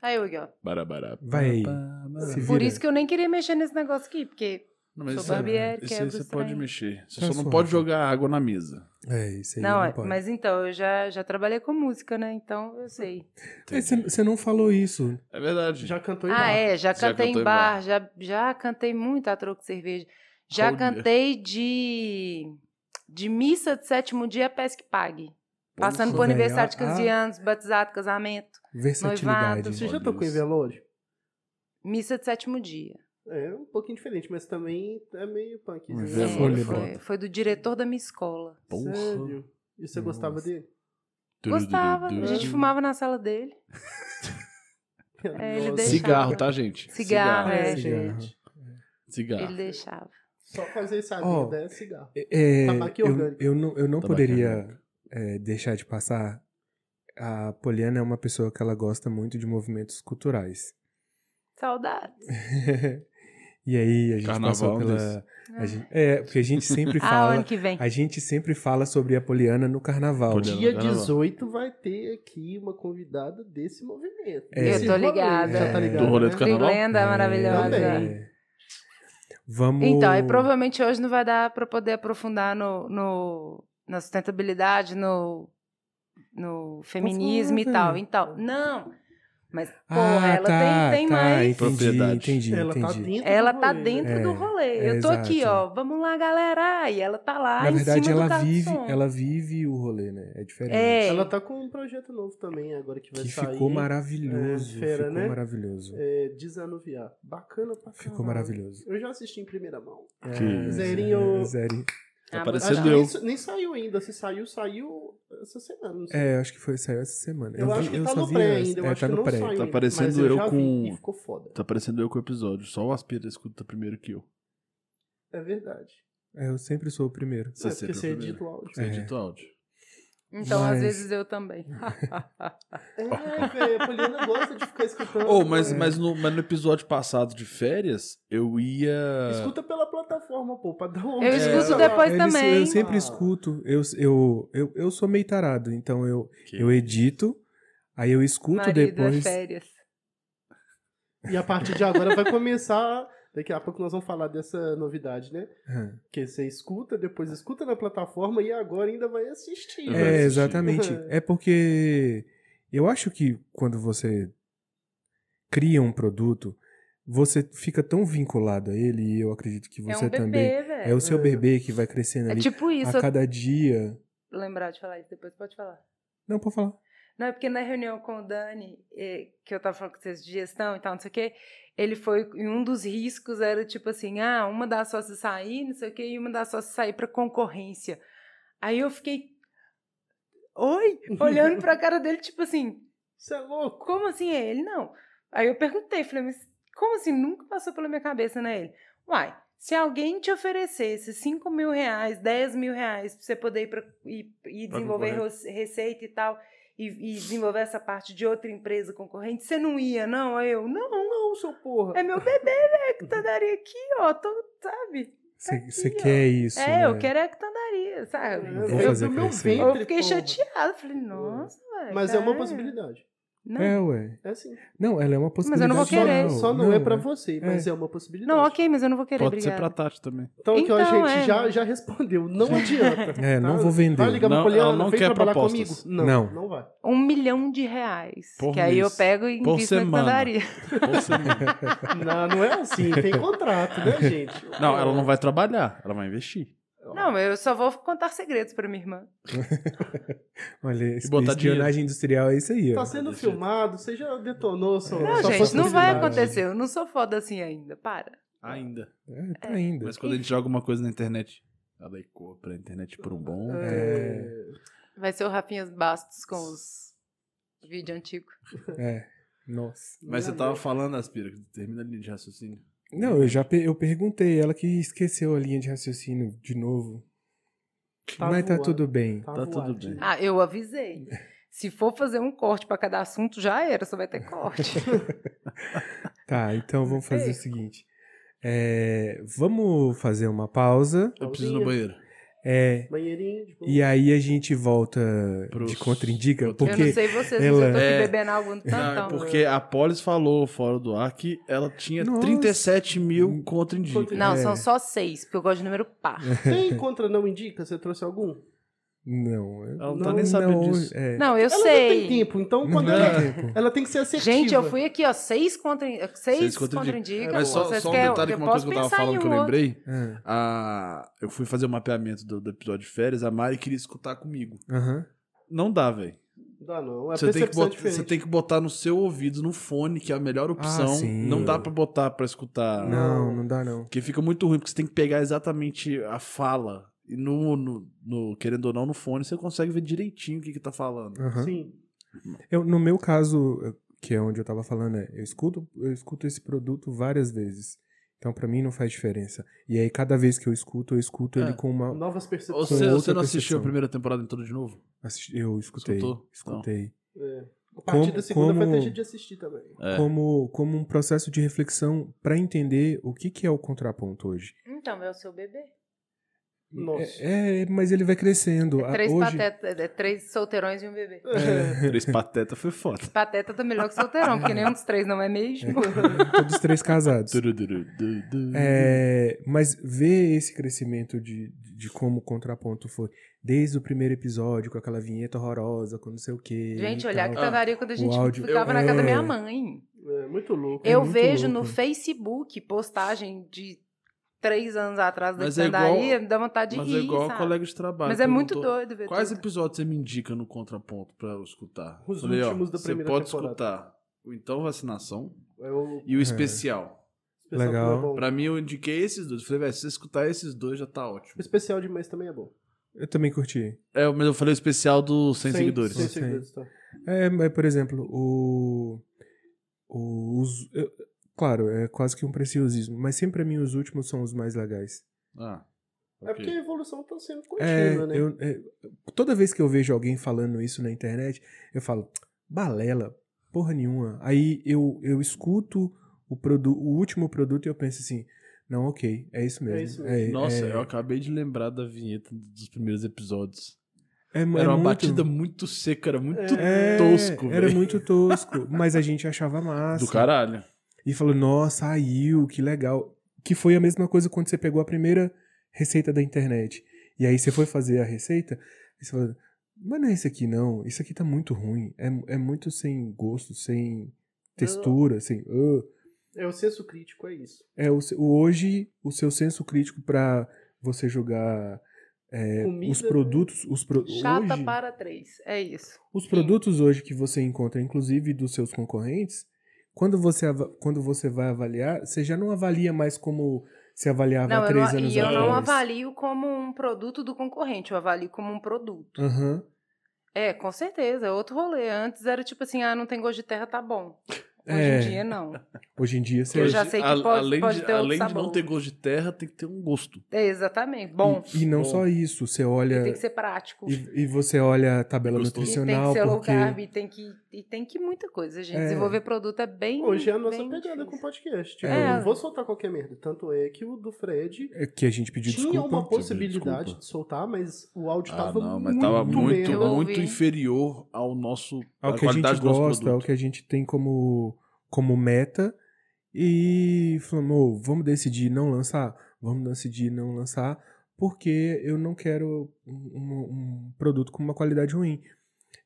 S6: Aí, Wiggy, ó.
S4: Bará, bará.
S5: Vai aí.
S4: Bará, bará.
S5: Se
S6: Por
S5: Vira.
S6: isso que eu nem queria mexer nesse negócio aqui, porque.
S4: Não, mas
S6: Sou é
S4: isso aí-
S6: barbeiro,
S4: isso aí
S6: quebra
S4: você
S6: os
S4: pode
S6: trem.
S4: mexer. Você
S5: Tá
S4: só não
S5: suave.
S4: pode jogar água na mesa.
S5: É, isso aí.
S6: não,
S5: Não,
S6: é,
S5: pode.
S6: mas então, eu já, já trabalhei com música, né? Então eu sei.
S5: É, Você você não falou isso.
S4: É verdade.
S3: Já cantou em
S6: Ah,
S3: bar.
S6: é,
S4: Já
S6: já cantei
S4: cantou
S6: em
S4: em
S6: bar, já, já cantei muito a troco de cerveja. Já
S4: Olha.
S6: cantei de. De missa de sétimo dia, pesque pague. Passando por
S5: velho,
S6: aniversário de
S5: ah.
S6: 15 anos, batizado, casamento.
S5: Versatilidade.
S3: Você já
S4: Olha
S3: tocou em
S4: isso.
S3: velório?
S6: Missa de sétimo dia.
S3: É um pouquinho diferente, mas também é meio punk.
S4: Um
S6: É,
S4: Velório é
S6: foi,
S4: foda.
S6: foi do diretor da minha escola.
S4: Porra.
S3: Sério? E você gostava
S5: Nossa.
S3: dele?
S4: Turu,
S6: Gostava,
S4: turu,
S6: a gente
S4: turu.
S6: fumava na sala dele. É, ele
S3: Nossa.
S6: deixa-
S4: Cigarro, tá, gente?
S6: Cigarro, é.
S3: É,
S5: Cigarro.
S3: gente.
S5: Tá.
S4: Cigarro.
S6: Ele deixava.
S3: Só fazer essa
S5: Ó.
S3: vida é cigarro.
S5: É,
S3: Tabaco
S5: eu,
S3: orgânico.
S5: eu não, eu não
S4: Tabaco
S5: poderia é, deixar de passar. A Poliana é uma pessoa que ela gosta muito de movimentos culturais.
S6: Saudades.
S5: e aí a gente
S4: Carnaval
S5: passou pela.
S4: desse.
S5: a gente- é, porque a gente sempre
S6: Ah, ano
S5: fala.
S6: que vem.
S5: A gente sempre fala sobre a Poliana no carnaval.
S4: Poliana.
S3: Dia
S4: Não, não, não.
S3: 18 vai ter aqui uma convidada desse movimento.
S5: É.
S3: Desse
S5: Eu tô
S3: rolê.
S6: ligada.
S3: Já tá
S5: É.
S3: ligada,
S4: Do rolê
S3: né?
S4: do carnaval?
S6: Lenda
S5: É,
S6: maravilhosa.
S3: Também.
S5: Vamos.
S6: Então, aí provavelmente hoje não vai dar para poder aprofundar no, no- na sustentabilidade, no, no feminismo e
S5: é, velho.
S6: tal. Então, não. Mas, porra,
S5: Ah,
S6: ela
S5: tá,
S6: tem, tem
S5: tá,
S6: mais.
S5: Entendi,
S4: Propriedade.
S5: entendi,
S3: Ela tá
S5: entendi.
S3: dentro
S6: Ela
S3: do
S6: tá
S3: rolê, né?
S6: dentro do
S5: É,
S6: rolê.
S5: é
S6: Eu tô aqui, ó.
S5: exato.
S6: Vamos lá, galera. E ela tá lá
S5: Na
S6: em
S5: verdade,
S6: cima do
S5: ela
S6: carro de
S5: vive,
S6: som.
S5: ela vive o rolê, né? É diferente.
S6: É.
S3: Ela tá com um projeto novo também, agora que vai
S5: Que
S3: sair.
S5: ficou maravilhoso.
S3: é, fera,
S5: ficou
S3: né?
S5: maravilhoso.
S3: É, desanuviar. Bacana pra
S5: Ficou
S3: caralho.
S5: maravilhoso.
S3: Eu já assisti em primeira mão.
S5: É,
S3: Zerinho.
S5: Zerinho.
S6: Ah,
S4: aparecendo
S3: Acho
S6: mas-
S3: que
S4: eu.
S3: nem, sa- nem saiu ainda. Se saiu, saiu essa semana. Não sei.
S5: É, eu acho que foi, saiu essa semana.
S3: eu
S5: vi-
S3: acho que tá
S5: só
S3: no
S5: vi
S3: pré
S5: antes.
S3: ainda. Eu
S5: É,
S3: acho
S5: tá
S3: que
S5: no
S3: não
S5: pré.
S3: saiu.
S4: Tá
S3: ainda,
S4: parecendo
S3: mas eu,
S4: eu
S3: já
S4: com-
S3: Vi e ficou foda.
S4: Tá parecendo eu com o episódio. Só o Aspira escuta primeiro que eu.
S3: É verdade.
S5: É, eu sempre sou o primeiro.
S4: Você
S3: é porque
S4: sempre é o
S3: você
S4: primeiro.
S3: edita o áudio.
S4: Você edita o áudio.
S6: Então, às
S5: Mas-
S6: vezes eu também.
S3: É, velho. A Poliana gosta de ficar escutando.
S4: Oh, mas,
S5: É.
S4: mas, no, mas no episódio passado de férias, eu ia.
S3: Escuta pela plataforma, pô, pra dar um.
S6: Eu escuto depois
S5: Eles-
S6: também.
S5: Eu sempre
S3: Ah.
S5: escuto. Eu, eu, eu, eu sou meio tarado, então eu,
S4: Que-
S5: eu edito, aí eu escuto
S6: Marido é
S5: depois.
S6: férias.
S3: E a partir de agora vai começar. Daqui a pouco nós vamos falar dessa novidade, né?
S5: Ah,
S3: Que você escuta, depois escuta na plataforma e agora ainda vai assistir.
S4: Eu
S5: É,
S4: assistir.
S5: exatamente.
S6: Uhum.
S5: É porque eu acho que quando você cria um produto, você fica tão vinculado a ele, e eu acredito que
S6: É
S5: você
S6: um
S5: também.
S6: bebê,
S5: É
S6: velho.
S5: o seu
S3: É.
S5: bebê que vai crescendo
S6: É
S5: ali
S6: tipo isso.
S5: a
S6: eu
S5: cada dia.
S6: lembrar de falar isso, depois pode falar.
S5: Não, pode falar.
S6: Não, é porque na reunião com o Dani, eh, que eu tava falando com vocês de gestão e tal, não sei o quê, ele foi. E um dos riscos era tipo assim: ah, uma das sócias sair, não sei o quê, e uma das sócias sair pra concorrência. Aí eu fiquei. Oi? Olhando pra cara dele, tipo assim,
S3: Você é louco?
S6: como assim é ele? Não. Aí eu perguntei, falei, mas como assim? Nunca passou pela minha cabeça, né? Ele, uai, se alguém te oferecesse 5 mil reais, 10 mil reais pra você poder ir, pra, ir- ir
S5: Pra
S6: desenvolver
S5: concorrer.
S6: ro- receita e tal, e, e desenvolver essa parte de outra empresa concorrente, você não ia, não? Aí eu, não.
S3: Não, seu porra.
S6: É meu bebê, velho, hectadaria aqui, ó, tô, sabe? aqui,
S5: Você
S6: ó.
S5: quer isso,
S6: é,
S5: né? Uhum.
S6: eu quero hectadaria, sabe?
S5: Vou
S3: Veio
S5: fazer
S3: do É, meu
S5: crescer.
S3: ventre,
S6: eu fiquei
S3: porra.
S6: chateada, falei, nossa, velho.
S3: Mas é uma
S6: tá.
S3: possibilidade.
S6: Não,
S5: É, ué.
S3: É sim.
S5: Não, ela é uma
S6: eu
S5: possibilidade.
S6: não vou querer.
S5: real.
S3: Só não, é pra
S5: ué.
S3: você, mas é, uma possibilidade.
S6: não, ok, mas eu não vou querer,
S4: Pode ser
S6: obrigada.
S4: pra Tati também.
S3: Então, aqui, ó,
S6: Então,
S3: gente
S6: é.
S3: já, já respondeu. Não adianta.
S5: É, não
S3: tá?
S5: vou vender.
S3: Vai ligar pra
S4: Não,
S3: Poliana,
S4: ela não
S3: vem
S4: quer
S3: trabalhar
S4: propostas.
S3: comigo? Não,
S5: Não.
S3: não. vai.
S6: um milhão de reais.
S4: Por
S6: que aí eu
S4: mês.
S6: pego e
S4: Por
S6: invisto na
S4: semana.
S6: hectadaria.
S4: Você não.
S3: Não, não é assim. Tem contrato, né, gente? Tá
S4: não, ela não vai trabalhar, ela vai investir.
S6: Não, eu só vou contar segredos pra minha irmã.
S5: Olha, esse-
S4: botar
S5: espionagem industrial é isso aí, ó.
S3: Tá sendo filmado, você já detonou sua. sua
S6: Não, gente, não vai
S3: possibilidade.
S6: acontecer. Eu não sou foda assim ainda, para.
S4: Ainda.
S5: É, tá ainda.
S4: Mas quando a gente joga uma coisa na internet, ela ecoa pra internet por um bom.
S3: É.
S6: Vai ser o Rafinha Bastos com os vídeo antigo.
S5: É. Nossa.
S4: Mas você tá tava falando, Aspira, termina a linha de raciocínio.
S5: Não, eu já pe- eu perguntei, ela que esqueceu a linha de raciocínio de novo.
S3: Tá
S5: Mas tá
S3: voando.
S5: tudo bem.
S3: Tá,
S4: Tá tudo
S3: voado.
S4: bem.
S6: Ah, eu avisei. Se for fazer um corte pra cada assunto, já era, só vai ter corte.
S5: Tá, então vamos fazer
S6: Ei.
S5: o seguinte. É, vamos fazer uma pausa.
S4: Eu preciso ir no banheiro.
S5: É,
S3: Banheirinho, tipo,
S5: e aí a gente volta
S4: Pros-
S5: de contraindica,
S4: Eu
S6: eu não
S5: porque
S6: sei vocês,
S5: ela-
S6: mas eu tô aqui
S4: É.
S6: bebendo algo no
S4: Não, é
S6: tantão.
S4: porque a Polis falou fora do ar que ela tinha
S5: Nossa.
S4: 37 mil contra indica.
S6: Não,
S5: É.
S6: são só seis, porque eu gosto de número par.
S4: É.
S3: Tem contra não indica? Você trouxe algum?
S5: não, eu-
S4: Ela não tá nem sabendo disso.
S5: É,
S6: Não, eu
S3: ela
S6: sei.
S3: não tem tempo, então
S5: não
S3: quando
S5: dá
S3: ela.
S5: tempo.
S3: Ela tem que ser assertiva.
S6: Gente, eu fui aqui, ó, seis contra, seis
S4: Seis
S6: contra,
S4: contra
S3: É
S6: indica.
S4: Mas só,
S6: vocês
S4: só um
S6: querem-
S4: detalhe que uma
S6: posso
S4: coisa que eu tava
S6: pensar em
S4: falando que eu
S6: um outro.
S4: lembrei.
S5: Ah,
S4: a- eu fui fazer o mapeamento do, do episódio de férias, a Mari queria escutar comigo.
S5: aham.
S4: Não dá, velho.
S3: Dá não, é
S4: Você tem, que
S3: percepção
S4: bot- você
S3: diferente.
S4: tem que botar no seu ouvido, no fone, que é a melhor opção.
S5: sim.
S4: não dá pra botar pra escutar.
S5: Não, não dá não.
S4: Porque fica muito ruim, porque você tem que pegar exatamente a fala. E no, no- no- querendo ou não, no fone, você consegue ver direitinho o que, que tá falando.
S5: Aham.
S3: Sim.
S5: Eu, no meu caso, eu- que é onde eu tava falando, é, eu escuto, eu escuto esse produto várias vezes. Então, pra mim, não faz diferença. E aí, cada vez que eu escuto, eu escuto
S4: É.
S5: ele com uma.
S3: Novas percepções.
S4: Você, você
S5: outra
S4: não assistiu
S5: percepção.
S4: a primeira temporada toda de novo?
S5: assi- Eu escutei.
S4: Escutou?
S5: Escutei.
S3: É. A partir
S5: Como-
S3: da segunda vai
S5: como-
S3: ter gente de assistir também.
S4: É.
S5: Como, como um processo de reflexão pra entender o que, que é o contraponto hoje.
S6: Então, é o seu bebê.
S3: Nossa.
S5: É, é, mas ele vai crescendo.
S4: Ah,
S5: A-
S6: Três
S5: hoje,
S6: patetas, é três solteirões e um bebê.
S3: É,
S4: Três patetas foi foda.
S6: Pateta tá melhor que solteirão, porque nenhum dos três não é mesmo.
S5: todos três casados.
S4: É.
S5: É, mas ver esse crescimento de, de como o contraponto foi. Desde o primeiro episódio, com aquela vinheta horrorosa, com não sei o quê.
S4: tá
S6: Gente,
S5: e
S6: olhar que
S5: tal.
S6: tavaria quando a gente
S5: O áudio-
S6: ficava na
S5: eu-
S6: casa da
S5: é.
S6: minha mãe.
S3: É muito louco.
S6: Eu
S5: muito
S6: vejo no
S5: louco.
S6: Facebook postagem de três anos atrás da
S4: Mas é
S6: hectadaria,
S4: igual-
S6: me dá vontade de
S4: Mas
S6: rir,
S4: é igual
S6: sabe?
S4: colega de trabalho.
S6: Mas é muito
S4: perguntou,
S6: doido ver
S4: Quais
S6: tudo.
S4: episódios você me indica no contraponto pra eu escutar?
S3: Os
S4: Falei, ó,
S3: últimos da
S4: Você
S3: primeira
S4: pode
S3: temporada.
S4: escutar o Então Vacinação
S3: É o
S4: e o Especial.
S3: especial
S5: Legal.
S3: também é bom.
S4: Pra mim, eu indiquei esses dois. Falei, velho, se você escutar esses dois, já tá
S3: O
S4: ótimo.
S3: especial de mês também é bom.
S5: Eu também curti.
S4: É, mas eu falei o especial do Sem, Seguidores.
S3: Sem
S5: Sim.
S3: seguidores, tá.
S5: É, mas, por exemplo, o. o- os, eu- claro, é quase que um preciosismo, mas sempre pra mim os últimos são os mais legais.
S4: Ah,
S3: É porque a
S4: ok.
S3: evolução tá sendo
S5: É,
S3: contínua, né?
S5: eu- é, toda vez que eu vejo alguém falando isso na internet, eu falo, balela, porra nenhuma. Aí eu, eu escuto o, produ o último produto e eu penso assim, não, ok, é isso mesmo.
S3: isso mesmo.
S4: Nossa,
S5: é,
S4: eu acabei de lembrar da vinheta dos primeiros episódios.
S5: é- é
S4: Era uma
S5: muito-
S4: batida muito seca, era muito
S5: é,
S4: tosco,
S5: Era
S4: velho.
S5: muito tosco, mas a gente achava massa.
S4: do caralho.
S5: E falou, nossa, saiu, que legal. Que foi a mesma coisa quando você pegou a primeira receita da internet. E aí você foi fazer a receita, e você falou, mas não é isso aqui não, isso aqui tá muito ruim. É, é muito sem gosto, sem textura, sem... "Ah".
S3: É o senso crítico, é isso.
S5: É o, se- o- hoje, o seu senso crítico pra você jogar É,
S3: Comida,
S6: né?
S5: os produtos, os pro-
S6: Chata
S5: hoje,
S6: para três. É isso.
S5: os produtos hoje que você encontra, inclusive dos seus concorrentes, quando você, ava- quando você vai avaliar, você já não avalia mais como se avaliava
S6: Não,
S5: há
S6: eu
S5: três
S6: não,
S5: anos
S6: e eu não
S5: atrás.
S6: avalio como um produto do concorrente, eu avalio como um produto.
S5: Aham.
S6: É, com certeza, é outro rolê. Antes era tipo assim, ah, não tem gosto de terra, tá bom. Hoje
S5: É.
S6: em dia, não.
S5: Hoje em dia você.
S6: Eu já sei que
S4: A-
S6: pode-
S4: além
S6: pode
S4: de,
S6: ter outro
S4: além de não
S6: sabor.
S4: ter gosto de terra, tem que ter um gosto.
S6: É, exatamente. Bom,
S5: E, e não
S4: Bom.
S5: só isso, você
S6: e tem
S5: olha.
S6: que ser prático. E,
S5: E, e você olha a tabela
S4: Gostoso.
S6: tem
S5: nutricional.
S6: que ser low
S5: porque...
S6: carb, e tem que, e tem que muita coisa, gente.
S5: É.
S6: Desenvolver produto é bem.
S3: Hoje é a nossa
S6: bem
S3: pegada com o
S6: difícil.
S3: podcast. Tipo,
S6: É.
S3: Eu não vou soltar qualquer merda. Tanto é que o do Fred
S5: É que a gente pediu
S3: tinha
S6: um
S5: desculpa.
S3: uma possibilidade
S4: desculpa.
S3: de soltar, mas o áudio
S4: Ah,
S3: tava
S4: não, mas
S3: muito
S4: tava muito,
S6: Eu
S3: menos.
S6: ouvi.
S4: muito inferior ao nosso.
S5: ao
S4: à
S5: que a gente
S4: qualidade do nosso
S5: gosta, ao
S4: produto.
S5: que a gente tem como, como meta. E falamos, "Ô, vamos decidir não lançar? Vamos decidir não lançar, porque eu não quero um, um- um produto com uma qualidade ruim.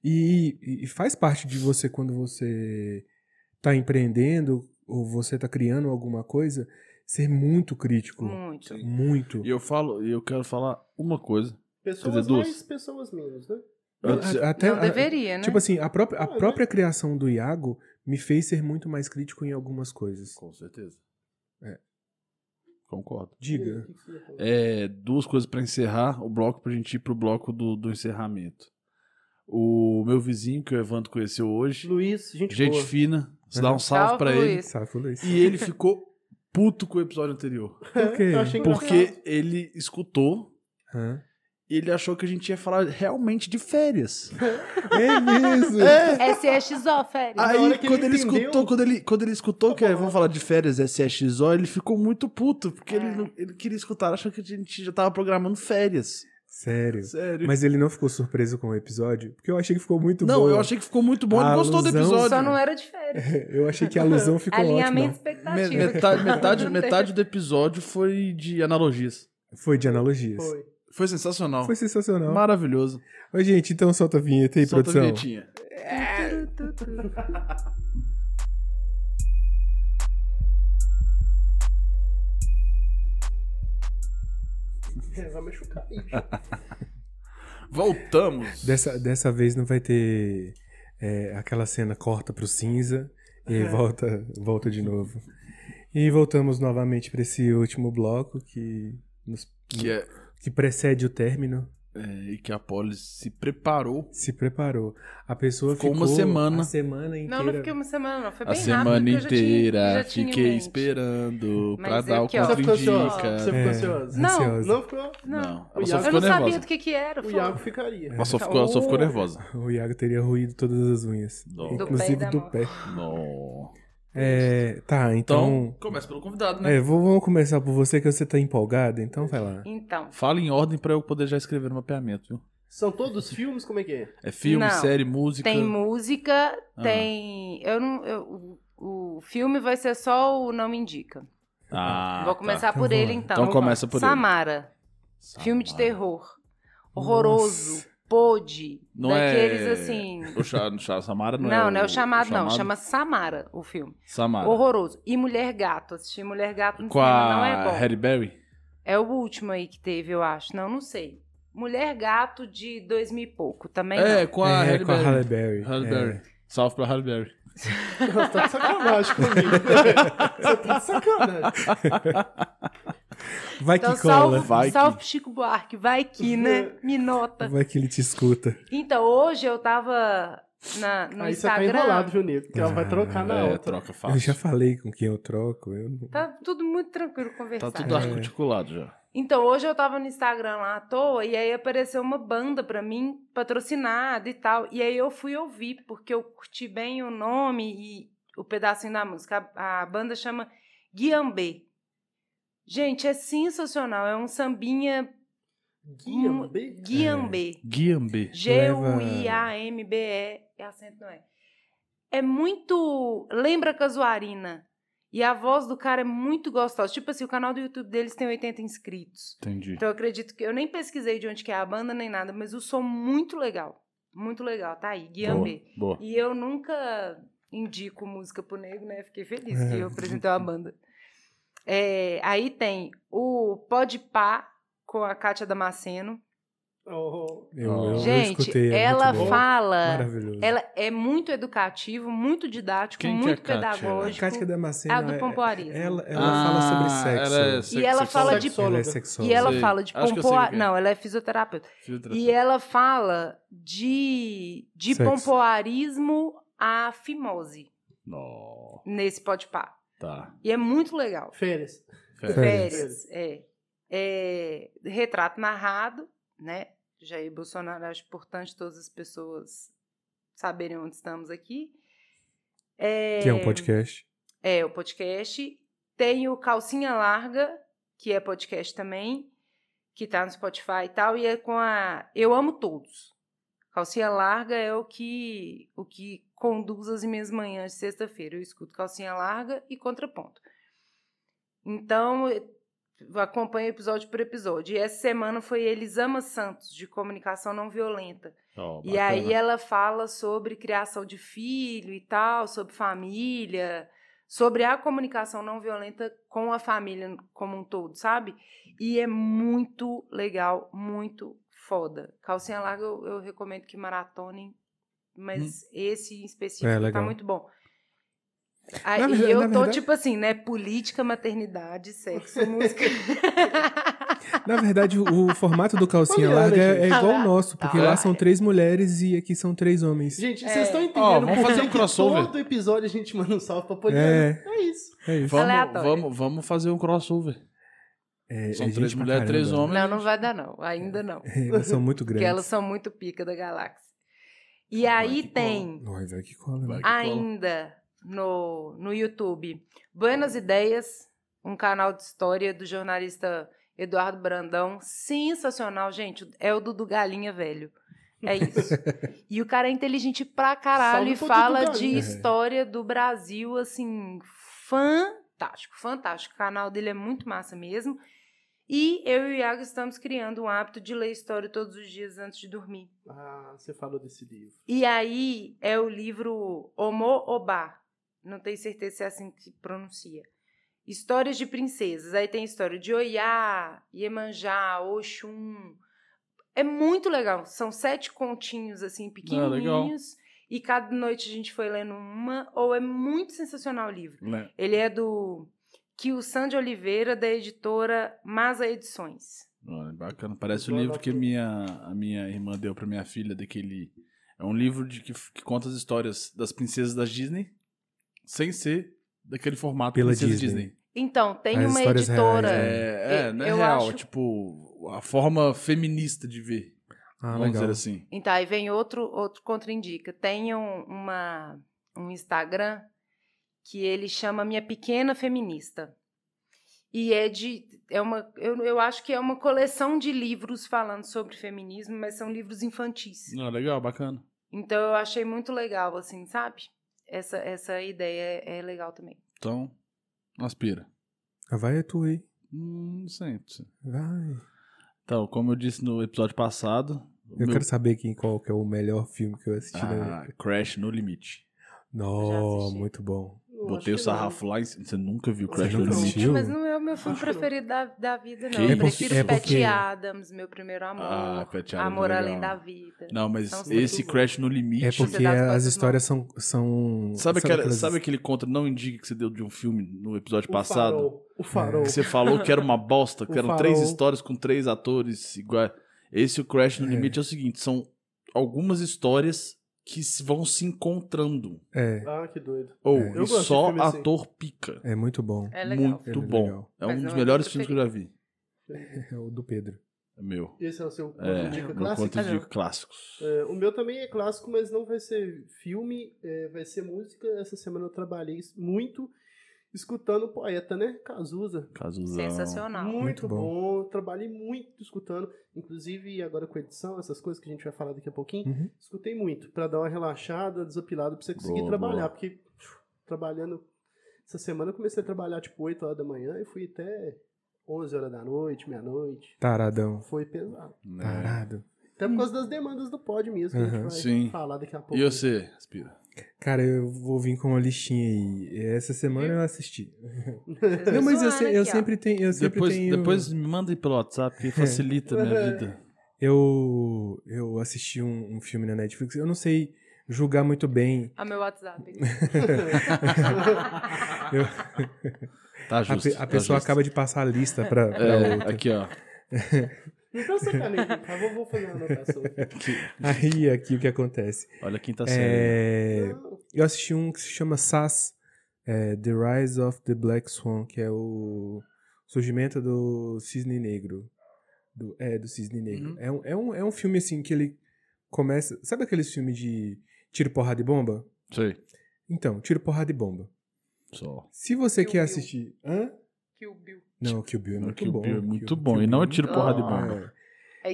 S5: E, e faz parte de você quando você está tá empreendendo ou você está criando alguma coisa, ser muito crítico.
S6: Muito.
S5: Muito.
S4: E eu falo, e eu quero falar uma coisa.
S3: Pessoas
S4: Quer dizer, duas.
S3: mais, pessoas menos, né?
S4: Antes-
S5: A- até,
S6: não
S5: a-
S6: deveria, né?
S5: Tipo assim, a própria, a
S3: Ah, né?
S5: própria criação do Iago me fez ser muito mais crítico em algumas coisas.
S4: Com certeza.
S5: ah. É.
S4: Concordo.
S6: Hum.
S3: E
S5: Diga.
S3: aí, o que que ia acontecer?
S4: É, duas coisas pra encerrar o bloco, pra gente ir pro bloco do, do encerramento. O meu vizinho, que o Evandro conheceu hoje,
S3: Luiz, gente,
S4: gente
S3: boa.
S4: fina, se
S5: Uhum.
S4: dá um
S6: Salve,
S4: salve pra ele.
S6: Luiz.
S5: Sabe, Luiz?
S4: E ele ficou puto com o episódio anterior.
S5: Por quê?
S3: Eu achei engraçado.
S4: Porque ele escutou
S5: Hã?
S4: e ele achou que a gente ia falar realmente de férias.
S5: É mesmo!
S6: Essa é esquizofrênica.
S3: na hora
S4: Aí,
S3: que
S4: quando
S3: ele
S4: ele,
S3: entendeu-
S4: escutou, quando ele, quando ele escutou que é, vamos falar de férias SXO, ele ficou muito puto, porque ele, não- ele queria escutar, achou que a gente já tava programando férias.
S5: Sério.
S4: Sério.
S5: Mas ele não ficou surpreso com o episódio? Porque eu achei que ficou muito
S4: não,
S5: boa.
S4: eu achei que ficou muito bom, ele
S5: A
S4: gostou do
S5: alusão-
S4: episódio.
S6: Só não era de férias.
S5: Eu achei que a alusão ficou
S6: Alinhamento
S5: ótima.
S6: expectativa.
S4: Me-
S6: que
S4: Metade,
S6: tá
S4: metade,
S6: dando tempo.
S4: metade do episódio foi de analogias.
S5: Foi de analogias. Foi,
S3: Foi.
S4: Foi sensacional.
S5: sensacional.
S4: Maravilhoso.
S5: Ô, gente, então solta a vinheta aí,
S4: Solta a
S5: produção.
S4: vinhetinha.
S3: É, vai machucar.
S4: Voltamos.
S5: Dessa, dessa vez não vai ter é, aquela cena corta pro cinza e aí volta, volta de novo. E voltamos novamente para esse último bloco que, nos-
S4: Que é,
S5: que precede o término.
S4: é, e que a Polly se preparou
S5: Se preparou. A pessoa
S4: Ficou
S5: ficou,
S4: uma semana.
S5: A semana inteira.
S6: Não, não fiquei uma semana, não. Foi
S4: a
S6: bem
S4: semana
S6: rápido. porque eu já tinha-
S4: inteira.
S6: já tinha um em
S4: Fiquei
S6: mente.
S4: esperando
S6: Mas
S4: pra
S6: é
S4: dar o
S6: aqui, ó.
S3: Você ficou ansiosa? Você
S4: contra-indica.
S3: ficou
S5: É.
S3: ansiosa?
S6: Não,
S5: ansiosa.
S3: Não ficou?
S4: Não,
S6: Não.
S3: O
S4: ela
S3: Iago-
S4: só
S6: Eu
S4: ficou
S6: não sabia
S4: nervosa.
S6: do que que era.
S3: O
S6: foi.
S3: Iago ficaria.
S4: Ela só ficou, ela só ficou nervosa.
S5: O Iago teria ruído todas as unhas.
S4: Não.
S6: Do pé
S5: inclusive
S6: e da
S5: do
S6: mão.
S5: pé.
S4: Não.
S5: É, tá,
S4: Então,
S5: então.
S4: começa pelo convidado, né?
S5: é, vou- vamos começar por você, que você tá empolgado, então vai lá.
S6: Então,
S4: Fala em ordem pra eu poder já escrever no mapeamento, viu?
S3: São todos filmes? Como é que é?
S4: É filme,
S6: Não.
S4: série, música.
S6: tem música,
S4: Ah.
S6: tem. Eu não. eu- o o filme vai ser só o Não Me Indica.
S4: Ah,
S6: Vou
S4: tá.
S6: começar
S5: Então
S6: por ele
S5: vamos.
S6: então.
S4: Então começa por ele.
S6: Samara, filme de
S4: Samara.
S6: terror. Horroroso, podre.
S4: Não
S6: daqueles
S4: é-
S6: assim.
S4: O cha, o cha- Samara não,
S6: Não,
S4: é.
S6: não é o chamado, não.
S4: chamado?
S6: Chama Samara o filme.
S4: Samara.
S6: Horroroso. E Mulher Gato. Assistir Mulher Gato no
S4: Com
S6: cinema
S4: a
S6: não é bom.
S4: Halle Berry?
S6: É o último aí que teve, eu acho. Não, não sei. Mulher Gato de dois mil e pouco. Também
S4: É,
S6: não.
S4: com a
S5: é,
S4: Halle
S5: com a
S4: Berry.
S5: Halle Berry.
S4: Halle
S5: é.
S4: Berry. Salve pra Halle Berry.
S3: Nossa, tá de sacanagem comigo. Você tá de sacanagem.
S5: Vai
S6: Então
S5: que cola.
S6: salve,
S4: vai que-
S6: salve pro Chico Buarque. Vai que, né? Me nota.
S5: Vai que ele te escuta.
S6: Então, hoje eu tava na, no
S3: Aí você tá
S6: Instagram.
S3: enrolado, viu, Nico? Porque ela vai trocar na
S4: é,
S3: outra.
S4: troca fácil.
S5: Eu já falei com quem eu troco. Eu não...
S6: Tá tudo muito tranquilo
S4: Tá
S6: conversar.
S4: tudo
S6: gente.
S5: É.
S4: articulado já.
S6: Então, hoje eu tava no Instagram lá à toa e aí apareceu uma banda pra mim, patrocinada e tal. E aí eu fui ouvir, porque eu curti bem o nome e o pedacinho da música. A, a banda chama Guiambê. Gente, é sensacional. É um sambinha
S3: Guia, B.
S6: Guiambê.
S4: Guiambê.
S6: G-U-I-A-M-B-E. É acento, não é? É muito. Lembra Casuarina. E a voz do cara é muito gostosa. Tipo assim, o canal do YouTube deles tem 80 inscritos.
S4: Entendi.
S6: Então eu acredito que eu nem pesquisei de onde que é a banda nem nada, mas o som muito legal. Muito legal, tá aí, Guiambê.
S4: Boa.
S6: E eu nunca indico música pro negro, né? Fiquei feliz
S5: É.
S6: que eu apresentei uma banda. É, aí tem o Pode Pá com a Kátia Damasceno,
S3: Oh,
S5: Eu,
S4: Ó.
S5: eu
S6: Gente,
S5: escutei, é
S6: ela
S5: muito bom.
S6: fala.
S5: Maravilhoso.
S6: Ela é muito educativo, muito didático,
S4: Quem que é
S6: muito
S4: a Kátia?
S5: A
S6: pedagógico.
S5: Kátia Damasceno,
S6: é a do
S5: é-
S6: pompoarismo.
S5: Ela, ela fala
S4: Ah,
S5: sobre sexo.
S4: é
S5: né?
S6: E Ah, ela fala de-
S5: Ela é
S3: sexóloga.
S5: sexóloga.
S6: E ela
S4: Sei.
S6: fala de
S4: Acho que eu sei quem
S6: pompoar.
S4: é.
S6: Não, ela é fisioterapeuta. E
S5: é
S6: ela fala de, de
S5: Sexo.
S6: pompoarismo à fimose
S4: Não,
S6: nesse podpar.
S4: tá.
S6: E é muito legal.
S3: Férias.
S5: Férias.
S6: Férias, é. É, Retrato narrado, né? Jair Bolsonaro, acho importante todas as pessoas saberem onde estamos aqui. É,
S5: Que é um podcast.
S6: É, o podcast. Tem o Calcinha Larga, que é podcast também, que tá no Spotify e tal, e é com a Eu Amo Todos. Calcinha Larga é o que o que conduz as minhas manhãs de sexta-feira. Eu escuto Calcinha Larga e Contraponto. Então, eu acompanho episódio por episódio. E essa semana foi Elisama Santos, de Comunicação Não Violenta.
S4: Ó,
S6: E aí
S4: bacana.
S6: ela fala sobre criação de filho e tal, sobre família, sobre a comunicação não violenta com a família como um todo, sabe? E é muito legal, muito foda. Calcinha larga eu, eu recomendo que maratonem, mas esse em específico
S5: Hum. É,
S6: tá
S5: legal.
S6: muito bom. Aí,
S5: Na
S6: e
S5: verdade-
S6: eu
S5: na
S6: tô
S5: verdade-
S6: tipo assim, né? Política, maternidade, sexo, música.
S5: Na verdade, o, o formato do calcinha
S3: Olha,
S5: larga é, é
S6: gente.
S5: igual o nosso, porque
S6: Tá.
S5: lá são três mulheres e aqui são três homens.
S3: Gente, vocês estão entendendo?
S4: Ó, vamos
S3: por
S4: fazer
S3: que
S4: um
S3: que
S4: crossover.
S3: Todo episódio a gente manda um salve pra Poliana.
S5: É,
S3: É. isso.
S5: é isso.
S4: Vamos,
S6: Aleatório.
S4: vamos, vamos fazer um crossover.
S5: É,
S4: São
S5: é
S4: três
S5: gente pra
S4: mulheres, três
S5: caramba. né?
S4: homens.
S6: não, não vai dar não,
S5: É.
S6: ainda não.
S5: Elas são muito
S6: Porque
S5: grandes.
S6: elas são muito pica da galáxia. E
S4: Vai
S6: aí
S4: que
S6: tem
S5: Ai, velho, que
S4: Vai.
S5: cola. né?
S4: que cola.
S6: ainda no, no YouTube Buenas Ideias, um canal de história do jornalista Eduardo Brandão. Sensacional, gente. É o Dudu Galinha, velho. É isso. e o cara é inteligente pra caralho
S3: Salve
S6: e
S3: pro Dudu
S6: fala de
S3: Galinha.
S6: história do Brasil, assim, fantástico, fantástico. O canal dele é muito massa mesmo. E eu e o Iago estamos criando um hábito de ler história todos os dias antes de dormir.
S3: Ah, você falou desse livro.
S6: E aí é o livro Homo Oba. Não tenho certeza se é assim que pronuncia. Histórias de princesas. Aí tem história de Oiá, Iemanjá, Oxum. É muito legal. São sete continhos, assim, pequenininhos. E cada noite a gente foi lendo uma. Ou é muito sensacional o livro.
S4: Né?
S6: Ele é do Kiyosand de Oliveira, da editora Masa Edições.
S4: Olha, é bacana. Parece o
S3: Vou
S4: livro que
S3: anotar.
S4: minha, a minha irmã deu pra minha filha daquele. É um livro de que, que conta as histórias das princesas da Disney, sem ser daquele formato
S5: Pela
S4: princesa
S5: Disney.
S6: Então, tem
S5: As
S6: uma
S5: histórias
S6: editora.
S5: reais, né?
S4: É, é,
S6: Eu-
S4: não é
S6: eu
S4: real.
S6: acho-
S4: Tipo, a forma feminista de ver.
S5: Ah,
S4: vamos
S5: legal.
S4: dizer assim.
S6: Então, aí vem outro, outro contraindica. Tem um, uma, um Instagram que ele chama Minha Pequena Feminista. E é de. É uma, eu, eu acho que é uma coleção de livros falando sobre feminismo, mas são livros infantis.
S4: Não, Ah, legal, bacana.
S6: Então eu achei muito legal, assim, sabe? Essa, essa ideia é, é legal também.
S4: Então, aspira.
S5: Ah, Vai tu aí.
S4: Hum, sempre.
S5: Vai.
S4: Então, como eu disse no episódio passado. o
S5: Eu
S3: Hum.
S4: meu-
S5: quero saber quem, qual que é o melhor filme que eu assisti. né?
S4: Ah, Crash no Limite.
S5: Oh,
S6: Eu já
S5: Nó,
S6: assisti.
S5: muito bom.
S3: Eu acho
S4: Botei o
S3: que
S4: sarrafo lá em cima. Você nunca viu Crash
S5: Você
S4: no
S5: nunca
S4: Limite?
S5: assistiu?
S6: Mas não é o meu filme
S3: Acho que não.
S6: preferido da, da vida, não.
S4: Que
S6: eu
S4: isso?
S6: prefiro
S5: É porque-
S6: Patty Adams, meu primeiro amor.
S4: Ah, Patty Adams é
S6: amor
S4: legal.
S6: além da vida.
S4: Não, mas
S6: São os
S4: esse
S6: dois.
S4: Crash no Limite.
S5: É porque
S6: Sociedade
S5: as
S6: Possas
S5: histórias são. são
S4: Sabe, aquela-
S5: aquelas-
S4: sabe aquele contra não indica que você deu de um filme no episódio
S3: O
S4: passado?
S3: Farol. O farol.
S4: Que você falou que era uma bosta,
S3: O
S4: que eram três
S3: Farol.
S4: histórias com três atores iguais. Esse o Crash no
S5: É.
S4: Limite é o seguinte: são algumas histórias que se- vão se encontrando.
S5: É,
S3: Ah, que doido.
S4: Ou
S5: É.
S4: e
S3: Eu gosto de
S4: só
S3: filme assim.
S4: ator pica.
S5: é muito bom.
S6: É legal.
S5: É
S4: Muito
S5: muito
S4: bom.
S5: legal.
S4: É
S6: Mas
S4: um
S6: não
S4: dos
S6: é
S4: melhores
S6: meu
S4: filmes que eu já vi.
S5: É o do Pedro.
S4: É meu.
S3: Esse é o seu
S4: É,
S3: dica
S4: meu
S3: clássico?
S5: Ah,
S4: conto de clássicos.
S3: É, o meu também é clássico, mas não vai ser filme, é, vai ser música. Essa semana eu trabalhei muito escutando o poeta, né? Cazuza.
S4: Casuzão.
S6: Sensacional.
S3: Muito,
S5: Muito
S3: bom.
S5: bom.
S3: trabalhei muito escutando, inclusive agora com edição, essas coisas que a gente vai falar daqui a pouquinho.
S5: Uhum.
S3: Escutei muito, pra dar uma relaxada, desopilada, pra você conseguir
S4: Boa,
S3: trabalhar,
S4: boa.
S3: porque puf, trabalhando. Essa semana eu comecei a trabalhar tipo 8 horas da manhã e fui até 11 horas da noite, meia-noite.
S5: Taradão.
S3: Foi pesado.
S4: né?
S5: Tarado.
S3: Até por causa das demandas do pod mesmo, que a gente
S5: Uhum.
S3: vai
S4: Sim.
S3: falar daqui a pouco.
S4: E você, Aspira?
S5: Cara, eu vou vir com uma listinha aí. Essa semana eu assisti.
S6: Vocês me
S5: Não, mas eu,
S6: zoaram
S5: se- eu
S6: Tá aqui, ó.
S5: sempre tenho. Eu sempre
S4: Depois,
S5: tenho...
S4: depois me manda aí pelo WhatsApp que facilita a minha vida.
S5: Eu, eu assisti um, um filme na Netflix, eu não sei julgar muito bem.
S6: A meu WhatsApp.
S5: Eu-
S4: Tá
S5: a,
S4: justo.
S5: pe- a pessoa acaba de passar a lista pra, pra
S4: É,
S5: outra.
S4: aqui, ó.
S3: Não tá sacanagem, tá? Vou, vou fazer uma anotação. aqui.
S5: Aí aqui o que acontece.
S4: Olha tá a quinta série.
S5: É,
S3: Não,
S5: eu assisti um que se chama Sass, é, The Rise of the Black Swan, que é o surgimento do cisne negro. Do, é, do cisne negro.
S4: Uhum.
S5: É, um, é, um, é um filme assim que ele começa. Sabe aqueles filmes de tiro, porrada e bomba?
S4: Sei.
S5: Então, tiro, porrada e bomba.
S4: Só.
S5: Se você
S6: Kill
S5: quer
S6: Bill.
S5: assistir. Hã?
S6: Kill Bill.
S5: Não, Kill Bill é
S4: Não,
S5: muito
S4: Kill
S5: bom.
S4: Bill é muito
S5: Kill-
S4: bom,
S5: Kill
S4: e não
S5: Bill
S4: é tiro, porrada e bomba.
S5: é. Ah,
S6: É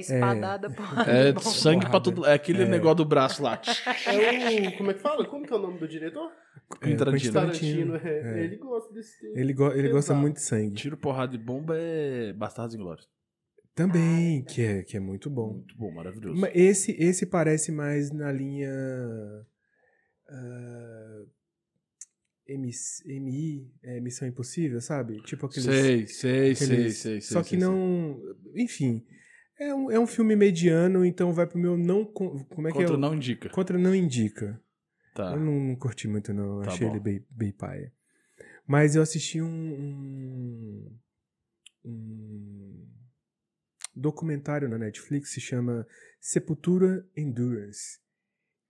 S6: espadada, porra.
S4: É
S6: Bom.
S4: sangue pra todo. É aquele
S5: É.
S4: negócio do braço lá.
S3: É o. Como é que fala? Como que é o nome do diretor?
S5: É,
S4: Tarantino.
S5: Tarantino,
S3: Tarantino, é.
S5: é.
S3: Ele gosta desse tema.
S5: Ele, go- ele gosta
S3: Exato.
S5: muito de sangue.
S4: Tiro, porrada e bomba é Bastardos Inglórios.
S5: Também, que é, que é muito bom.
S4: Muito bom, maravilhoso.
S5: Ma- Esse, esse parece mais na linha. ah, MC MI, é, Missão Impossível, sabe? Tipo aqueles.
S4: Sei, sei, sei,
S5: aqueles-
S4: sei, sei.
S5: Só que
S4: sei, sei.
S5: não. Enfim. É um, é um filme mediano, então vai pro meu não. con- Como é que é?
S4: Contra
S5: o-
S4: não indica.
S5: Contra não indica.
S4: Tá.
S5: Eu não, não curti muito, não. Eu
S4: Tá
S5: achei
S4: bom.
S5: ele bem, bem paia. Mas eu assisti um, um- um documentário na Netflix se chama Sepultura Endurance,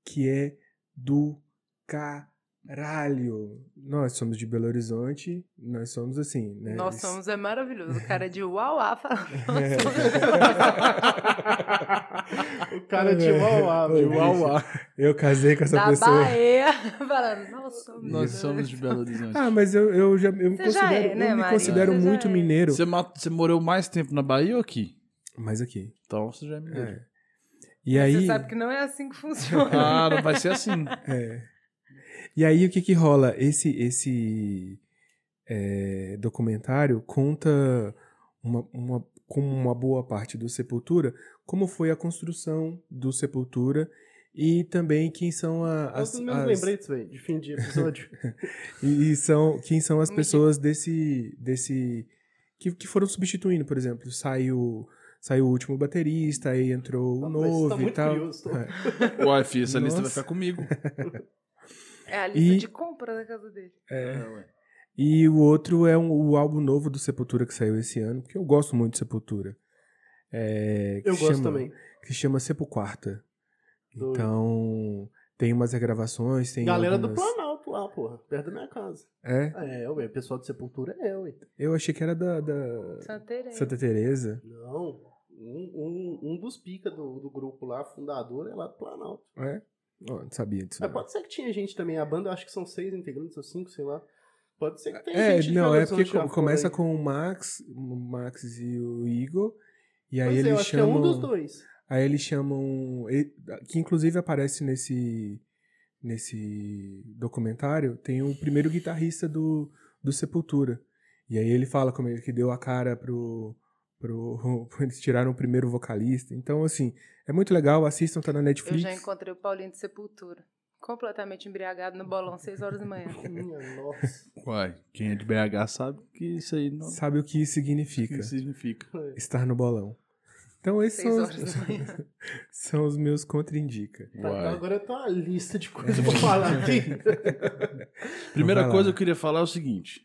S5: que é do caralho. Nós somos de Belo Horizonte, nós somos assim, né?
S6: Nós
S5: Eles-
S6: somos, é maravilhoso. O cara de Uauá falando.
S5: É,
S3: O cara de Uauá,
S5: Ô,
S3: de
S5: bicho,
S3: Uauá.
S5: Eu casei com essa
S6: da
S5: pessoa.
S6: Bahia. Falando, nós somos.
S4: Nós somos de Belo Horizonte.
S5: Ah, mas eu, eu já eu me
S6: Você já
S5: considero,
S6: é, né,
S5: eu me
S6: Marinho?
S5: considero
S6: Você já
S5: muito
S6: é.
S5: mineiro.
S4: Você, ma- você morou mais tempo na Bahia ou aqui?
S5: Mas aqui.
S4: Então você já é mineiro.
S5: É. E
S6: Você
S5: aí,
S6: sabe que não é assim que funciona.
S4: Ah, não vai ser assim.
S5: e aí o que que rola? Esse esse é, documentário conta uma, uma, como uma boa parte do Sepultura, como foi a construção do Sepultura e também quem são a-
S3: Os
S5: as,
S3: meus
S5: as-
S3: lembretes, velho, de fim de episódio.
S5: e, e são quem são as
S6: Me
S5: pessoas desse desse que, que foram substituindo, por exemplo, saiu saiu o último baterista, aí entrou o
S3: Ah, mas tá
S5: novo e
S3: muito
S5: tal.
S3: curioso, tô.
S5: É.
S4: Uai, filho, essa lista vai
S5: Nossa.
S4: ficar comigo.
S6: É a lista
S5: E-
S6: de compra da casa dele.
S4: É, ué.
S5: E o outro é um- o álbum novo do Sepultura que saiu esse ano, porque eu gosto muito de Sepultura. É, que
S3: Eu
S5: se
S3: gosto
S5: chama-
S3: também.
S5: Que chama Sepulquarta.
S3: Doido.
S5: Então, tem umas regravações, tem
S3: Galera do
S5: algumas...
S3: Planalto lá, porra. Perto da minha casa.
S5: É,
S3: É, ué. Pessoal de Sepultura é, ué.
S5: eu achei que era da, da
S6: Santa Teresa.
S5: Santa Teresa.
S3: Não. Um, um, um dos pica do, do grupo lá, fundador, é lá do Planalto.
S5: É? Ó, não sabia disso.
S3: Mas
S5: não.
S3: É, pode ser que tinha gente também. A banda, acho que são seis integrantes ou cinco, sei lá. Pode ser que tenha
S5: É,
S3: gente de
S5: não,
S3: Belo
S5: é porque
S3: Horizonte já
S5: co-
S3: fora
S5: começa
S3: aí.
S5: com o Max, o Max e o Igor, e aí
S3: Pois é, eu
S5: eles
S3: acho
S5: chamam...
S3: que é um dos dois.
S5: Aí eles chamam. e- Que inclusive aparece nesse. Nesse documentário, tem o primeiro guitarrista do, do Sepultura. E aí ele fala como ele que deu a cara pro. pro eles tiraram o primeiro vocalista. Então, assim, é muito legal. Assistam, tá na
S6: Eu
S5: Netflix.
S6: já encontrei o Paulinho de Sepultura. Completamente embriagado no bolão, 6 horas da manhã.
S3: Minha nossa.
S4: Uai, quem é de BH sabe que isso aí não
S5: Sabe o que isso
S4: o
S5: significa?
S4: que significa.
S3: Tá,
S5: Estar no bolão. Então, esses
S6: 6
S5: são
S6: horas
S5: os,
S6: da manhã.
S5: são os meus contraindica.
S3: Tá, então
S4: Uai.
S3: agora eu tô uma lista de coisas pra falar aqui.
S4: Primeira
S3: tá.
S5: vai lá.
S4: coisa que eu queria falar é o seguinte.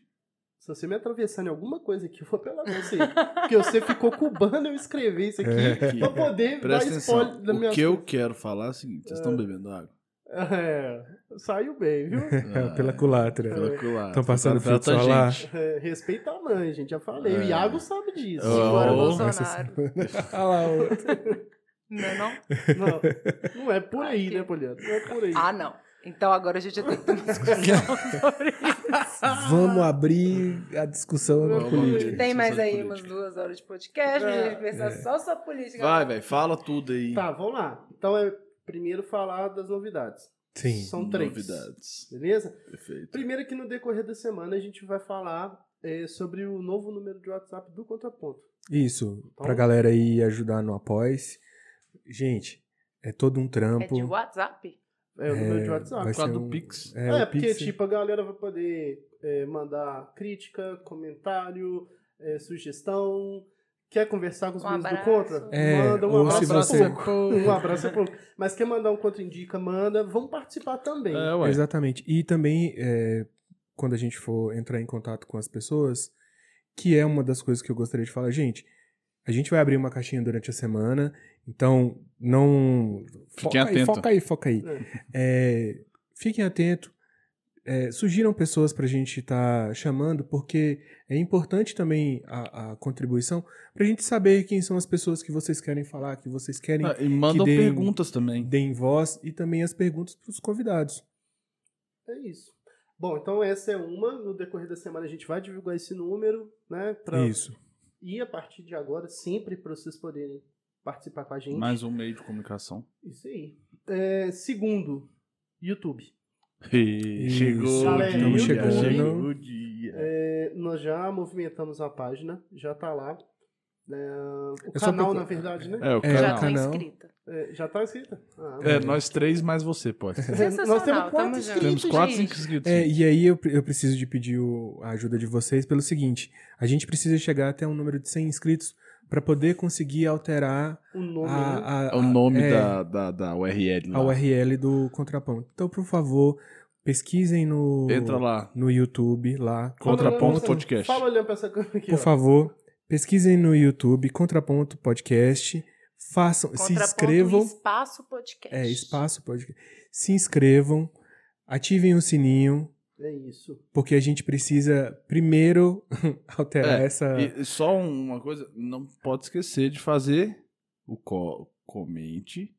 S3: Se você me atravessar em alguma coisa aqui, eu vou apelar pra você. Porque você ficou cubano eu escrevi isso aqui
S5: É.
S4: que-
S3: pra poder
S4: Presta
S3: dar
S4: atenção.
S3: spoiler da minha.
S4: O que eu quero falar é o seguinte: vocês estão bebendo água?
S3: É, saiu bem, viu?
S4: Ah,
S5: Pela culatra.
S4: Pela culatra.
S5: Estão passando
S4: Tanta
S5: filtro solar.
S4: gente.
S3: É, respeita a mãe, gente, já falei.
S5: É.
S3: O Iago sabe disso.
S4: Oh.
S6: Fora o
S4: Oh.
S6: Bolsonaro.
S5: Olha lá, o-
S6: Não é não?
S3: Não, não é por aí, né, Poliana? Não é por aí.
S6: Ah, não. Então agora a gente já tem que ter uma discussão sobre isso.
S5: Vamos abrir a discussão
S3: Vamos
S5: na
S3: abrir.
S5: política.
S6: Tem mais
S4: Discussão de
S6: aí umas
S4: política.
S6: duas horas de podcast, a gente vai pensar só sobre política. É
S4: Vai, velho, fala tudo aí.
S3: Tá, vamos lá. Então é primeiro falar das novidades.
S5: Sim.
S3: São três.
S4: Novidades.
S3: Beleza?
S4: Perfeito.
S3: Primeiro que no decorrer da semana a gente vai falar é, sobre o novo número de WhatsApp do Contraponto.
S5: Isso, pra
S3: Então-
S5: galera aí ajudar no Após. Gente, é todo um
S6: É de
S5: trampo.
S6: WhatsApp?
S3: É o número de WhatsApp.
S5: vai
S4: Por causa
S5: ser
S4: do
S5: um-
S4: Pix.
S5: É,
S3: É,
S5: o
S3: porque,
S5: Pix-
S3: tipo, a galera vai poder é, mandar crítica, comentário, é, sugestão, Quer conversar com os
S6: Um
S3: meninos do
S6: abraço.
S3: Contra?
S5: É,
S3: manda um
S5: ou
S3: abraço.
S5: se você-
S3: é pouco. Um abraço é pouco. Mas quer mandar um Contra Indica, manda. Vamos participar também.
S4: É, ué.
S5: Exatamente. E também, é, quando a gente for entrar em contato com as pessoas, que é uma das coisas que eu gostaria de falar, gente, a gente vai abrir uma caixinha durante a semana, então não.
S4: Fiquem
S5: foca aí,
S4: atento.
S5: foca aí, foca aí. É, fiquem atentos. É, sugiram pessoas para a gente estar chamando, porque é importante também a, a contribuição para a gente saber quem são as pessoas que vocês querem falar, que vocês querem
S4: Ah, e mandam
S5: deem-
S4: perguntas também.
S5: deem voz e também as perguntas para os convidados.
S3: É isso. Bom, então essa é uma. No decorrer da semana a gente vai divulgar esse número, né? Pra...
S5: Isso.
S3: E a partir de agora, sempre para vocês poderem participar com a gente.
S4: Mais um meio de comunicação.
S3: Isso aí. É, segundo, YouTube.
S4: Chegou
S3: Galera,
S4: o dia,
S3: estamos
S5: chegando.
S4: chegou o dia.
S3: É, nós já movimentamos a página, já tá lá. É, o
S5: É só
S3: canal,
S5: procurar.
S3: na verdade, né?
S4: É, o
S5: É,
S6: Já
S4: canal.
S6: tô
S5: canal.
S6: inscrita.
S3: É, já tá escrita. Ah,
S4: É, nós três mais você, pode.
S6: Sensacional,
S3: Nós temos quatro
S6: tamo junto.
S3: inscritos,
S4: Temos quatro
S6: gente.
S4: inscritos.
S5: É, e aí eu, pre- eu preciso de pedir o- a ajuda de vocês pelo seguinte: a gente precisa chegar até um número de 100 inscritos para poder conseguir alterar
S3: O nome, né?
S5: a, a-
S4: o nome
S5: é,
S4: da, da, da URL lá.
S5: a URL do Contraponto. Então, por favor, pesquisem no,
S4: Entra lá.
S5: no YouTube lá.
S3: Fala olhando
S4: Contraponto
S3: pra-
S4: Podcast.
S3: Fala olhando pra essa câmera aqui,
S5: Por
S3: ó.
S5: favor, pesquisem no YouTube Contraponto Podcast. Façam, se
S6: Contraponto
S5: inscrevam.
S6: Espaço Podcast.
S5: É, espaço podcast. Se inscrevam, ativem o sininho.
S3: É isso.
S5: Porque a gente precisa primeiro alterar
S4: É,
S5: essa.
S4: E e só uma coisa, não pode esquecer de fazer o co- comente,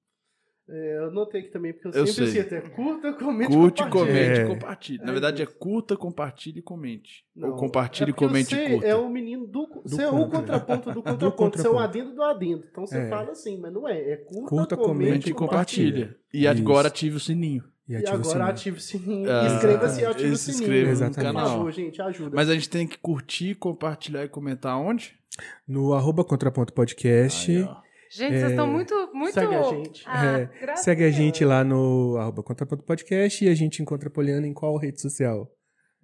S3: É, eu anotei aqui também, porque eu,
S4: Eu
S3: sempre
S4: sei.
S3: esqueço. É curta, comente,
S4: curte,
S3: compartilha.
S4: comente,
S5: É.
S4: compartilhe. Na
S3: É
S4: verdade é curta, compartilhe e comente.
S3: Não,
S4: Ou compartilhe,
S3: é porque
S4: comente
S3: você
S4: e curta.
S3: É o menino do. você é o
S5: contra.
S3: contraponto do contraponto. Você é
S5: né? contraponto.
S3: o adendo do adendo. Então você
S5: É.
S3: fala assim, mas não é. É curta,
S5: Curta,
S4: Comente e
S5: comente compartilha.
S4: compartilha. E
S5: Isso.
S4: agora ative o sininho.
S5: E é
S3: E
S5: tipo assim, ativa o
S3: agora
S5: sininho.
S3: ative o sininho.
S4: Ah,
S3: Inscreva-se e ative o
S4: se
S3: sininho.
S4: inscreva no
S5: Exatamente.
S3: Por
S4: canal.
S3: favor, gente, ajuda.
S4: Mas a gente tem que curtir, compartilhar e comentar onde?
S5: No arroba contraponto podcast.
S4: Aí, ó.
S6: Gente, vocês estão muito, muito...
S3: Segue a gente.
S6: Ah,
S5: É,
S6: graças
S5: Segue a
S6: Deus.
S5: gente lá no arroba contraponto podcast e a gente encontra a Poliana em qual rede social?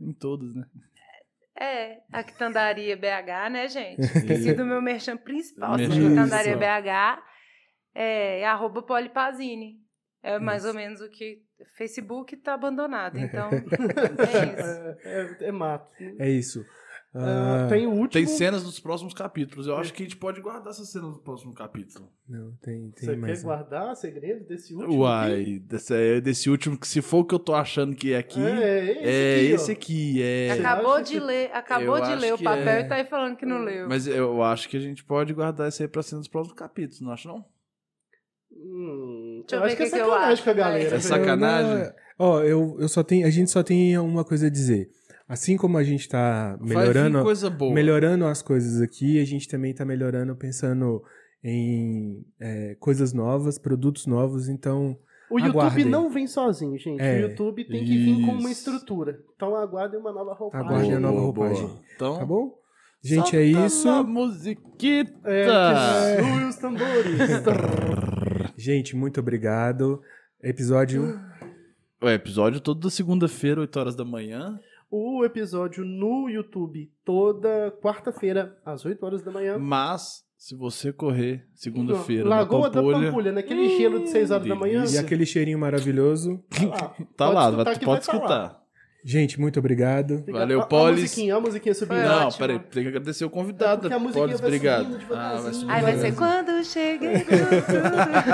S4: Em todos, né?
S3: Tipo
S6: É, a Quitandaria BH, né, gente?
S4: E-
S6: Esqueci do meu merchan principal, assim,
S4: Merchan
S6: Quitandaria
S4: principal.
S6: BH, é, é arroba Polipazine. É mais ou menos o que... Facebook tá abandonado, então é isso.
S3: É, é- é mato.
S5: É isso.
S3: Ah,
S5: Ah,
S3: tem o último.
S4: Tem cenas dos próximos capítulos. Eu acho que a gente pode guardar essas cenas do próximo capítulo.
S5: Não, tem, tem
S3: Você
S5: mais.
S3: quer
S5: um.
S3: guardar segredo desse último? aqui?
S4: Uai, desse, é, desse último, que se for o que eu tô achando que é aqui, é,
S3: É, esse, aqui, ó.
S4: esse aqui, é.
S3: Você
S6: Acabou
S3: acha
S6: de
S3: que-
S6: ler,
S4: Eu
S6: acabou de
S4: acho
S6: ler o
S4: que
S6: papel
S4: é.
S6: e tá aí falando que não leu.
S4: Mas eu acho que a gente pode guardar isso aí pra cena dos próximos capítulos, não acha não?
S3: Hum,
S6: Deixa eu
S3: eu acho
S6: ver
S3: que é
S6: o que que eu
S3: sacanagem
S6: acho.
S3: com a galera.
S6: É
S3: velho.
S4: sacanagem.
S5: Eu, não- ó, eu, eu só tenho. A gente só tem uma coisa a dizer. Assim como a gente tá
S4: Vai vir
S5: melhorando,
S4: coisa boa.
S5: melhorando as coisas aqui, a gente também tá melhorando pensando em é, coisas novas, produtos novos, então
S3: O YouTube
S5: Aguardem.
S3: não vem sozinho, gente.
S5: É.
S3: O YouTube tem que vir com uma
S4: Isso.
S3: estrutura. Então aguardem uma nova roupagem.
S5: Aguardem a nova
S4: Boa,
S5: roupagem.
S4: boa. Então,
S5: tá bom? Gente, é
S4: solta
S5: isso.
S4: A musiquita.
S3: É,
S4: Tá.
S3: que soem os tambores.
S5: Gente, muito obrigado. Episódio
S4: O episódio todo da segunda-feira, 8 horas da manhã.
S3: o episódio no YouTube toda quarta-feira, às 8 horas da manhã.
S4: Mas, se você correr segunda-feira na
S3: Lagoa da
S4: Pampulha,
S3: Pampulha, naquele gelo de 6 horas da manhã.
S5: e aquele cheirinho maravilhoso.
S3: Tá lá.
S4: tá
S3: Pode
S4: lá,
S3: escutar
S4: vai-
S3: que vai
S4: pode
S3: tá lá.
S4: escutar.
S5: Gente, muito obrigado.
S3: Fica-
S4: Valeu,
S3: a-
S4: Polis.
S3: A musiquinha, a musiquinha subindo.
S6: Foi
S4: não,
S6: ótimo.
S4: peraí, tem que agradecer o
S3: É
S4: convidado.
S3: porque a musiquinha
S4: Polis,
S3: vai
S4: obrigado.
S3: subindo devagarzinho.
S4: Ah, vai subir
S6: Aí vai ser
S4: devagarzinho.
S6: quando cheguei tudo.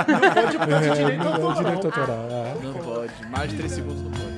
S3: Não pode, pode Tipo, direito
S5: Não,
S3: autoral.
S5: É, direito autoral. ah.
S4: Não pode, mais de 3 segundos não pode.